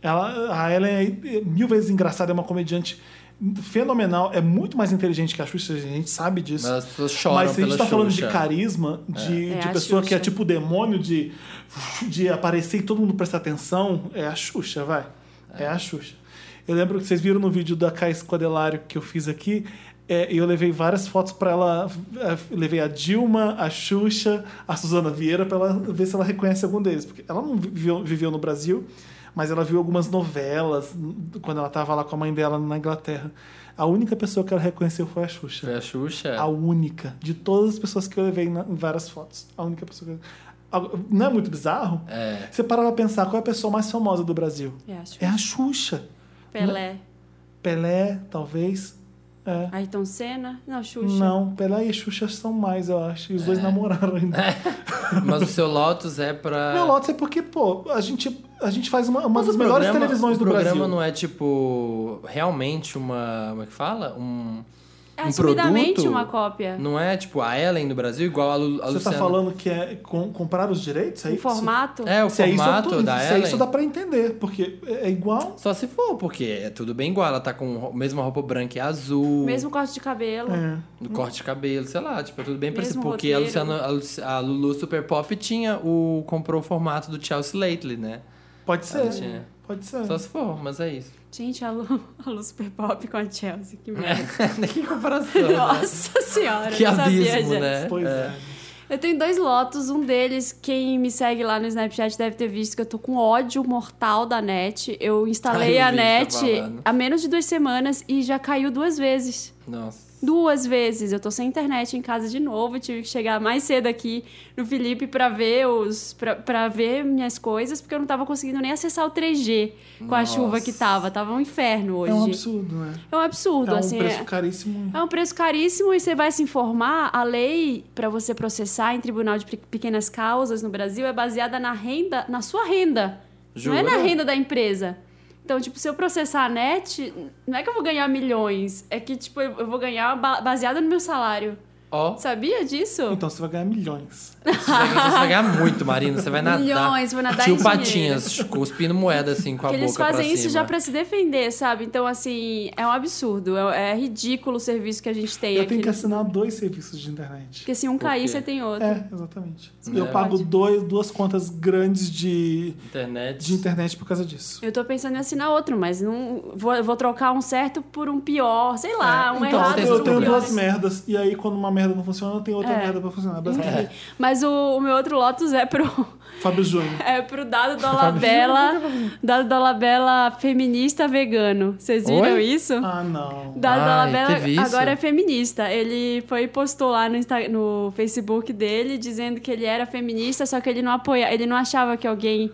S1: Ela, a Ellen é mil vezes engraçada, é uma comediante fenomenal, é muito mais inteligente que a Xuxa, a gente sabe disso.
S2: Mas as pessoas choram
S1: Mas se a gente
S2: pela
S1: tá falando de
S2: Xuxa.
S1: carisma, de,
S3: É. É
S1: de
S3: a
S1: pessoa que é
S3: Xuxa.
S1: tipo demônio, de, de aparecer e todo mundo prestar atenção, é a Xuxa, vai. É, a Xuxa. Eu lembro que vocês viram no vídeo da Kai Esquadelário que eu fiz aqui, é, eu levei várias fotos pra ela. é, Levei a Dilma, a Xuxa, a Suzana Vieira pra ela ver se ela reconhece algum deles. Porque ela não viveu, viveu no Brasil, mas ela viu algumas novelas n- quando ela tava lá com a mãe dela na Inglaterra. A única pessoa que ela reconheceu foi a Xuxa.
S2: Foi a Xuxa?
S1: A única. De todas as pessoas que eu levei na- em várias fotos. A única pessoa que eu... Não é muito bizarro?
S2: É.
S1: Você para pra pensar, qual é a pessoa mais famosa do Brasil?
S3: é, acho.
S1: É a Xuxa.
S3: Pelé.
S1: Pelé, talvez. É.
S3: Ayrton Senna. Não, Xuxa.
S1: Não, Pelé e Xuxa são mais, eu acho. E os
S2: É.
S1: dois namoraram ainda.
S2: [LAUGHS] Mas o seu Lotus é pra.
S1: Meu Lotus é porque, pô, a gente, a gente faz uma, uma
S2: Mas
S1: das
S2: o
S1: melhores
S2: programa-
S1: televisões do
S2: O
S1: Brasil.
S2: programa não é, tipo, realmente uma. Como é que fala? Um.
S3: É
S2: um
S3: assumidamente
S2: produto?
S3: uma cópia.
S2: Não é, tipo, a Ellen do Brasil, igual a, Lu, a
S1: Você tá
S2: Luciana.
S1: falando que é com, comprar os direitos? É
S3: Um
S1: isso?
S3: formato.
S2: É, o
S1: Se é isso, eu
S2: formato
S1: tô-
S2: da
S1: se é
S2: Ellen.
S1: isso, dá pra entender. Porque é é igual.
S2: Só se for, porque é tudo bem igual. Ela tá com ro- mesma roupa branca e azul.
S3: Mesmo corte de cabelo.
S1: É.
S2: No corte de cabelo, sei lá, tipo, é tudo bem parecido.
S3: Mesmo
S2: Porque a,
S3: roteiro.
S2: Luciana, a, Luci- a Lulu Super Pop tinha o. comprou o formato do Chelsea Lately, né?
S1: Pode
S3: É.
S1: ser.
S2: tinha.
S1: Pode ser.
S2: Só se for, mas é isso. [LAUGHS]
S3: Gente, a Lu, a Lu Super Pop com a Chelsea. Que merda.
S2: que comparação. né?
S3: [LAUGHS] Nossa senhora.
S2: É. Que
S3: eu não sabia,
S2: abismo,
S3: gente.
S2: né?
S1: Pois é.
S3: Eu tenho dois lotos. Um deles, quem me segue lá no Snapchat deve ter visto que eu tô com ódio mortal da net. Eu instalei
S2: Ai, eu
S3: a
S2: vi
S3: net
S2: você falando.
S3: há menos de duas semanas e já caiu duas vezes.
S1: é.
S2: Nossa.
S3: Duas vezes. Eu tô sem internet em casa de novo. Tive que chegar mais cedo aqui no Felipe pra ver os. Pra, pra ver minhas coisas, porque eu não tava conseguindo nem acessar o 3G com a
S2: Nossa.
S3: chuva que tava. Tava um inferno hoje.
S1: É um absurdo, né?
S3: É um absurdo,
S1: É um
S3: assim.
S1: preço
S3: é-
S1: caríssimo.
S3: é um preço caríssimo e você vai se informar. A lei para você processar em tribunal de pe- pequenas causas no Brasil é baseada na renda, na sua renda.
S2: Jura?
S3: Não é na renda da empresa. Então, tipo, se eu processar a net, não é que eu vou ganhar milhões, é que tipo eu eu vou ganhar ba- baseado no meu salário.
S2: Ó,
S3: Sabia disso?
S1: Então você vai ganhar milhões.
S2: você vai ganhar- você vai ganhar muito, Marina. Você vai nadar.
S3: Milhões, vou nadar em
S2: Tio
S3: dinheiro.
S2: Patinhas, cuspindo moeda assim com a
S3: Porque eles
S2: boca pra
S3: fazem isso
S2: cima.
S3: já pra se defender, sabe? Então, assim, é um absurdo. É, é ridículo o serviço que a gente tem
S1: Eu
S3: aqui.
S1: tenho que
S3: no-
S1: assinar dois serviços de internet.
S3: Porque se um
S2: Por quê?
S3: cair, você tem outro.
S1: É, exatamente.
S2: É.
S1: Eu pago dois, duas contas grandes de,
S2: Internet.
S1: de internet por causa disso.
S3: Eu tô pensando em assinar outro, mas não vou, vou trocar um certo por um pior, sei lá,
S2: É,
S3: um
S1: então,
S3: errado.
S2: tem esses
S1: eu
S3: por um
S1: tenho
S2: problemas.
S3: pior.
S1: duas merdas, e aí quando uma merda não funciona, tem outra
S3: É.
S1: merda pra funcionar.
S3: Enfim.
S1: Basicamente.
S3: Mas o, o meu outro Lotus é pro,
S1: Fábio
S3: [LAUGHS]
S1: Júnior.
S3: é pro
S2: [LAUGHS]
S3: Dado Dolabella, Dado Dolabella feminista vegano. Vocês viram
S2: Oi?
S3: isso?
S1: Ah, não.
S3: Dado
S2: Ai, teve isso?
S3: Dolabella agora é feminista. Ele foi e postou lá no, Insta- no Facebook dele dizendo que ele era feminista, só que ele não apoia, ele não achava que alguém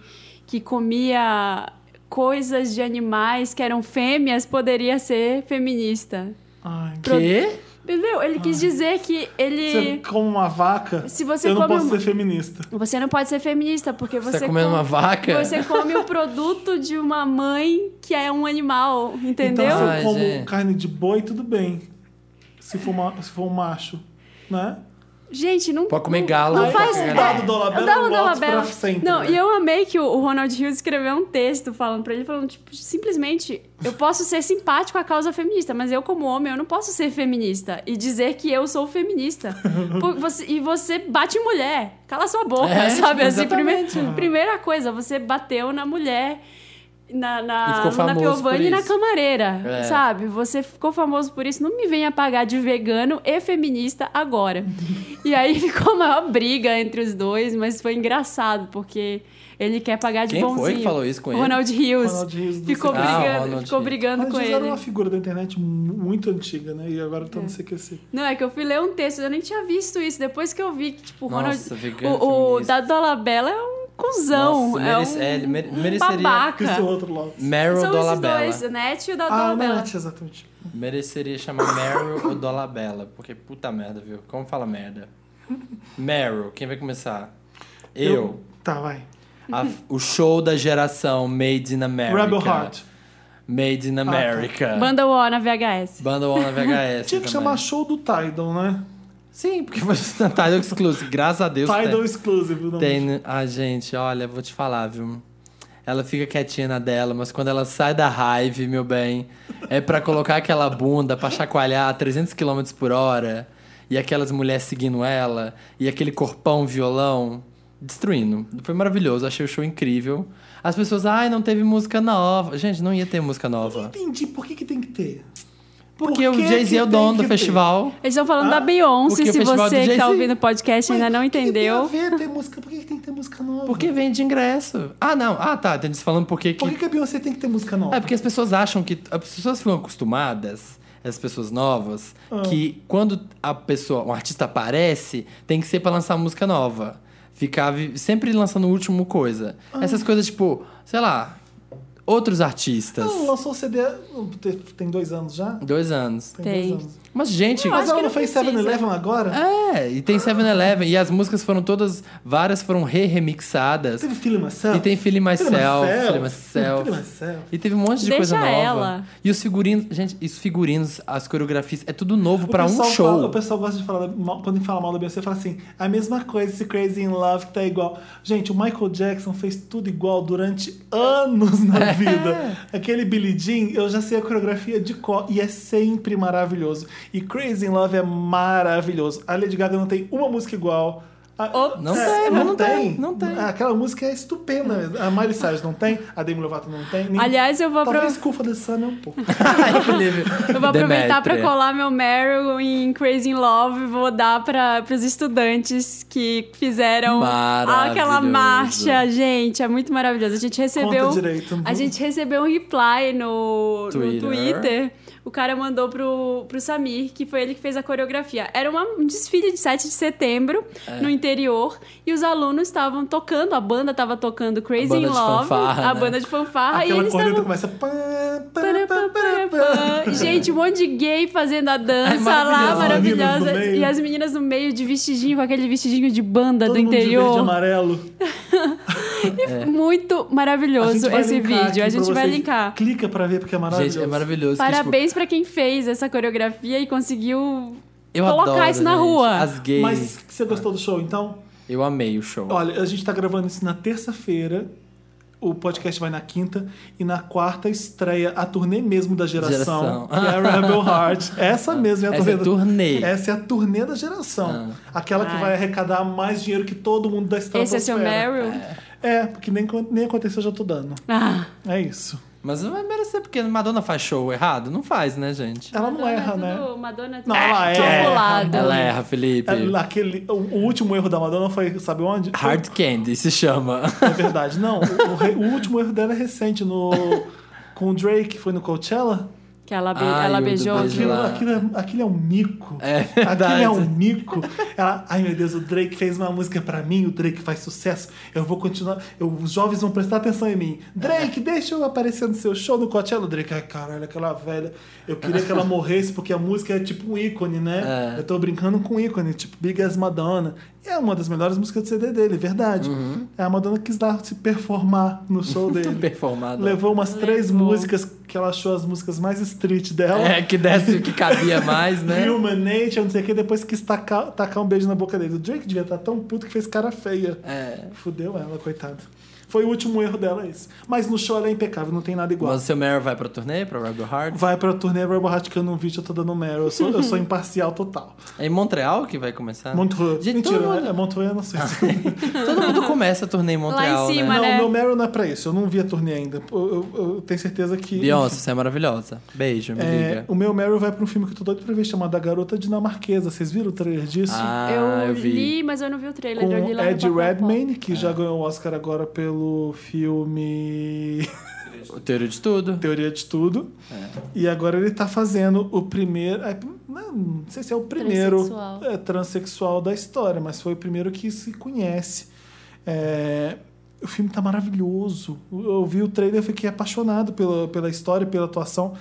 S3: que comia coisas de animais que eram fêmeas poderia ser feminista.
S1: Ai, que...
S2: Quê?
S3: Entendeu? Ele quis dizer que
S1: Você
S3: ele
S1: come uma vaca,
S3: Se você
S1: eu não
S3: come um
S1: posso
S3: uma-
S1: ser feminista.
S3: você não pode ser feminista porque
S2: Você,
S3: você
S2: tá comendo
S3: come-
S2: uma vaca?
S3: Você come o produto de uma mãe que é um animal, entendeu?
S1: Então, se
S2: Ai,
S1: eu como
S2: gente.
S1: carne de boi, tudo bem. Se for, ma- se for um macho, né?
S3: Gente, não.
S2: Pode comer
S3: não-
S2: galo,
S3: Não
S2: pode
S3: faz.
S2: comer
S3: é,
S1: gado. Dolabella,
S3: o Dado
S1: Lotus
S3: Dolabella.
S1: pra sempre,
S3: Não,
S1: né?
S3: e eu amei que o- o Ronald Hughes escreveu um texto falando pra ele, falando, tipo, simplesmente, eu posso ser simpático à causa feminista, mas eu, como homem, eu não posso ser feminista e dizer que eu
S2: [LAUGHS]
S3: sou feminista. Por- você- e você bate em mulher. Cala sua boca,
S2: É,
S3: sabe? Assim,
S2: exatamente.
S3: primeira, [LAUGHS] primeira coisa, você bateu na mulher. Na,
S2: E
S3: na
S2: ficou
S3: Luna
S2: famoso por
S3: Piovani e na
S2: isso.
S3: camareira,
S2: É.
S3: sabe? Você ficou famoso por isso. Não me venha pagar de vegano e feminista agora. e aí [LAUGHS] ficou a maior briga entre os dois, mas foi engraçado, porque ele quer pagar de
S2: Quem foi
S3: bonzinho.
S2: que falou isso com ele?
S3: Ronald Rios.
S1: Ronald Rios do
S3: ficou
S1: CQC.
S2: Ah,
S3: brigando,
S2: Ronald
S3: ficou
S2: Rios.
S3: brigando
S1: Mas
S3: com
S1: eles
S3: ele.
S1: era uma figura da internet mu- muito antiga, né? E agora tá no CQC.
S3: Não, é que eu fui ler um texto, eu nem tinha visto isso. Depois que eu vi que, tipo, o Ronald.
S2: Nossa, vegano
S3: O, o
S2: feminista.
S3: Dado Dolabella é um cuzão.
S2: Nossa,
S3: é
S2: merece-
S3: um,
S2: é, ele mere-
S3: um
S2: mereceria-
S1: Que
S3: babaca.
S1: esse é outro Lotus.
S2: Meryl
S3: São esses
S2: Dolabella.
S3: dois, o Net e o Dado
S1: Ah,
S3: Dolabella.
S1: não, exatamente.
S2: Mereceria chamar Meryl ou Dolabella. Porque puta merda, viu? Como fala merda? Meryl, quem vai começar? Eu.
S1: Tá, vai.
S2: A- o show da geração Made in America.
S1: Rebel Heart.
S2: Made in America.
S3: Banda O na VHS.
S2: Banda One na VHS.
S1: Tinha que
S2: também.
S1: chamar show do Tidal, né?
S2: Sim, porque foi na Tidal Exclusive. Graças a Deus
S1: Tidal
S2: tem.
S1: Exclusive. Não.
S2: Tem. Ah, gente, olha, vou te falar, viu? Ela fica quietinha na dela, mas quando ela sai da raiva, meu bem, é pra colocar aquela bunda pra chacoalhar a 300 km por hora e aquelas mulheres seguindo ela e aquele corpão violão destruindo. Foi maravilhoso, achei o show incrível. As pessoas, ai, não teve música nova. Gente, não ia ter música
S1: Não
S2: nova.
S1: entendi por que, que tem que ter.
S2: Porque
S1: Por que
S2: o Jay-Z
S1: que
S2: é o
S1: tem
S2: dono
S1: que
S2: do
S1: ter?
S2: festival.
S3: Eles estão falando
S1: Ah,
S3: da Beyoncé,
S2: porque o
S3: se
S2: festival do
S3: você que
S2: Jay-Z.
S3: tá ouvindo o podcast ainda não
S1: Por
S3: entendeu.
S1: que, que tem a ver ter música? Por que, que tem que ter música nova?
S2: Porque vende ingresso. Ah, não. Ah, tá. Tem gente falando por que
S1: Por que, que a Beyoncé tem que ter música nova?
S2: É porque as pessoas acham que. As pessoas ficam acostumadas, as pessoas novas,
S1: Ah.
S2: que quando a pessoa, um artista aparece, tem que ser pra lançar música nova. Ficar vi- sempre lançando o último coisa.
S1: Ah.
S2: Essas coisas, tipo, sei lá, outros artistas.
S1: Ela lançou o CD tem- tem dois anos já?
S2: Dois anos.
S3: Tem.
S1: dois anos.
S2: Mas, gente.
S1: Mas Ah.
S3: que
S1: ela não
S3: não
S1: fez
S3: precisa.
S1: 7-Eleven agora?
S2: É, e tem 7-Eleven. e as músicas foram todas. Várias foram re-remixadas.
S1: Teve Feeling Myself?
S2: E tem Feeling Myself, Feeling Myself.
S1: Feeling Myself.
S2: E teve um monte de
S3: Deixa
S2: coisa nova.
S3: ela.
S2: E os figurinos, gente, e os figurinos, as coreografias, é tudo novo pra
S1: O
S2: um
S1: pessoal
S2: show.
S1: fala-
S2: [LAUGHS]
S1: o pessoal gosta de falar, da- mal- quando fala mal da Beyoncé, fala assim, a mesma coisa, esse Crazy in Love que tá igual. Gente, o Michael Jackson fez tudo igual durante anos na
S2: É.
S1: vida. Aquele Billie Jean, eu já sei a coreografia de cor e é sempre maravilhoso. E Crazy in Love é maravilhoso. A Lady Gaga não tem uma música igual. A-
S2: Não tem, é, mas não tem, não tem.
S1: Aquela música é estupenda. mesmo. A Miley Cyrus não tem, a Demi Lovato não tem. nem-
S3: Aliás, eu vou, apro-
S1: Talvez Cool for the Sun é um pouco.
S2: Ai, Felipe. [LAUGHS]
S3: eu vou aproveitar pra
S2: Demetria.
S3: colar meu Meryl em Crazy in Love. Vou dar para os estudantes que fizeram aquela
S2: Maravilhoso.
S3: marcha. Gente, é muito maravilhoso. A gente recebeu.
S1: Conta direito.
S3: A gente recebeu um reply no no
S2: Twitter.
S3: Twitter. O cara mandou pro, pro Samir, que foi ele que fez a coreografia. Era uma- um desfile de 7 de setembro
S2: É.
S3: no interior e os alunos estavam tocando, a banda estava tocando Crazy
S2: banda
S3: in
S2: de
S3: Love,
S2: fanfarra,
S3: a
S2: né?
S3: banda de fanfarra Ah, e
S1: Aquela
S3: eles
S1: corrida
S3: estavam
S1: começa. pá, pá,
S3: Pará,
S1: pá,
S3: pá,
S1: pá,
S3: pará,
S1: pá.
S3: pá. Gente, um monte de gay fazendo a dança
S2: É
S3: lá,
S1: maravilhoso. As meninas no
S3: maravilhosa.
S1: meio.
S3: E as meninas no meio de vestidinho, com aquele vestidinho de banda
S1: Todo
S3: do
S1: mundo de verde e
S3: interior.
S1: amarelo.
S2: É.
S3: Muito
S1: A gente
S3: maravilhoso
S1: vai
S3: esse
S1: linkar aqui
S3: vídeo. A
S1: pra
S3: gente vai
S1: vocês.
S3: linkar.
S1: Clica pra ver porque é maravilhoso.
S2: Gente, é maravilhoso. que, tipo,
S3: Parabéns pra quem fez essa coreografia e conseguiu
S2: Eu
S3: Colocar
S2: adoro,
S3: isso na
S2: gente,
S3: rua.
S2: As gays.
S1: Mas você gostou do show, então?
S2: Eu amei o show.
S1: Olha, a gente tá gravando isso na terça-feira. O podcast vai na quinta. E na quarta estreia a turnê mesmo da geração.
S2: Geração.
S1: Que é a
S2: [LAUGHS]
S1: Rebel Heart. Essa mesmo é a
S2: Essa é
S1: turnê. da-
S2: turnê. Ah.
S1: Essa é a turnê da geração. Aquela que
S3: Ai.
S1: vai arrecadar mais dinheiro que todo mundo da estrada.
S3: Esse é seu Meryl?
S1: É, porque nem, nem aconteceu, eu já tô dando.
S3: Ah,
S1: É isso.
S2: Mas não vai merecer, porque Madonna faz show errado? Não faz, né, gente?
S1: Ela não erra, né?
S3: tudo- Madonna é tudo
S1: Não, ela erra.
S3: calculado.
S2: Ela erra, Felipe.
S1: Ela- É, aquele, o, o último erro da Madonna foi, sabe onde?
S2: Hard Candy se chama. [LAUGHS]
S1: É verdade. Não, o, o re- o último erro dela é recente no. Com o Drake, foi no Coachella?
S3: Que ela, be-
S2: é- Ai,
S3: ela
S2: o do
S3: beijou.
S2: beijo.
S1: Aquilo,
S2: lá.
S1: aquilo, é, aquilo é um mico.
S2: É
S1: aquilo
S2: verdade.
S1: é um mico. Ela, ai meu Deus, o Drake fez uma música pra mim, o Drake faz sucesso. Eu vou continuar. eu- os jovens vão prestar atenção em mim. Drake, deixa eu aparecer no seu show no Coachella. O Drake, ai caralho, aquela velha. Eu queria que ela morresse porque a música é tipo um ícone, né?
S2: É.
S1: Eu tô brincando com um ícone, tipo Big As Madonna. E é uma das melhores músicas do CD dele, é verdade.
S2: Uhum.
S1: É a Madonna quis dar se performar no
S2: [LAUGHS]
S1: show dele.
S2: Performada.
S1: Levou umas três
S3: Levou.
S1: músicas que ela achou as músicas mais street dela.
S2: É, que desce o que cabia mais, né?
S1: Human Nature, não sei o que, depois quis tacar, tacar um beijo na boca dele. O Drake devia estar tão puto que fez cara feia.
S2: É.
S1: Fudeu ela, coitado. Foi o último erro dela, esse. Mas no show ela é impecável, não tem nada igual.
S2: Mas o seu Meryl vai pra turnê, pra Rebel Heart?
S1: Vai pra turnê Rebel Heart que eu não vi, já tô dando Meryl. Eu sou, eu
S2: [LAUGHS]
S1: sou imparcial total.
S2: É em Montreal que vai começar?
S1: Montreux.
S2: Gente,
S1: Mentira,
S2: Ah, todo
S1: é
S2: mundo, Ah.
S1: Montreux é na Suíça.
S2: [LAUGHS] todo mundo começa a turnê em Montreal,
S3: em
S2: né?
S1: [LAUGHS]
S3: cima,
S1: não,
S3: né?
S1: meu Meryl não é pra isso. Eu não vi a turnê ainda. Eu, eu- eu tenho certeza que.
S2: Beyoncé, você é maravilhosa. Beijo, me
S1: É,
S2: liga.
S1: o meu Meryl vai pra um filme que eu tô doido pra ver, chamado A Garota Dinamarquesa. Vocês viram o trailer disso?
S2: Ah,
S3: eu,
S2: eu, vi.
S3: li, mas eu não vi o trailer. eu li
S1: com
S3: lá no
S1: Ed
S3: Papapá.
S1: Redmayne, que já ganhou o Oscar agora pelo filme [LAUGHS]
S2: O teoria de tudo.
S1: Teoria de Tudo. E agora ele tá fazendo o primeiro. é, Não, não sei se é o primeiro
S3: Transexual.
S1: é, transexual da história, mas foi o primeiro que se conhece. É, o filme tá maravilhoso. Eu vi o trailer e fiquei apaixonado pela, pela história, pela atuação.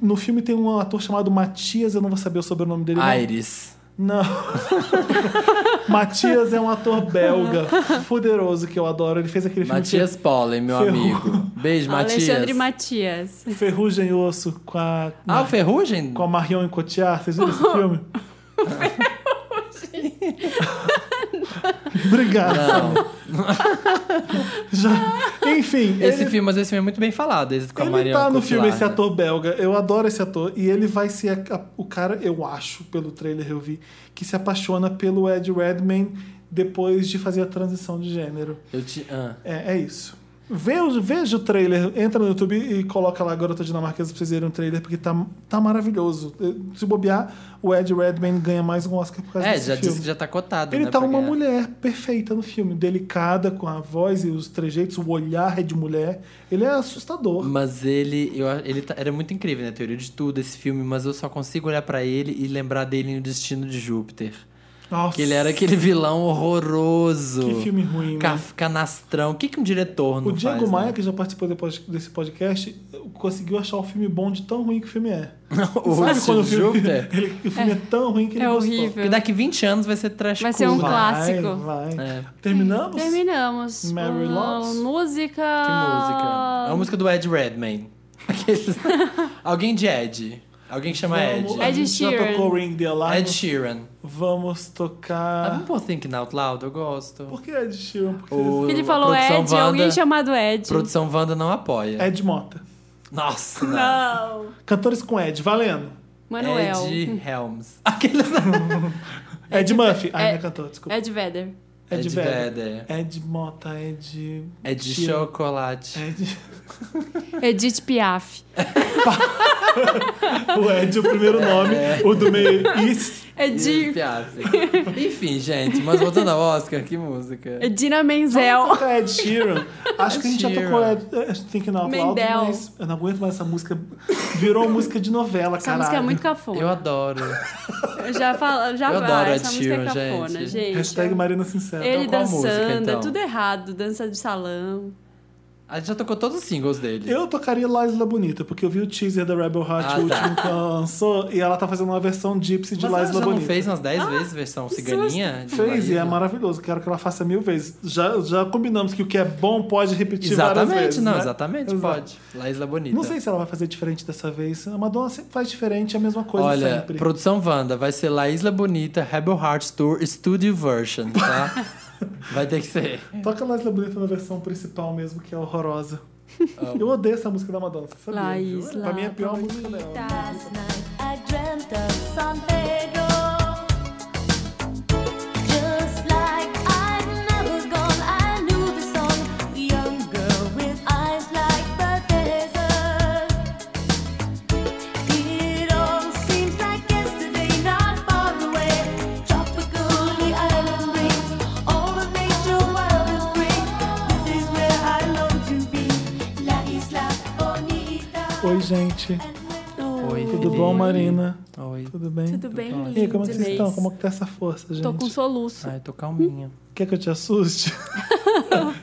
S1: No filme tem um ator chamado Matias, eu não vou saber o sobrenome dele. não.
S2: Iris.
S1: Não. [LAUGHS] Matias é um ator belga, fuderoso, que eu adoro. Ele fez aquele filme
S2: Matias Pollen, meu
S1: Ferrou.
S2: amigo. Beijo, Matias.
S3: Alexandre Matias.
S1: que- é Ferrugem e Osso com a,
S2: Ah, o Ferrugem?
S1: com a Marion Cotillard. Vocês
S2: [LAUGHS]
S1: viram esse filme? Obrigado.
S2: Não.
S1: Já. Enfim,
S2: Esse
S1: ele,
S2: filme, mas esse filme é muito bem falado. Esse com a
S1: ele
S2: Marion
S1: tá no
S2: Cotillard,
S1: filme, esse
S2: né?
S1: ator belga. Eu adoro esse ator. E ele vai ser a- a- o cara, eu acho, pelo trailer eu vi, que se apaixona pelo Ed Redman depois de fazer a transição de gênero.
S2: Eu te... ah.
S1: É, é isso. Veja, veja o trailer, entra no YouTube e coloca lá Garota Dinamarquesa pra vocês verem o trailer, porque tá, tá maravilhoso. É, Se bobear, o Ed Redman ganha mais um Oscar por causa
S2: É,
S1: desse
S2: já
S1: filme.
S2: disse que já tá cotado.
S1: Ele
S2: né,
S1: tá
S2: pra
S1: uma
S2: ganhar.
S1: mulher perfeita no filme, delicada, com a voz e os trejeitos, o olhar é de mulher. Ele é assustador.
S2: Mas ele, eu, a- ele tá- era muito incrível, né? Teoria de tudo, esse filme, mas eu só consigo olhar pra ele e lembrar dele no Destino de Júpiter.
S1: Nossa,
S2: Que ele era aquele vilão horroroso.
S1: que filme ruim, né?
S2: Ca- Canastrão. O que, que um diretor não
S1: O Diego
S2: faz,
S1: Maia,
S2: [LAUGHS] né?
S1: que já participou de pod- desse podcast, conseguiu achar o filme bom de tão ruim que o filme é.
S2: o
S1: Sabe quando
S2: Destino
S1: o
S2: de
S1: filme,
S2: Júpiter?
S1: [LAUGHS] ele- o filme é. tão ruim que ele
S3: É
S1: gostou.
S3: horrível.
S2: Que daqui 20 anos vai ser trash
S3: Vai ser um
S2: culture.
S3: clássico.
S1: Vai, vai.
S2: É.
S1: Terminamos?
S3: Hum, Terminamos.
S1: Mary
S3: com
S1: Lottes?
S3: Música.
S2: Que música. É uma música do Ed Redman. [LAUGHS] Aqueles- Alguém de Ed. Alguém que chama
S1: Vamos-
S2: Ed.
S1: a
S3: Ed
S1: gente já
S3: Sheeran.
S1: tocou Ring the Alarm.
S2: Ed Sheeran.
S1: Vamos
S2: Ah,
S1: tocar.
S2: vamos pôr Thinking Out Loud, eu gosto.
S1: Por que Ed Sheeran? Porque
S2: O-
S3: Ele
S2: a
S3: falou Ed,
S2: produção Wanda-
S3: alguém chamado Ed.
S2: Produção Wanda não apoia.
S1: Ed Mota.
S2: Nossa, não.
S3: Não. é
S1: Cantores com Ed, valendo.
S3: Manuel. Ed,
S2: Ed Helms. [LAUGHS] Aqueles.
S1: Ed, Murphy. Ai,
S3: Ed-
S1: não é cantor, desculpa.
S3: Vedder.
S1: Ed,
S2: Ed
S1: Vedder.
S2: Vedder.
S1: Ed Mota, Ed.
S2: Ed
S1: Sheeran. É.
S2: Chocolate.
S1: Ed... [LAUGHS]
S3: Edith Piaf.
S1: O Ed é o primeiro nome, o do meio.
S3: [LAUGHS]
S1: East.
S2: Ed
S3: Ed...
S2: Piaf. Enfim, gente, mas voltando ao Oscar, que música.
S3: Edina Menzel.
S1: Vamos tocar Ed Sheeran. Acho que a gente já
S2: Sheeran.
S1: tocou Ed, é, Ed Thinking Out Loud,
S3: Mendel.
S1: mas eu não aguento mais essa música. Virou música de novela,
S3: Essa
S1: caralho.
S3: música é muito cafona.
S2: Eu adoro.
S3: Eu Já falo, já
S2: Eu
S3: vai,
S2: adoro
S3: essa
S2: Ed
S3: música é
S2: Sheeran,
S3: cafona,
S2: gente.
S3: gente.
S1: Hashtag Marina Sincera.
S3: Ele
S2: Então, qual tá a
S3: dançando,
S2: música, então?
S3: é tudo errado. Dança de salão.
S2: A gente já tocou todos os singles dele.
S1: Eu tocaria La Isla Bonita, porque eu vi o teaser da Rebel Heart,
S2: Ah,
S1: o
S2: tá.
S1: último que ela lançou, e ela tá fazendo uma versão gypsy de
S2: Mas
S1: La
S2: ela
S1: Isla
S2: já não
S1: Bonita.
S2: fez né? umas 10 vezes versão ciganinha? de
S1: Fez e é
S2: Laísa?
S1: maravilhoso. Quero que ela faça mil vezes. Já, já combinamos que o que é bom pode repetir várias
S2: Exatamente,
S1: vezes.
S2: não,
S1: né?
S2: exatamente,
S1: Exato.
S2: pode. La Isla Bonita.
S1: Não sei se ela vai fazer diferente dessa vez. A Madonna sempre faz diferente, é a mesma coisa
S2: Olha,
S1: sempre.
S2: produção Wanda, vai ser La Isla Bonita Rebel Hearts Tour Studio Version, tá? vai ter que ser.
S1: Toca La Isla Bonita na versão principal mesmo, que é horrorosa. Eu odeio essa música da Madonna, você sabia?
S3: La
S1: viu?
S3: Isla
S1: pra mim é a pior
S3: Bonita.
S1: música dela.
S6: Last night I dreamt of San Pedro, just like I'd never gone. I knew the song, the young girl with eyes like the desert. It all seems like yesterday, not far away. Tropical island rings, all the nature wild and free. This is where I long to be, La Isla Bonita.
S1: Oi, gente.
S2: É Oi,
S1: Tudo
S2: Felipe.
S1: bom, Marina?
S2: Oi.
S1: Tudo bem?
S3: Tudo bem,
S1: E aí, como é que
S3: lindo,
S1: vocês estão?
S3: Inês?
S1: Como é que tá essa força, gente?
S3: Tô com soluço.
S2: Ai, tô calminha.
S1: Quer que eu te assuste?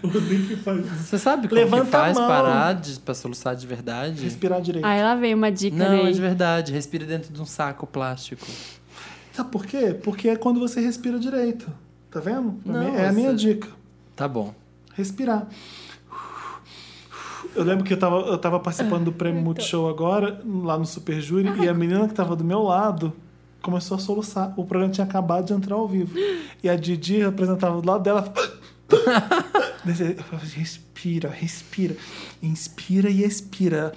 S1: o Nick faz isso.
S2: Você sabe como
S1: Levanta
S2: que faz
S1: a mão.
S2: parar de, pra soluçar de verdade?
S1: Respirar direito.
S3: Aí lá veio uma dica, né?
S2: Não, é de verdade. Respira dentro de um saco plástico.
S1: Sabe por quê? Porque é quando você respira direito. Tá vendo?
S2: Não,
S1: é a minha
S2: você-
S1: dica.
S2: Tá bom.
S1: respirar. Eu lembro que eu tava, eu tava participando do prêmio Multishow agora, lá no Super Júri, e a menina que tava do meu lado começou a soluçar. O programa tinha acabado de entrar ao vivo. E a Didi representava do lado dela. [LAUGHS] Desse- Eu falava, respira, respira. Inspira e expira.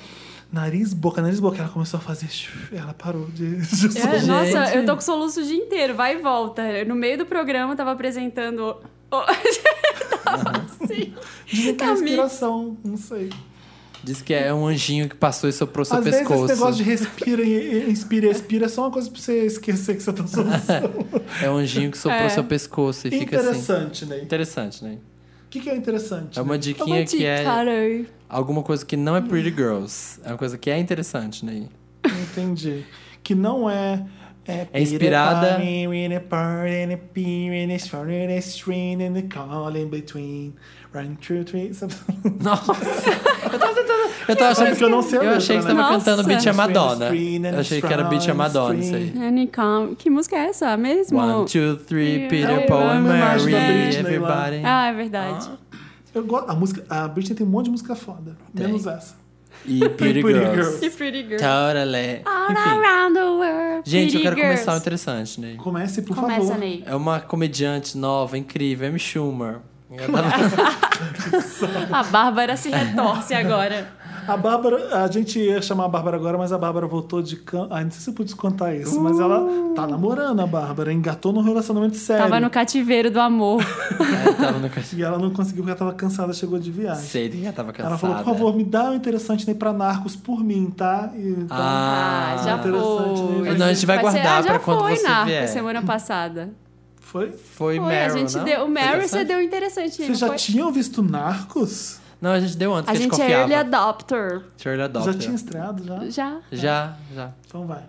S1: Nariz, boca, nariz, boca. Ela começou a fazer. Ela parou de. [LAUGHS] de
S3: É,
S1: soluçar.
S3: nossa,
S2: [LAUGHS] Gente.
S3: eu tô com soluço o dia inteiro, vai e volta. No meio do programa, eu tava apresentando. o- [LAUGHS] Tava assim.
S1: Dizem que é
S3: Tá mix.
S1: respiração, não sei.
S2: Diz que é um anjinho que passou e soprou seu
S1: Às
S2: pescoço.
S1: vezes esse negócio de respira, e- e- inspira e expira é só uma coisa pra você esquecer que você
S2: [LAUGHS]
S1: tá solução.
S2: É um anjinho que soprou
S3: É.
S2: seu pescoço e fica assim.
S1: interessante, né?
S2: Interessante, né?
S1: O que, que é interessante?
S2: É uma
S1: Ney?
S3: É
S2: diquinha
S3: uma
S2: que é
S3: dica, né?
S2: alguma coisa que não é Pretty Girls. É uma coisa que é interessante, né?
S1: Não Entendi. Que não é.
S2: É inspirada- Nossa! [LAUGHS] Eu tava tentando. Eu tava achando
S1: que eu não sei a
S2: Eu
S1: letra,
S2: achei que você tava
S3: né?
S2: cantando
S3: Nossa.
S2: Beat a Madonna.
S1: Screen and
S2: Eu achei que era Beat a Madonna isso aí.
S3: Honeycomb. Que música é essa mesmo?
S2: One, two, three,
S3: É
S2: Peter,
S3: uma
S2: Paul and Mary,
S1: homenagem da Britney lá.
S2: everybody.
S3: Ah, é verdade.
S1: [LAUGHS] Eu gosto. A, música, a Britney tem um monte de música foda.
S2: Tem.
S1: Menos essa.
S2: E Pretty Girls.
S3: E Pretty Girl.
S2: Totally.
S3: All
S2: Tá. Enfim.
S3: around the world.
S2: Gente, eu
S3: Pretty
S2: quero
S3: girls.
S2: começar o interessante, né? Ney.
S1: Comece, por
S3: Começa,
S1: favor.
S3: Ney.
S2: É uma comediante nova, incrível, Amy
S1: [LAUGHS]
S2: Schumer. Ela tava-
S3: A Bárbara se retorce agora.
S2: [LAUGHS]
S1: A Bárbara, a gente ia chamar a Bárbara agora, mas a Bárbara voltou de can... Ah, não sei se eu pude contar isso, mas ela tá
S2: Uh.
S1: namorando a Bárbara, engatou num relacionamento sério.
S3: Tava no cativeiro do amor.
S2: É, ela tava no
S1: [LAUGHS]
S2: cachorro.
S1: E ela não conseguiu porque ela tava cansada, chegou de viagem.
S2: Sei que ela tava cansada.
S1: Ela falou, por favor, me dá o interessante nem pra Narcos por mim, tá? E, então,
S2: Ah,
S3: Ah, já
S1: interessante, né?
S3: foi.
S1: Não,
S2: a gente vai
S3: ser-
S2: guardar
S3: ah, já
S2: pra quando
S3: foi,
S2: você
S3: Narcos,
S2: vier.
S3: semana passada.
S1: Foi?
S2: Foi,
S3: Foi, a
S2: Meryl,
S3: gente
S2: não?
S3: deu. O
S2: Foi
S3: Mary
S2: interessante?
S3: você deu interessante. não
S1: Vocês já
S3: foi?
S1: tinham visto Narcos?
S2: Não, a gente deu antes,
S3: A
S2: que a gente
S3: gente é
S2: confiava.
S3: early adopter.
S2: Early adopter.
S1: Já tinha estreado, já?
S3: Já.
S2: Já, já.
S1: Então vai.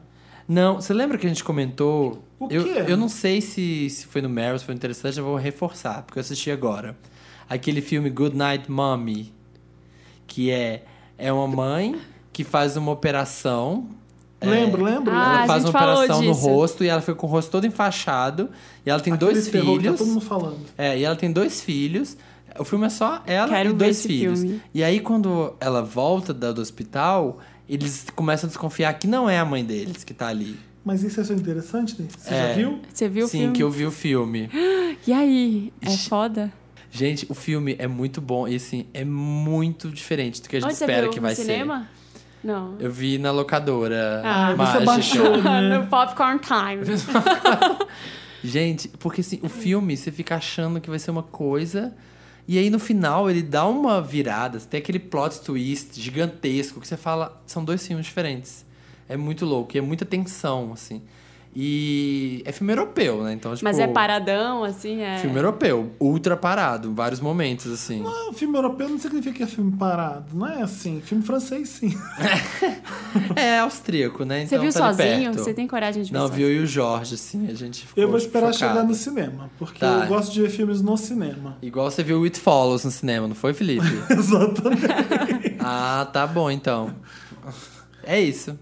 S2: Não, você lembra que a gente comentou?
S1: O
S2: eu,
S1: quê?
S2: eu não sei se, se foi no Meryl, se foi interessante, eu vou reforçar, porque eu assisti agora. Aquele filme Good Night Mommy, que é, é uma mãe que faz uma operação. é,
S1: Lembro, lembro.
S3: Ah,
S2: ela
S3: a
S2: faz
S3: gente
S2: uma
S3: falou
S2: operação no
S3: disso.
S2: rosto e ela fica com o rosto todo enfaixado. E ela tem
S1: Aquele
S2: dois
S1: terror que Tá
S2: filhos.
S1: todo mundo falando.
S2: É, e ela tem dois filhos. O filme é só ela
S3: Quero
S2: e
S3: ver
S2: dois
S3: esse
S2: filhos.
S3: filme.
S2: E aí, quando ela volta da- do hospital, eles começam a desconfiar que não é a mãe deles que tá ali.
S1: Mas isso é só interessante, Ney? Você já
S2: É.
S1: viu?
S3: Você viu
S2: Sim,
S3: o filme?
S2: que eu vi o filme. [GASPS]
S3: E aí? É
S2: Ixi.
S3: foda?
S2: Gente, o filme é muito bom e, assim, é muito diferente do que a gente
S3: Onde você
S2: espera
S3: viu?
S2: que
S3: no
S2: vai
S3: cinema? Não.
S2: ser. Eu vi na locadora.
S3: Ah,
S1: você
S2: mágica.
S1: baixou. né?
S3: [LAUGHS] no Popcorn Time.
S2: Gente, porque assim, o filme você fica achando que vai ser uma coisa. E aí no final ele dá uma virada, tem aquele plot twist gigantesco que você fala, são dois filmes diferentes. É muito louco, e é muita tensão, assim. E é filme europeu, né? Então, tipo,
S3: Mas é paradão, assim, é...
S2: Filme europeu, ultra parado, em vários momentos, assim.
S1: Ah, o filme europeu não significa que é filme parado. Não é assim. Filme francês, sim.
S2: É austríaco, né?
S3: Você
S2: Então
S3: viu
S2: tá ali
S3: sozinho?
S2: perto.
S3: Você tem coragem de ver
S2: Não,
S3: sozinho?
S2: viu eu e o Jorge, assim, a gente ficou
S1: Eu vou esperar
S2: chocado.
S1: chegar no cinema, porque
S2: Tá.
S1: eu gosto de ver filmes no cinema. [LAUGHS]
S2: Igual você viu o It Follows no cinema, não foi, Felipe?
S1: Exatamente.
S2: ah, tá bom, então. É isso.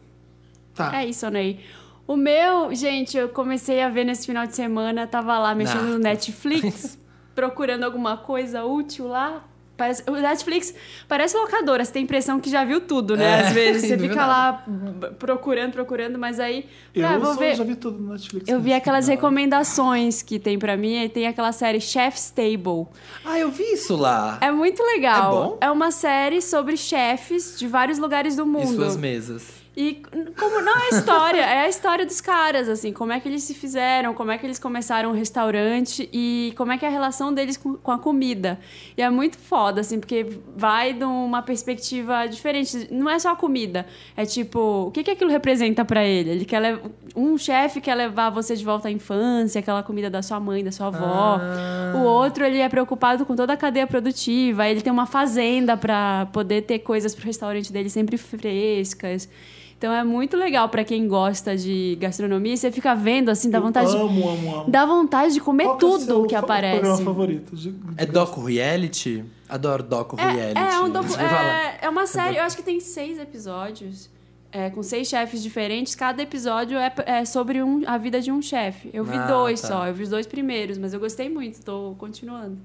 S1: Tá.
S3: É isso, Ney. O meu, gente, eu comecei a ver nesse final de semana, tava lá mexendo no
S2: Narcos. [LAUGHS]
S3: Netflix, procurando alguma coisa útil lá. Parece, o Netflix parece locadora, você tem a impressão que já viu tudo, né?
S2: É,
S3: Às vezes
S2: [LAUGHS]
S3: você
S2: não viu
S3: fica lá b- procurando, procurando, mas aí,
S1: Eu
S3: ah, vou
S1: só
S3: ver.
S1: já vi tudo no Netflix.
S3: Eu vi
S1: mesmo.
S3: aquelas recomendações que tem pra mim, e tem aquela série Chef's Table.
S2: Ah, eu vi isso lá.
S3: É muito legal.
S2: É bom?
S3: uma série sobre chefes de vários lugares do
S2: Em
S3: mundo.
S2: suas mesas.
S3: E como não é história, é a história dos caras, assim, como é que eles se fizeram, como é que eles começaram o restaurante e como é que é a relação deles com, com a comida. E é muito foda, assim, porque vai de uma perspectiva diferente. Não é só a comida, é tipo, o que, que aquilo representa pra ele? Ele quer lev- Um chefe quer levar você de volta à infância, aquela comida da sua mãe, da sua avó.
S1: Ah.
S3: O outro, ele é preocupado com toda a cadeia produtiva, ele tem uma fazenda pra poder ter coisas pro restaurante dele sempre frescas. Então é muito legal pra quem gosta de gastronomia, e você fica vendo assim, dá vontade de,
S1: Amo, amo, amo.
S3: dá vontade de comer
S1: Qual é o
S3: tudo
S1: seu
S3: que
S1: fa-
S3: aparece.
S1: programa favorito? De- de-
S2: É Doco Reality? Adoro Doco Reality. né?
S3: É, é, um docu-
S2: Você vai falar.
S3: é, é uma série, eu acho que tem seis episódios, é, com seis chefes diferentes. Cada episódio é, é sobre um- a vida de um chefe. Eu vi
S2: Ah,
S3: dois
S2: tá.
S3: só, eu vi os dois primeiros, mas eu gostei muito, tô continuando.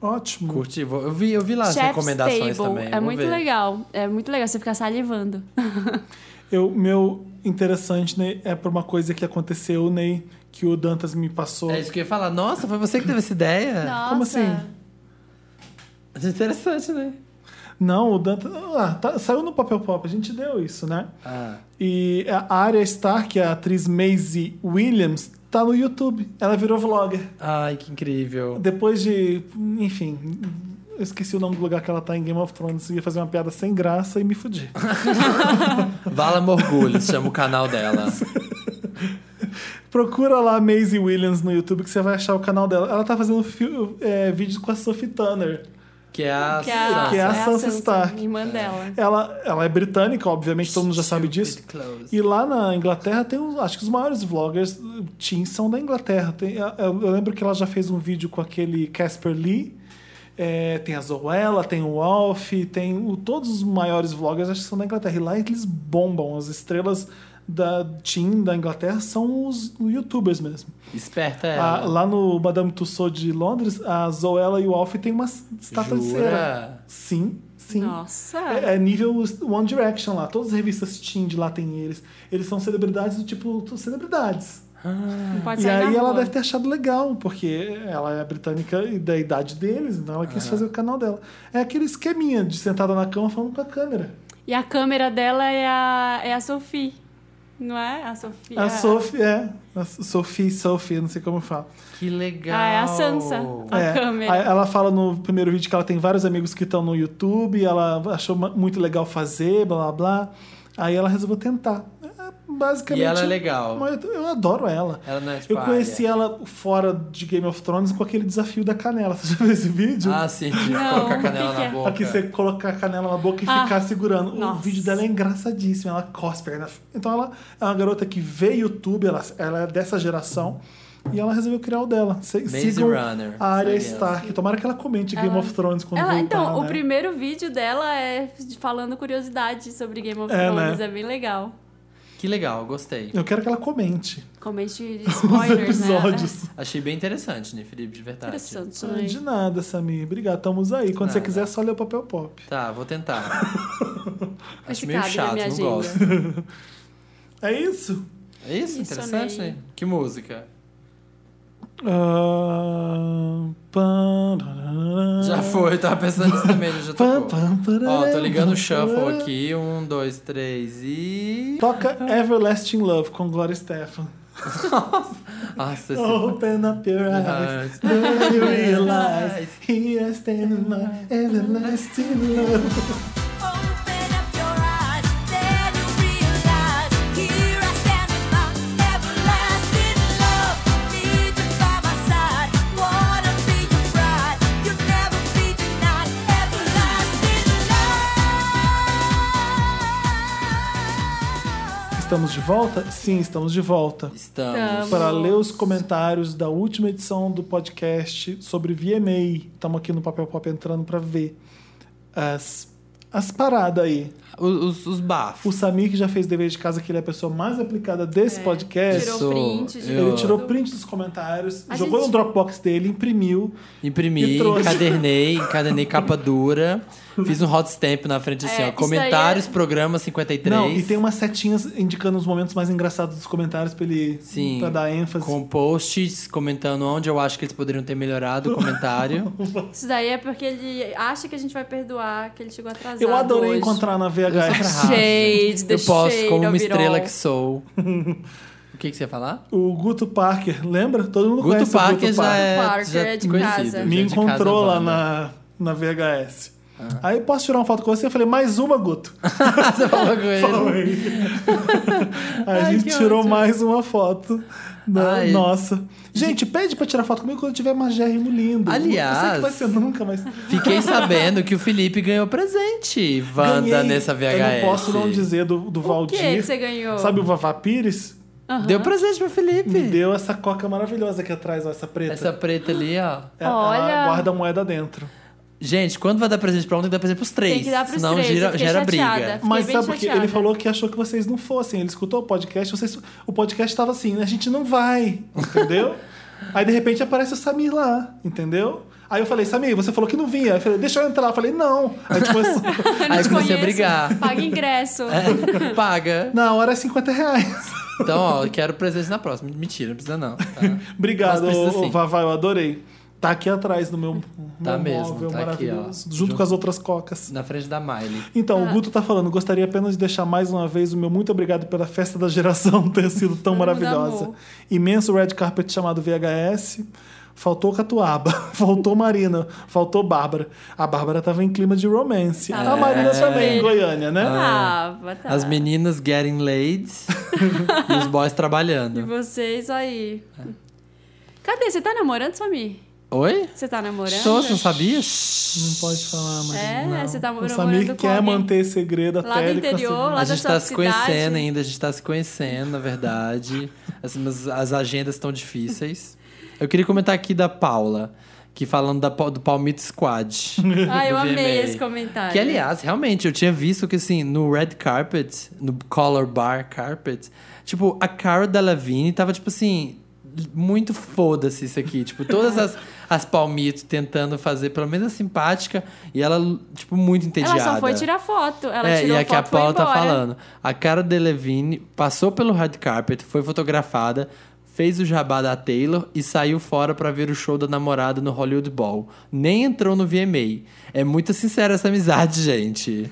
S1: Ótimo.
S2: Curti, vou- eu vi, eu vi lá Ah, as
S3: Chef's
S2: recomendações
S3: Table,
S2: também.
S3: é
S2: vou
S3: muito
S2: ver.
S3: legal, é muito legal você ficar salivando.
S1: Eu, meu interessante, né, é por uma coisa que aconteceu, Ney, que o Dantas me passou.
S2: É isso que eu ia falar. Nossa, foi você que teve essa ideia?
S3: [LAUGHS] Nossa.
S1: Como assim?
S2: Interessante, né?
S1: Não, o Dantas. Ah, tá- saiu no papel pop, a gente deu isso, né?
S2: Ah,
S1: E a Arya Stark, a atriz Maisie Williams, tá no YouTube. Ela virou vlogger.
S2: ai, que incrível.
S1: Depois de. Enfim. Eu esqueci o nome do lugar que ela tá em Game of Thrones. Ia fazer uma piada sem graça e me fudi.
S2: Vala Morgulho, chama o canal dela.
S1: Procura lá a Maisie Williams no YouTube que você vai achar o canal dela. Ela tá fazendo fio- é, vídeos com a Sophie Turner.
S2: Que é a,
S3: Que é a,
S1: Que é a Sansa Stark.
S3: irmã dela.
S1: Ela, ela é britânica, obviamente, todo mundo já sabe disso. E lá na Inglaterra tem os, acho que os maiores vloggers uh, teens são da Inglaterra. Tem- eu, eu lembro que ela já fez um vídeo com aquele Casper Lee. É, tem a Zoella, tem o Alf, tem o- todos os maiores vloggers acho que são da Inglaterra. E lá eles bombam. As estrelas da teen da Inglaterra são os youtubers mesmo.
S2: Esperta é
S1: A-
S2: ela.
S1: lá no Madame Tussauds de Londres, a Zoella e o Alf têm uma estátua de
S2: Jura?
S1: cera. Sim, sim.
S3: Nossa.
S1: É, é nível One Direction lá. Todas as revistas Teen de lá tem eles. Eles são celebridades do tipo celebridades.
S3: Não pode
S1: e
S3: sair na
S1: aí ela
S3: rua.
S1: deve ter achado legal, porque ela é britânica e da idade deles, então ela quis fazer o canal dela. É aquele esqueminha de sentada na cama falando com a câmera.
S3: E a câmera dela é a, é a Sophie. Não é? A Sophie.
S1: A
S3: é-
S1: Sophie, é. A Sophie, Sophie, não sei como eu falo.
S2: Que legal.
S3: Ah, é a Sansa. A
S1: É,
S3: câmera.
S1: a- Ela fala no primeiro vídeo que ela tem vários amigos que estão no YouTube, ela achou ma- muito legal fazer, blá blá blá. Aí ela resolveu tentar. É, Basicamente.
S2: E ela é legal.
S1: mas Eu, eu adoro ela.
S2: Ela não é
S1: eu
S2: espalha.
S1: conheci ela fora de Game of Thrones com aquele desafio da canela. [LAUGHS] Você já viu esse vídeo?
S2: Ah, sim, de
S3: Não,
S2: colocar
S3: o
S2: a
S3: que
S2: canela
S3: que
S2: na
S3: é?
S2: boca.
S1: Aqui você colocar a canela na boca e
S3: Ah,
S1: ficar segurando. O
S3: nossa.
S1: vídeo dela é engraçadíssimo, ela cospe. ela- Então ela é uma garota que vê YouTube, ela, ela é dessa geração. E ela resolveu criar o dela. Se-
S2: Maze
S1: sigam
S2: Runner.
S1: A área
S2: Segue ela.
S1: Stark. Tomara que ela comente Game of Thrones quando
S3: Ela-
S1: voltar,
S3: então, o
S1: né?
S3: primeiro vídeo dela é de- falando curiosidade sobre Game of
S1: É,
S3: Thrones.
S1: né?
S3: É bem legal.
S2: Que legal, gostei.
S1: Eu quero que ela comente
S3: Comente
S1: os
S3: spoilers, né? É
S1: episódios.
S2: Achei bem interessante, né, Felipe, de verdade.
S3: Interessante,
S1: Ah, De
S3: né?
S1: nada, Samir. Obrigado, estamos aí. Quando você
S2: nada.
S1: quiser, é só ler o papel pop.
S2: Tá, vou tentar. Acho
S3: Esse
S2: meio
S3: cabe na
S2: chato,
S3: minha
S2: não
S3: agenda.
S2: gosto.
S1: É isso?
S2: É isso?
S3: Isso,
S2: interessante,
S3: Ney.
S2: né? Que música?
S1: Ah, pam, tarará.
S2: Já foi, eu tava pensando nisso também, já
S1: Pam,
S2: tocou.
S1: pam, tarará,
S2: Ó, tô ligando o
S1: tarará.
S2: shuffle aqui. Um, dois, três e...
S1: Toca Everlasting Love com Gloria Stefan.
S2: Nossa, esse...
S1: Open up your
S2: Ah.
S1: eyes,
S3: Tá.
S1: don't you realize Here I stand in my everlasting love
S6: Open up your eyes, then you realize here I stand with my everlasting love. Need you by my side, wanna be your bride. You'll never be denied, everlasting love.
S1: Estamos de volta? Sim, estamos de volta.
S3: Tá.
S2: Estamos.
S1: Para ler os comentários da última edição do podcast sobre VMA. Estamos aqui no Papel Pop entrando para ver as, as paradas aí.
S2: Os, os, os bafos.
S1: O Samir, que já fez dever de casa, que ele é a pessoa mais aplicada desse podcast.
S3: É. Tirou
S2: Isso,
S3: print de
S2: eu-
S1: Ele
S3: tudo.
S1: tirou print dos comentários,
S3: A
S1: jogou
S3: gente-
S1: no Dropbox dele, imprimiu. E
S2: Imprimi,
S1: trouxe.
S2: encadernei, encadernei capa dura.
S1: [LAUGHS]
S2: Fiz um hot stamp na frente assim, ó.
S3: É, isso
S2: Comentários,
S3: aí
S2: programa 53.
S1: Não, e tem umas setinhas indicando os momentos mais engraçados dos comentários pra ele
S2: Sim.
S1: pra dar ênfase.
S2: Com posts comentando onde eu acho que eles poderiam ter melhorado o
S1: [LAUGHS]
S2: comentário.
S3: Isso daí é porque ele acha que a gente vai perdoar, que ele chegou atrasado.
S1: Eu adorei
S3: hoje.
S1: encontrar na
S2: Eu
S1: VHS.
S2: sou
S3: Shade, the
S2: eu posso,
S3: shade
S2: como uma
S3: of it
S2: estrela
S3: all.
S2: que
S1: [LAUGHS]
S2: sou. o que, que você ia falar?
S1: O Guto Parker, lembra? Todo mundo
S2: Guto
S1: conhece o
S2: Parker
S1: Guto
S2: já
S1: Parker.
S2: é,
S3: Parker
S2: já
S3: é de
S2: conhecido.
S3: casa.
S2: já
S1: Me
S2: é de casa né? Ah.
S1: encontrou lá
S2: banda.
S1: na, na VHS. Aí posso tirar uma foto com você? Eu falei, mais uma, Guto.
S2: [LAUGHS] Você falou com ele. [LAUGHS]
S1: Falei. Aí a
S2: Ai,
S1: gente
S2: que
S1: tirou
S2: ótimo.
S1: mais uma foto da
S2: Ai.
S1: nossa. Gente, pede pra tirar foto comigo quando eu tiver magérrimo lindo.
S2: Aliás-
S1: Eu sei que vai ser nunca, mas.
S2: Fiquei sabendo que o Felipe ganhou presente, Wanda,
S1: Ganhei.
S2: nessa VHS.
S1: Eu não posso não dizer do, do
S3: O que
S1: Valdir.
S3: que você ganhou?
S1: Sabe o Vavá Pires?
S2: Deu presente pro Felipe.
S1: Me deu essa coca maravilhosa aqui atrás, ó, essa preta.
S2: Essa preta ali, ó.
S1: É- Ela,
S3: Olha.
S1: guarda a moeda dentro.
S2: Gente, quando vai dar presente pra um, tem que dar presente pros três.
S3: Tem que dar pros
S2: senão
S3: três, eu
S2: gira-
S3: fiquei
S2: gera
S3: chateada.
S2: briga.
S3: Fiquei
S1: Mas
S3: bem
S1: sabe por quê?
S3: chateada.
S1: Ele falou que achou que vocês não fossem. Ele escutou o podcast, vocês... o podcast tava assim, a gente não vai,
S2: [LAUGHS]
S1: entendeu? Aí de repente aparece o Samir lá, entendeu? Aí eu falei, Samir, você falou que não vinha. Eu falei, deixa eu entrar. Eu falei, não. Aí tipo, assim, a gente começou.
S2: [LAUGHS]
S3: Eu não
S2: Aí comecei a
S3: te conheço. [LAUGHS]
S2: brigar. [LAUGHS]
S3: Paga ingresso.
S2: É, paga.
S1: Na hora é 50 reais.
S2: Então, ó, eu quero presente na próxima. Mentira, não precisa não. tá?
S1: Obrigado,
S2: Mas precisa
S1: ô,
S2: sim.
S1: Vavá, eu adorei. Tá aqui atrás do meu,
S2: Tá
S1: meu
S2: mesmo,
S1: móvel
S2: tá aqui,
S1: maravilhoso.
S2: ó.
S1: junto,
S2: Junto-
S1: com as outras cocas.
S2: Na frente da Miley.
S1: Então,
S3: Ah.
S1: o Guto tá falando, gostaria apenas de deixar mais uma vez o meu muito obrigado pela festa da geração [LAUGHS] ter sido tão
S3: [LAUGHS] mundo
S1: maravilhosa.
S3: amou.
S1: Imenso red carpet chamado VHS. Faltou Catuaba, [LAUGHS] faltou Marina, faltou Bárbara. A Bárbara tava em clima de romance.
S3: Tava.
S1: A Marina também,
S3: É.
S1: em Goiânia, né?
S3: Tava, tá.
S2: Ah, As meninas getting laid e os boys
S3: E
S2: trabalhando.
S3: vocês aí.
S2: É.
S3: Cadê? Você tá namorando, Samir?
S2: Oi?
S3: Você tá namorando?
S2: Tô, você não sabia?
S1: Não pode falar, Marina.
S3: É,
S1: não.
S3: você tá
S1: O
S3: namorando
S1: Samir
S3: com
S1: quer
S3: alguém
S1: manter esse segredo assim. até
S3: lá do
S1: ele
S3: interior,
S1: conseguir.
S3: lá
S2: A
S3: da
S2: gente
S3: sua
S2: tá se
S3: cidade.
S2: conhecendo ainda, a gente tá se conhecendo, na verdade. Assim, mas as agendas estão difíceis. Eu queria comentar aqui da Paula, que falando da Pa- do Palmito Squad.
S3: Ah, eu
S2: Do
S3: amei
S2: VMA.
S3: esse comentário.
S2: Que, é. aliás, realmente, eu tinha visto que, assim, no Red Carpet, no Color Bar Carpet, tipo, a Cara Delevingne tava, tipo assim, muito foda-se isso aqui. Tipo, todas
S3: [LAUGHS]
S2: as, as palmitos tentando fazer, pelo menos a simpática, e ela, tipo, muito entediada.
S3: Ela só foi tirar foto. Ela
S2: é,
S3: tirou
S2: e é
S3: foto
S2: que a
S3: e foi
S2: Paula tá
S3: embora.
S2: falando. A Cara Delevingne passou pelo Red Carpet, foi fotografada, fez o jabá da Taylor e saiu fora pra ver o show da namorada no Hollywood Bowl. Nem entrou no VMA. É muito sincera essa amizade,
S3: [LAUGHS]
S2: gente.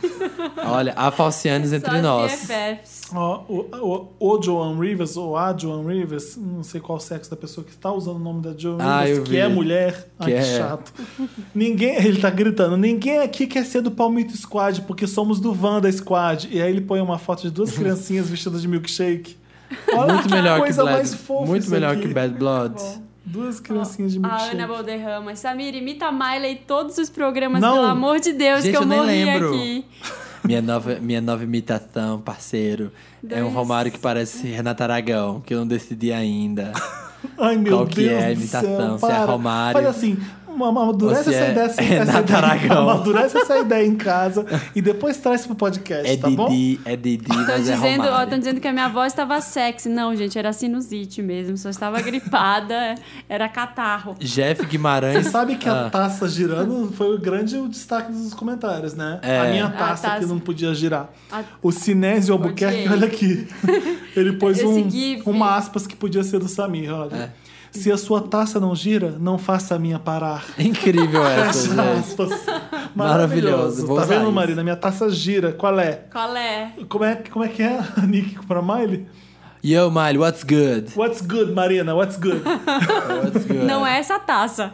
S2: Olha, há falcianes
S3: Só assim é
S2: entre
S3: as
S2: nós.
S3: BFFs.
S1: Ó, o, o, o Joan Rivers, ou a Joan Rivers, não sei qual o sexo da pessoa que está usando o nome da Joan
S2: Ah,
S1: Rivers,
S2: eu
S1: que
S2: vi.
S1: é mulher. Ai,
S2: Que
S1: que
S2: é.
S1: chato. Ninguém, [LAUGHS] ele tá gritando, ninguém aqui quer ser do Palmito Squad, porque somos do Wanda Squad. E aí ele põe uma foto de
S2: [LAUGHS]
S1: duas criancinhas vestidas de milkshake. Olha
S2: Muito melhor que
S1: coisa
S2: Blood.
S1: mais fofa
S2: Muito
S1: isso
S2: melhor
S1: aqui.
S2: que Bad Blood.
S1: Duas criancinhas assim de
S3: A
S1: milkshake.
S3: Ana Balderrama. Samir, imita a Miley em todos os programas,
S1: Não.
S3: pelo amor de Deus,
S2: Gente,
S3: que eu,
S2: eu nem
S3: morri
S2: lembro.
S3: aqui.
S2: Minha nova, minha nova imitação, parceiro. É um
S3: Dois.
S2: Romário que parece Renato Aragão, que eu não decidi
S1: [LAUGHS]
S2: ainda.
S1: Ai, meu
S2: Qual que
S1: Deus
S2: é a
S1: do
S2: imitação?
S1: céu,
S2: Se é
S1: para.
S2: Romário?
S1: Faz assim, uma- uma- amadurece
S2: Ou se
S1: essa
S2: é
S1: ideia. Essa, essa
S2: Renato
S1: ideia
S2: Aragão?
S1: Amadurece essa ideia em casa e depois traz pro podcast,
S2: É
S1: tá bom?
S2: Didi, é Didi,
S3: Estão
S2: mas é
S3: dizendo, ó,
S2: Romário.
S3: tão dizendo que a minha voz estava sexy. Não, gente, era sinusite mesmo. Só estava gripada, [LAUGHS] era catarro.
S2: Jeff Guimarães.
S1: Você sabe que
S2: Ah.
S1: a taça girando foi o grande destaque dos comentários, né?
S2: É.
S1: A minha
S3: A
S1: taça,
S3: taça.
S1: que não podia girar.
S3: A-
S1: O Sinésio Albuquerque,
S3: Odiei.
S1: olha
S3: [LAUGHS]
S1: aqui. Ele pôs
S3: Esse
S1: um,
S3: gif.
S1: uma aspas que podia ser do Samir, olha.
S2: É.
S1: Se a sua taça não gira, não faça a minha parar.
S2: Incrível essa,
S1: Fecha
S2: gente.
S1: aspas.
S2: é. Maravilhoso,
S1: Maravilhoso.
S2: vou
S1: Tá
S2: usar
S1: vendo,
S2: isso.
S1: Marina? Minha taça gira. Qual é?
S3: Qual é?
S1: Como é, como é que é, [LAUGHS] Nick, pra Miley?
S2: Yo, Miley, what's good?
S1: What's good, Marina? What's good?
S2: What's good?
S3: Não é essa taça.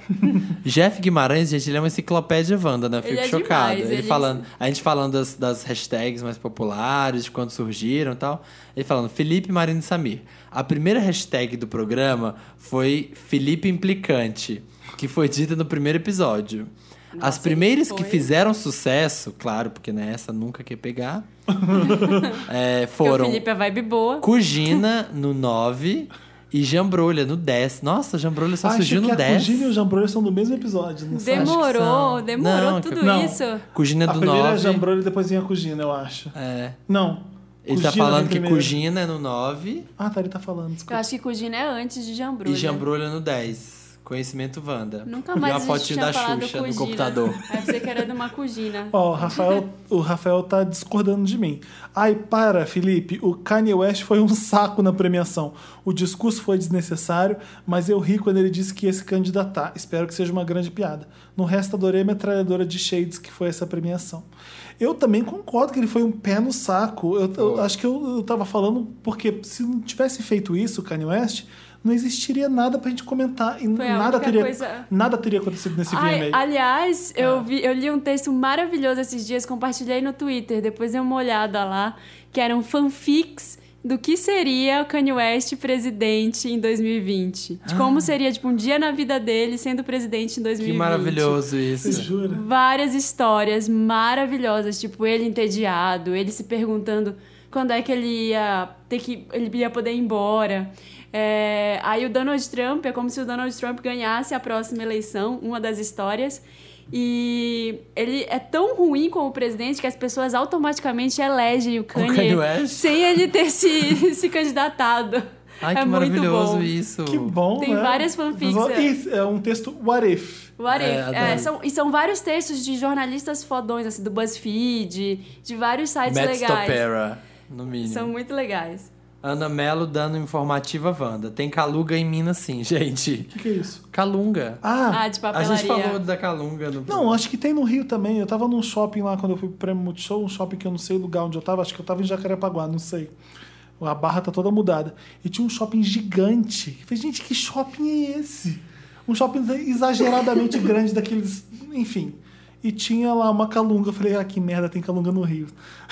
S2: Jeff Guimarães, gente, ele é uma enciclopédia Wanda, né? Eu Fico
S3: Ele é
S2: chocado.
S3: demais,
S2: ele
S3: ele-
S2: falando, a gente falando das, das hashtags mais populares, de quando surgiram e tal. Ele falando, Felipe, Marina e Samir. A primeira hashtag do programa foi Felipe Implicante, que foi dita no primeiro episódio. As
S3: Nossa,
S2: primeiras
S3: ele
S2: que
S3: foi-
S2: fizeram sucesso, claro, porque nessa nunca quer
S3: [LAUGHS]
S2: pegar, é,
S3: Porque
S2: foram
S3: o Felipe é vibe boa.
S2: Cugina no 9 e Jambrolha no 10. Nossa, Jambrolha só
S1: Acho
S2: surgiu
S1: que
S2: no
S1: é a
S2: 10.
S1: Cugina e o Jambrolha são do mesmo episódio, não sei.
S2: Acho que são.
S3: Demorou, demorou
S2: Não,
S3: tudo
S2: que- não.
S3: isso.
S2: Cugina é
S1: A
S2: do
S1: primeira é
S2: 9.
S1: Jambrolha e depois vem a Cugina, eu acho.
S2: É.
S1: Não.
S2: Ele tá
S1: Cugina
S2: falando
S1: vem
S2: que
S1: primeiro.
S2: Cugina é no 9
S1: Ah, tá, ele tá falando.
S3: Eu
S1: Desculpa.
S3: acho que Cugina é antes de Jambrulha.
S2: e Jambrolha no 10. Conhecimento Wanda.
S3: Nunca
S2: E
S3: mais
S2: a
S3: a gente
S2: fotinho
S3: tinha
S2: da
S3: falado
S2: Xuxa no
S3: Cugina.
S2: computador.
S3: [LAUGHS] Aí você que era de uma Cugina.
S1: Ó, o Rafael, o Rafael tá discordando de mim. Ai, para, Felipe, o Kanye West foi um saco na premiação. O discurso foi desnecessário, mas eu ri quando ele disse que ia se candidatar. Espero que seja uma grande piada. No resto, adorei a metralhadora de shades que foi essa premiação. Eu também concordo que ele foi um pé no saco. Eu, eu acho que eu, eu tava falando porque se não tivesse feito isso, o Kanye West, não existiria nada pra gente comentar e
S3: a
S1: nada
S3: única
S1: teria,
S3: coisa-
S1: nada teria acontecido nesse
S3: Ai,
S1: VMA.
S3: aliás, eu, vi, eu li um texto maravilhoso esses dias, compartilhei no Twitter, depois dei uma olhada lá, que eram fanfics do que seria o Kanye West presidente em 2020.
S2: Ah.
S3: De como seria, tipo, um dia na vida dele sendo presidente em 2020.
S2: Que maravilhoso
S1: Você
S2: isso.
S1: jura?
S3: Várias histórias maravilhosas, tipo, ele entediado, ele se perguntando quando é que ele ia ter que. ele ia poder ir embora. É, aí o Donald Trump, é como se o Donald Trump ganhasse a próxima eleição, uma das histórias. E ele é tão ruim como presidente que as pessoas automaticamente elegem o Kanye,
S2: Kanye West?
S3: sem ele ter se, [LAUGHS] se candidatado.
S2: Ai,
S3: é
S2: que
S3: muito
S2: maravilhoso
S3: bom.
S2: isso.
S1: Que bom,
S3: Tem
S1: né?
S3: várias fanfics,
S1: Pessoal,
S3: é.
S1: Isso, é um texto what if.
S3: What
S2: É,
S3: if?
S2: adoro.
S3: É, são, e são vários textos de jornalistas fodões, assim, do BuzzFeed, de vários sites
S2: Matt
S3: legais.
S2: Stopera, no mínimo.
S3: São muito legais.
S2: Ana Mello dando informativa Wanda. Tem Calunga em Minas sim, [LAUGHS] gente.
S1: O que, que é isso?
S2: Calunga.
S1: Ah,
S3: Ah, de
S2: A
S3: papelaria.
S2: gente falou da Calunga no
S1: não, acho que tem no Rio também. Eu tava num shopping lá quando eu fui pro Prêmio Multishow, um shopping que eu não sei o lugar onde eu tava, acho que eu tava em Jacarepaguá, não sei. A barra tá toda mudada. E tinha um shopping gigante. Eu falei, gente, que shopping é esse? Um shopping exageradamente [LAUGHS] grande daqueles. Enfim. E tinha lá uma calunga. Eu falei, ah, que merda, tem calunga no Rio. [LAUGHS]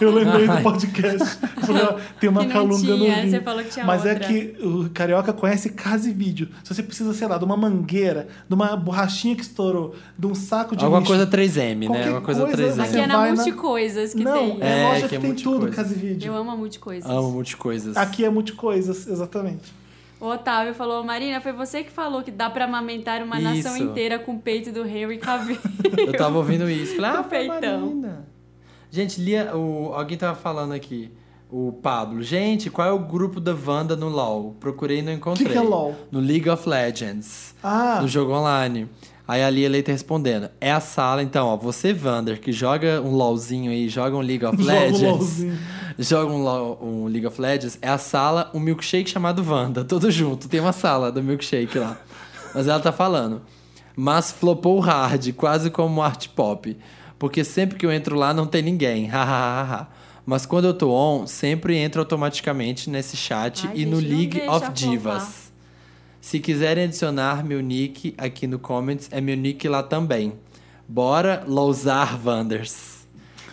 S1: eu lembrei do podcast. Eu falei, ah, tem uma
S3: Que não
S1: calunga no
S3: tinha,
S1: Rio.
S3: você falou que tinha
S1: Mas é
S3: outra.
S1: que o carioca conhece casa e vídeo. Se você precisa, sei lá, de uma mangueira, de uma borrachinha que estourou, de um saco de
S2: Alguma
S1: lixo.
S2: coisa 3M,
S1: Qualquer
S2: né? Alguma coisa
S1: coisa,
S2: 3M.
S3: Aqui é na
S1: vai na-
S3: Multicoisas que
S1: Não,
S3: tem. né?
S1: é,
S2: É,
S1: loja
S2: que
S1: que,
S2: é
S1: tem tudo,
S2: multicoisa.
S1: casa e vídeo.
S3: Eu amo a Multicoisas.
S2: Amo multi coisas.
S1: Aqui é multicoisas, exatamente.
S3: O Otávio falou, Marina, foi você que falou que dá pra amamentar uma nação
S2: Isso.
S3: inteira com o peito do
S1: [LAUGHS]
S3: Henry Cavill.
S2: Eu tava ouvindo isso. Falei, ah,
S1: Tá
S3: Do [LAUGHS]
S2: foi a
S3: peitão.
S2: Marina. Gente, Lia, o, alguém tava falando aqui. O Pablo. Gente, qual é o grupo da Wanda no LoL? Procurei e não encontrei.
S1: Que que é LOL?
S2: No League of Legends.
S1: Ah.
S2: No jogo online. Aí a Lia Leite respondendo. É a sala, então, ó. Você, Wander, que joga um LOLzinho aí, joga um League of
S1: [LAUGHS] Joga um
S2: Legends.
S1: LOLzinho.
S2: Joga um, LOL, um League of Legends. É a sala, um milkshake chamado Wanda. [LAUGHS] Tudo junto. Tem uma sala do milkshake lá. Mas ela tá falando. Mas flopou hard, quase como art pop. Porque sempre que eu entro lá não tem ninguém. [LAUGHS] Hahaha. Mas quando eu tô on, sempre entro automaticamente nesse chat
S3: Ai,
S2: e no
S3: gente, não
S2: League
S3: deixa
S2: of
S3: flopar.
S2: Divas. Se quiserem adicionar meu nick aqui no comments, é meu nick lá também. Bora lousar Wanders.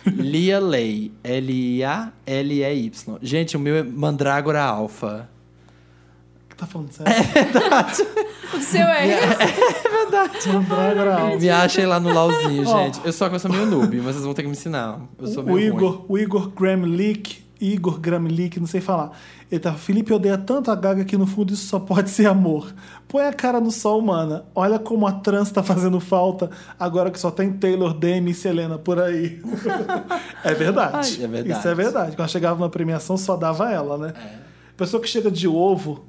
S2: Lia Lei. L-I-A-L-E-Y. Gente, o meu é Mandrágora Alpha.
S1: Tá falando
S3: [LAUGHS]
S1: sério?
S3: o seu é esse?
S1: Mandrágora Alves.
S2: Me achem lá no
S1: [LAUGHS]
S2: LOLzinho, gente. Eu só que eu sou meio noob, mas vocês vão ter que me ensinar. Eu sou meio
S1: O
S2: ruim.
S1: Igor, o Igor Gramlick, Igor Gramlick, não sei falar. Ele tá, Felipe odeia tanto a Gaga que no fundo isso só pode ser amor. Põe a cara no sol, mana. Olha como a trans tá fazendo falta agora que só tem Taylor, Demi e Selena por aí. [LAUGHS] é verdade.
S2: Ai, é verdade. É.
S1: Isso é verdade. Quando chegava na premiação só dava ela, né? Pessoa que chega de ovo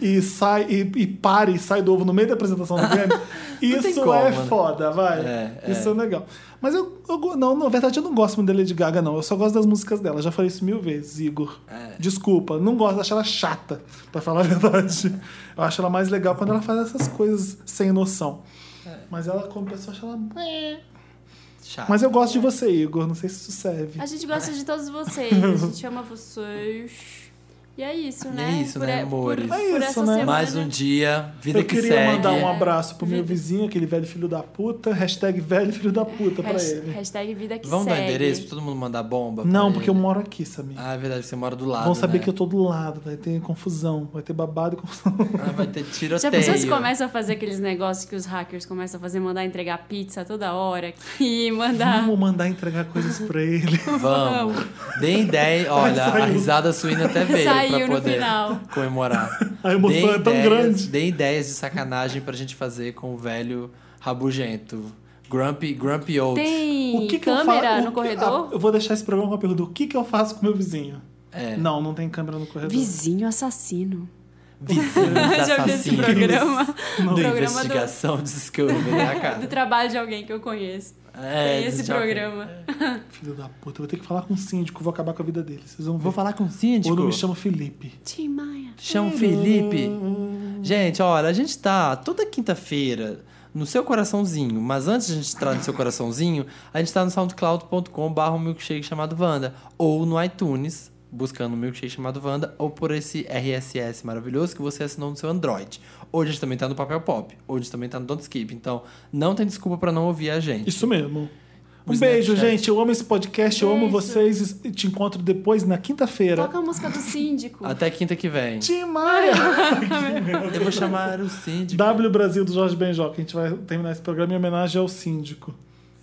S1: e, e sai e, e pare e sai do ovo no meio da apresentação do
S2: [LAUGHS]
S1: Grammy,
S2: tem
S1: isso
S2: como,
S1: é
S2: né?
S1: foda, vai.
S2: É, é.
S1: Isso é legal. Mas eu, eu go- não, na verdade eu não gosto muito da Lady Gaga, não. Eu só gosto das músicas dela. Já falei isso mil vezes, Igor.
S2: É.
S1: Desculpa, não gosto, acho ela chata, pra falar a [LAUGHS] verdade. Eu acho ela mais legal quando ela faz essas coisas sem noção.
S2: É.
S1: Mas ela, como pessoa, acha ela.
S2: Chato.
S1: Mas eu gosto de você, Igor. Não sei se isso serve.
S3: A gente gosta de todos vocês. A gente ama vocês. E é isso,
S2: E
S3: né?
S2: é isso, né, amores?
S1: É isso,
S3: essa
S1: né?
S3: semana.
S2: Mais um dia, vida
S1: Eu
S2: que
S1: queria
S2: segue.
S1: mandar um abraço pro meu vizinho, aquele velho filho da puta. Hashtag velho filho da puta pra
S3: Hashtag-
S1: ele.
S3: Hashtag vida que
S2: Vamos
S3: segue.
S2: dar um endereço pra todo mundo mandar bomba? pra
S1: Não,
S2: ele?
S1: porque eu moro aqui, Samir.
S2: Ah, é verdade, você mora do lado.
S1: Vão saber
S2: né?
S1: que eu tô do lado, vai ter confusão, vai ter babado e confusão.
S3: [LAUGHS]
S2: Ah, vai ter tiroteio.
S3: Já pensou se começa a fazer aqueles negócios que os hackers começam a fazer, mandar entregar pizza toda hora aqui, [LAUGHS] mandar.
S1: Vamos mandar entregar coisas pra ele.
S2: Vamos. Deem
S3: [LAUGHS]
S2: ideia. Olha,
S1: Saiu.
S2: a risada suína até veio
S3: Saiu
S2: pra
S3: no
S2: poder
S3: final. [LAUGHS]
S2: comemorar.
S1: A emoção
S2: Deem
S1: é tão
S2: ideias-
S1: grande.
S2: Deem ideias de sacanagem pra gente fazer com o velho rabugento. Grumpy, Grumpy Old.
S3: Tem
S1: eu
S3: câmera
S1: fa- o
S3: no
S1: que-
S3: corredor?
S1: ah, eu vou deixar esse programa com a pergunta: o que, que eu faço com meu vizinho?
S2: É.
S1: Não, não tem câmera no corredor.
S3: Vizinho
S2: [LAUGHS]
S3: assassino.
S2: Vizinhos
S3: [LAUGHS] Já vi esse
S2: assassinos.
S3: programa.
S1: Não.
S2: Do
S3: programa
S2: investigação Discovery,
S3: [LAUGHS]
S2: né,
S3: do, do
S2: cara?
S3: trabalho de alguém que eu conheço.
S2: É,
S3: Tem esse
S2: já-
S3: programa.
S1: Filho da puta, eu vou ter que falar com o síndico, vou acabar com a vida dele. Vocês vão ver.
S2: Vou falar com o síndico.
S1: Ou não me chama
S2: É.
S1: Felipe.
S3: Tim Maia.
S2: Chama o
S1: Uhum.
S2: Felipe. Gente, olha, a gente tá toda quinta-feira no seu coraçãozinho, mas antes de a gente entrar no seu coraçãozinho, a gente tá no soundcloud.com.br um milkshake chamado Vanda, ou no iTunes, buscando um milkshake chamado Vanda, ou por esse RSS maravilhoso que você assinou no seu Android. Hoje a gente também tá no Papel Pop, hoje a gente também tá no Don't Skip, então não tem desculpa pra não ouvir a gente.
S1: Isso mesmo. Um
S2: No
S1: beijo,
S2: Snapchat.
S1: gente. Eu amo esse podcast, eu amo
S3: Beijo.
S1: vocês. e Te encontro depois na quinta-feira.
S3: Toca a música do síndico.
S2: Até quinta que vem.
S1: Tim
S3: [LAUGHS]
S1: Maia!
S2: Eu vou chamar o síndico.
S1: W Brasil do
S2: é
S1: Jorge Benjó, que a gente vai terminar esse programa em homenagem ao síndico,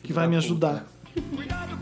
S1: que vai me ajudar.
S4: We got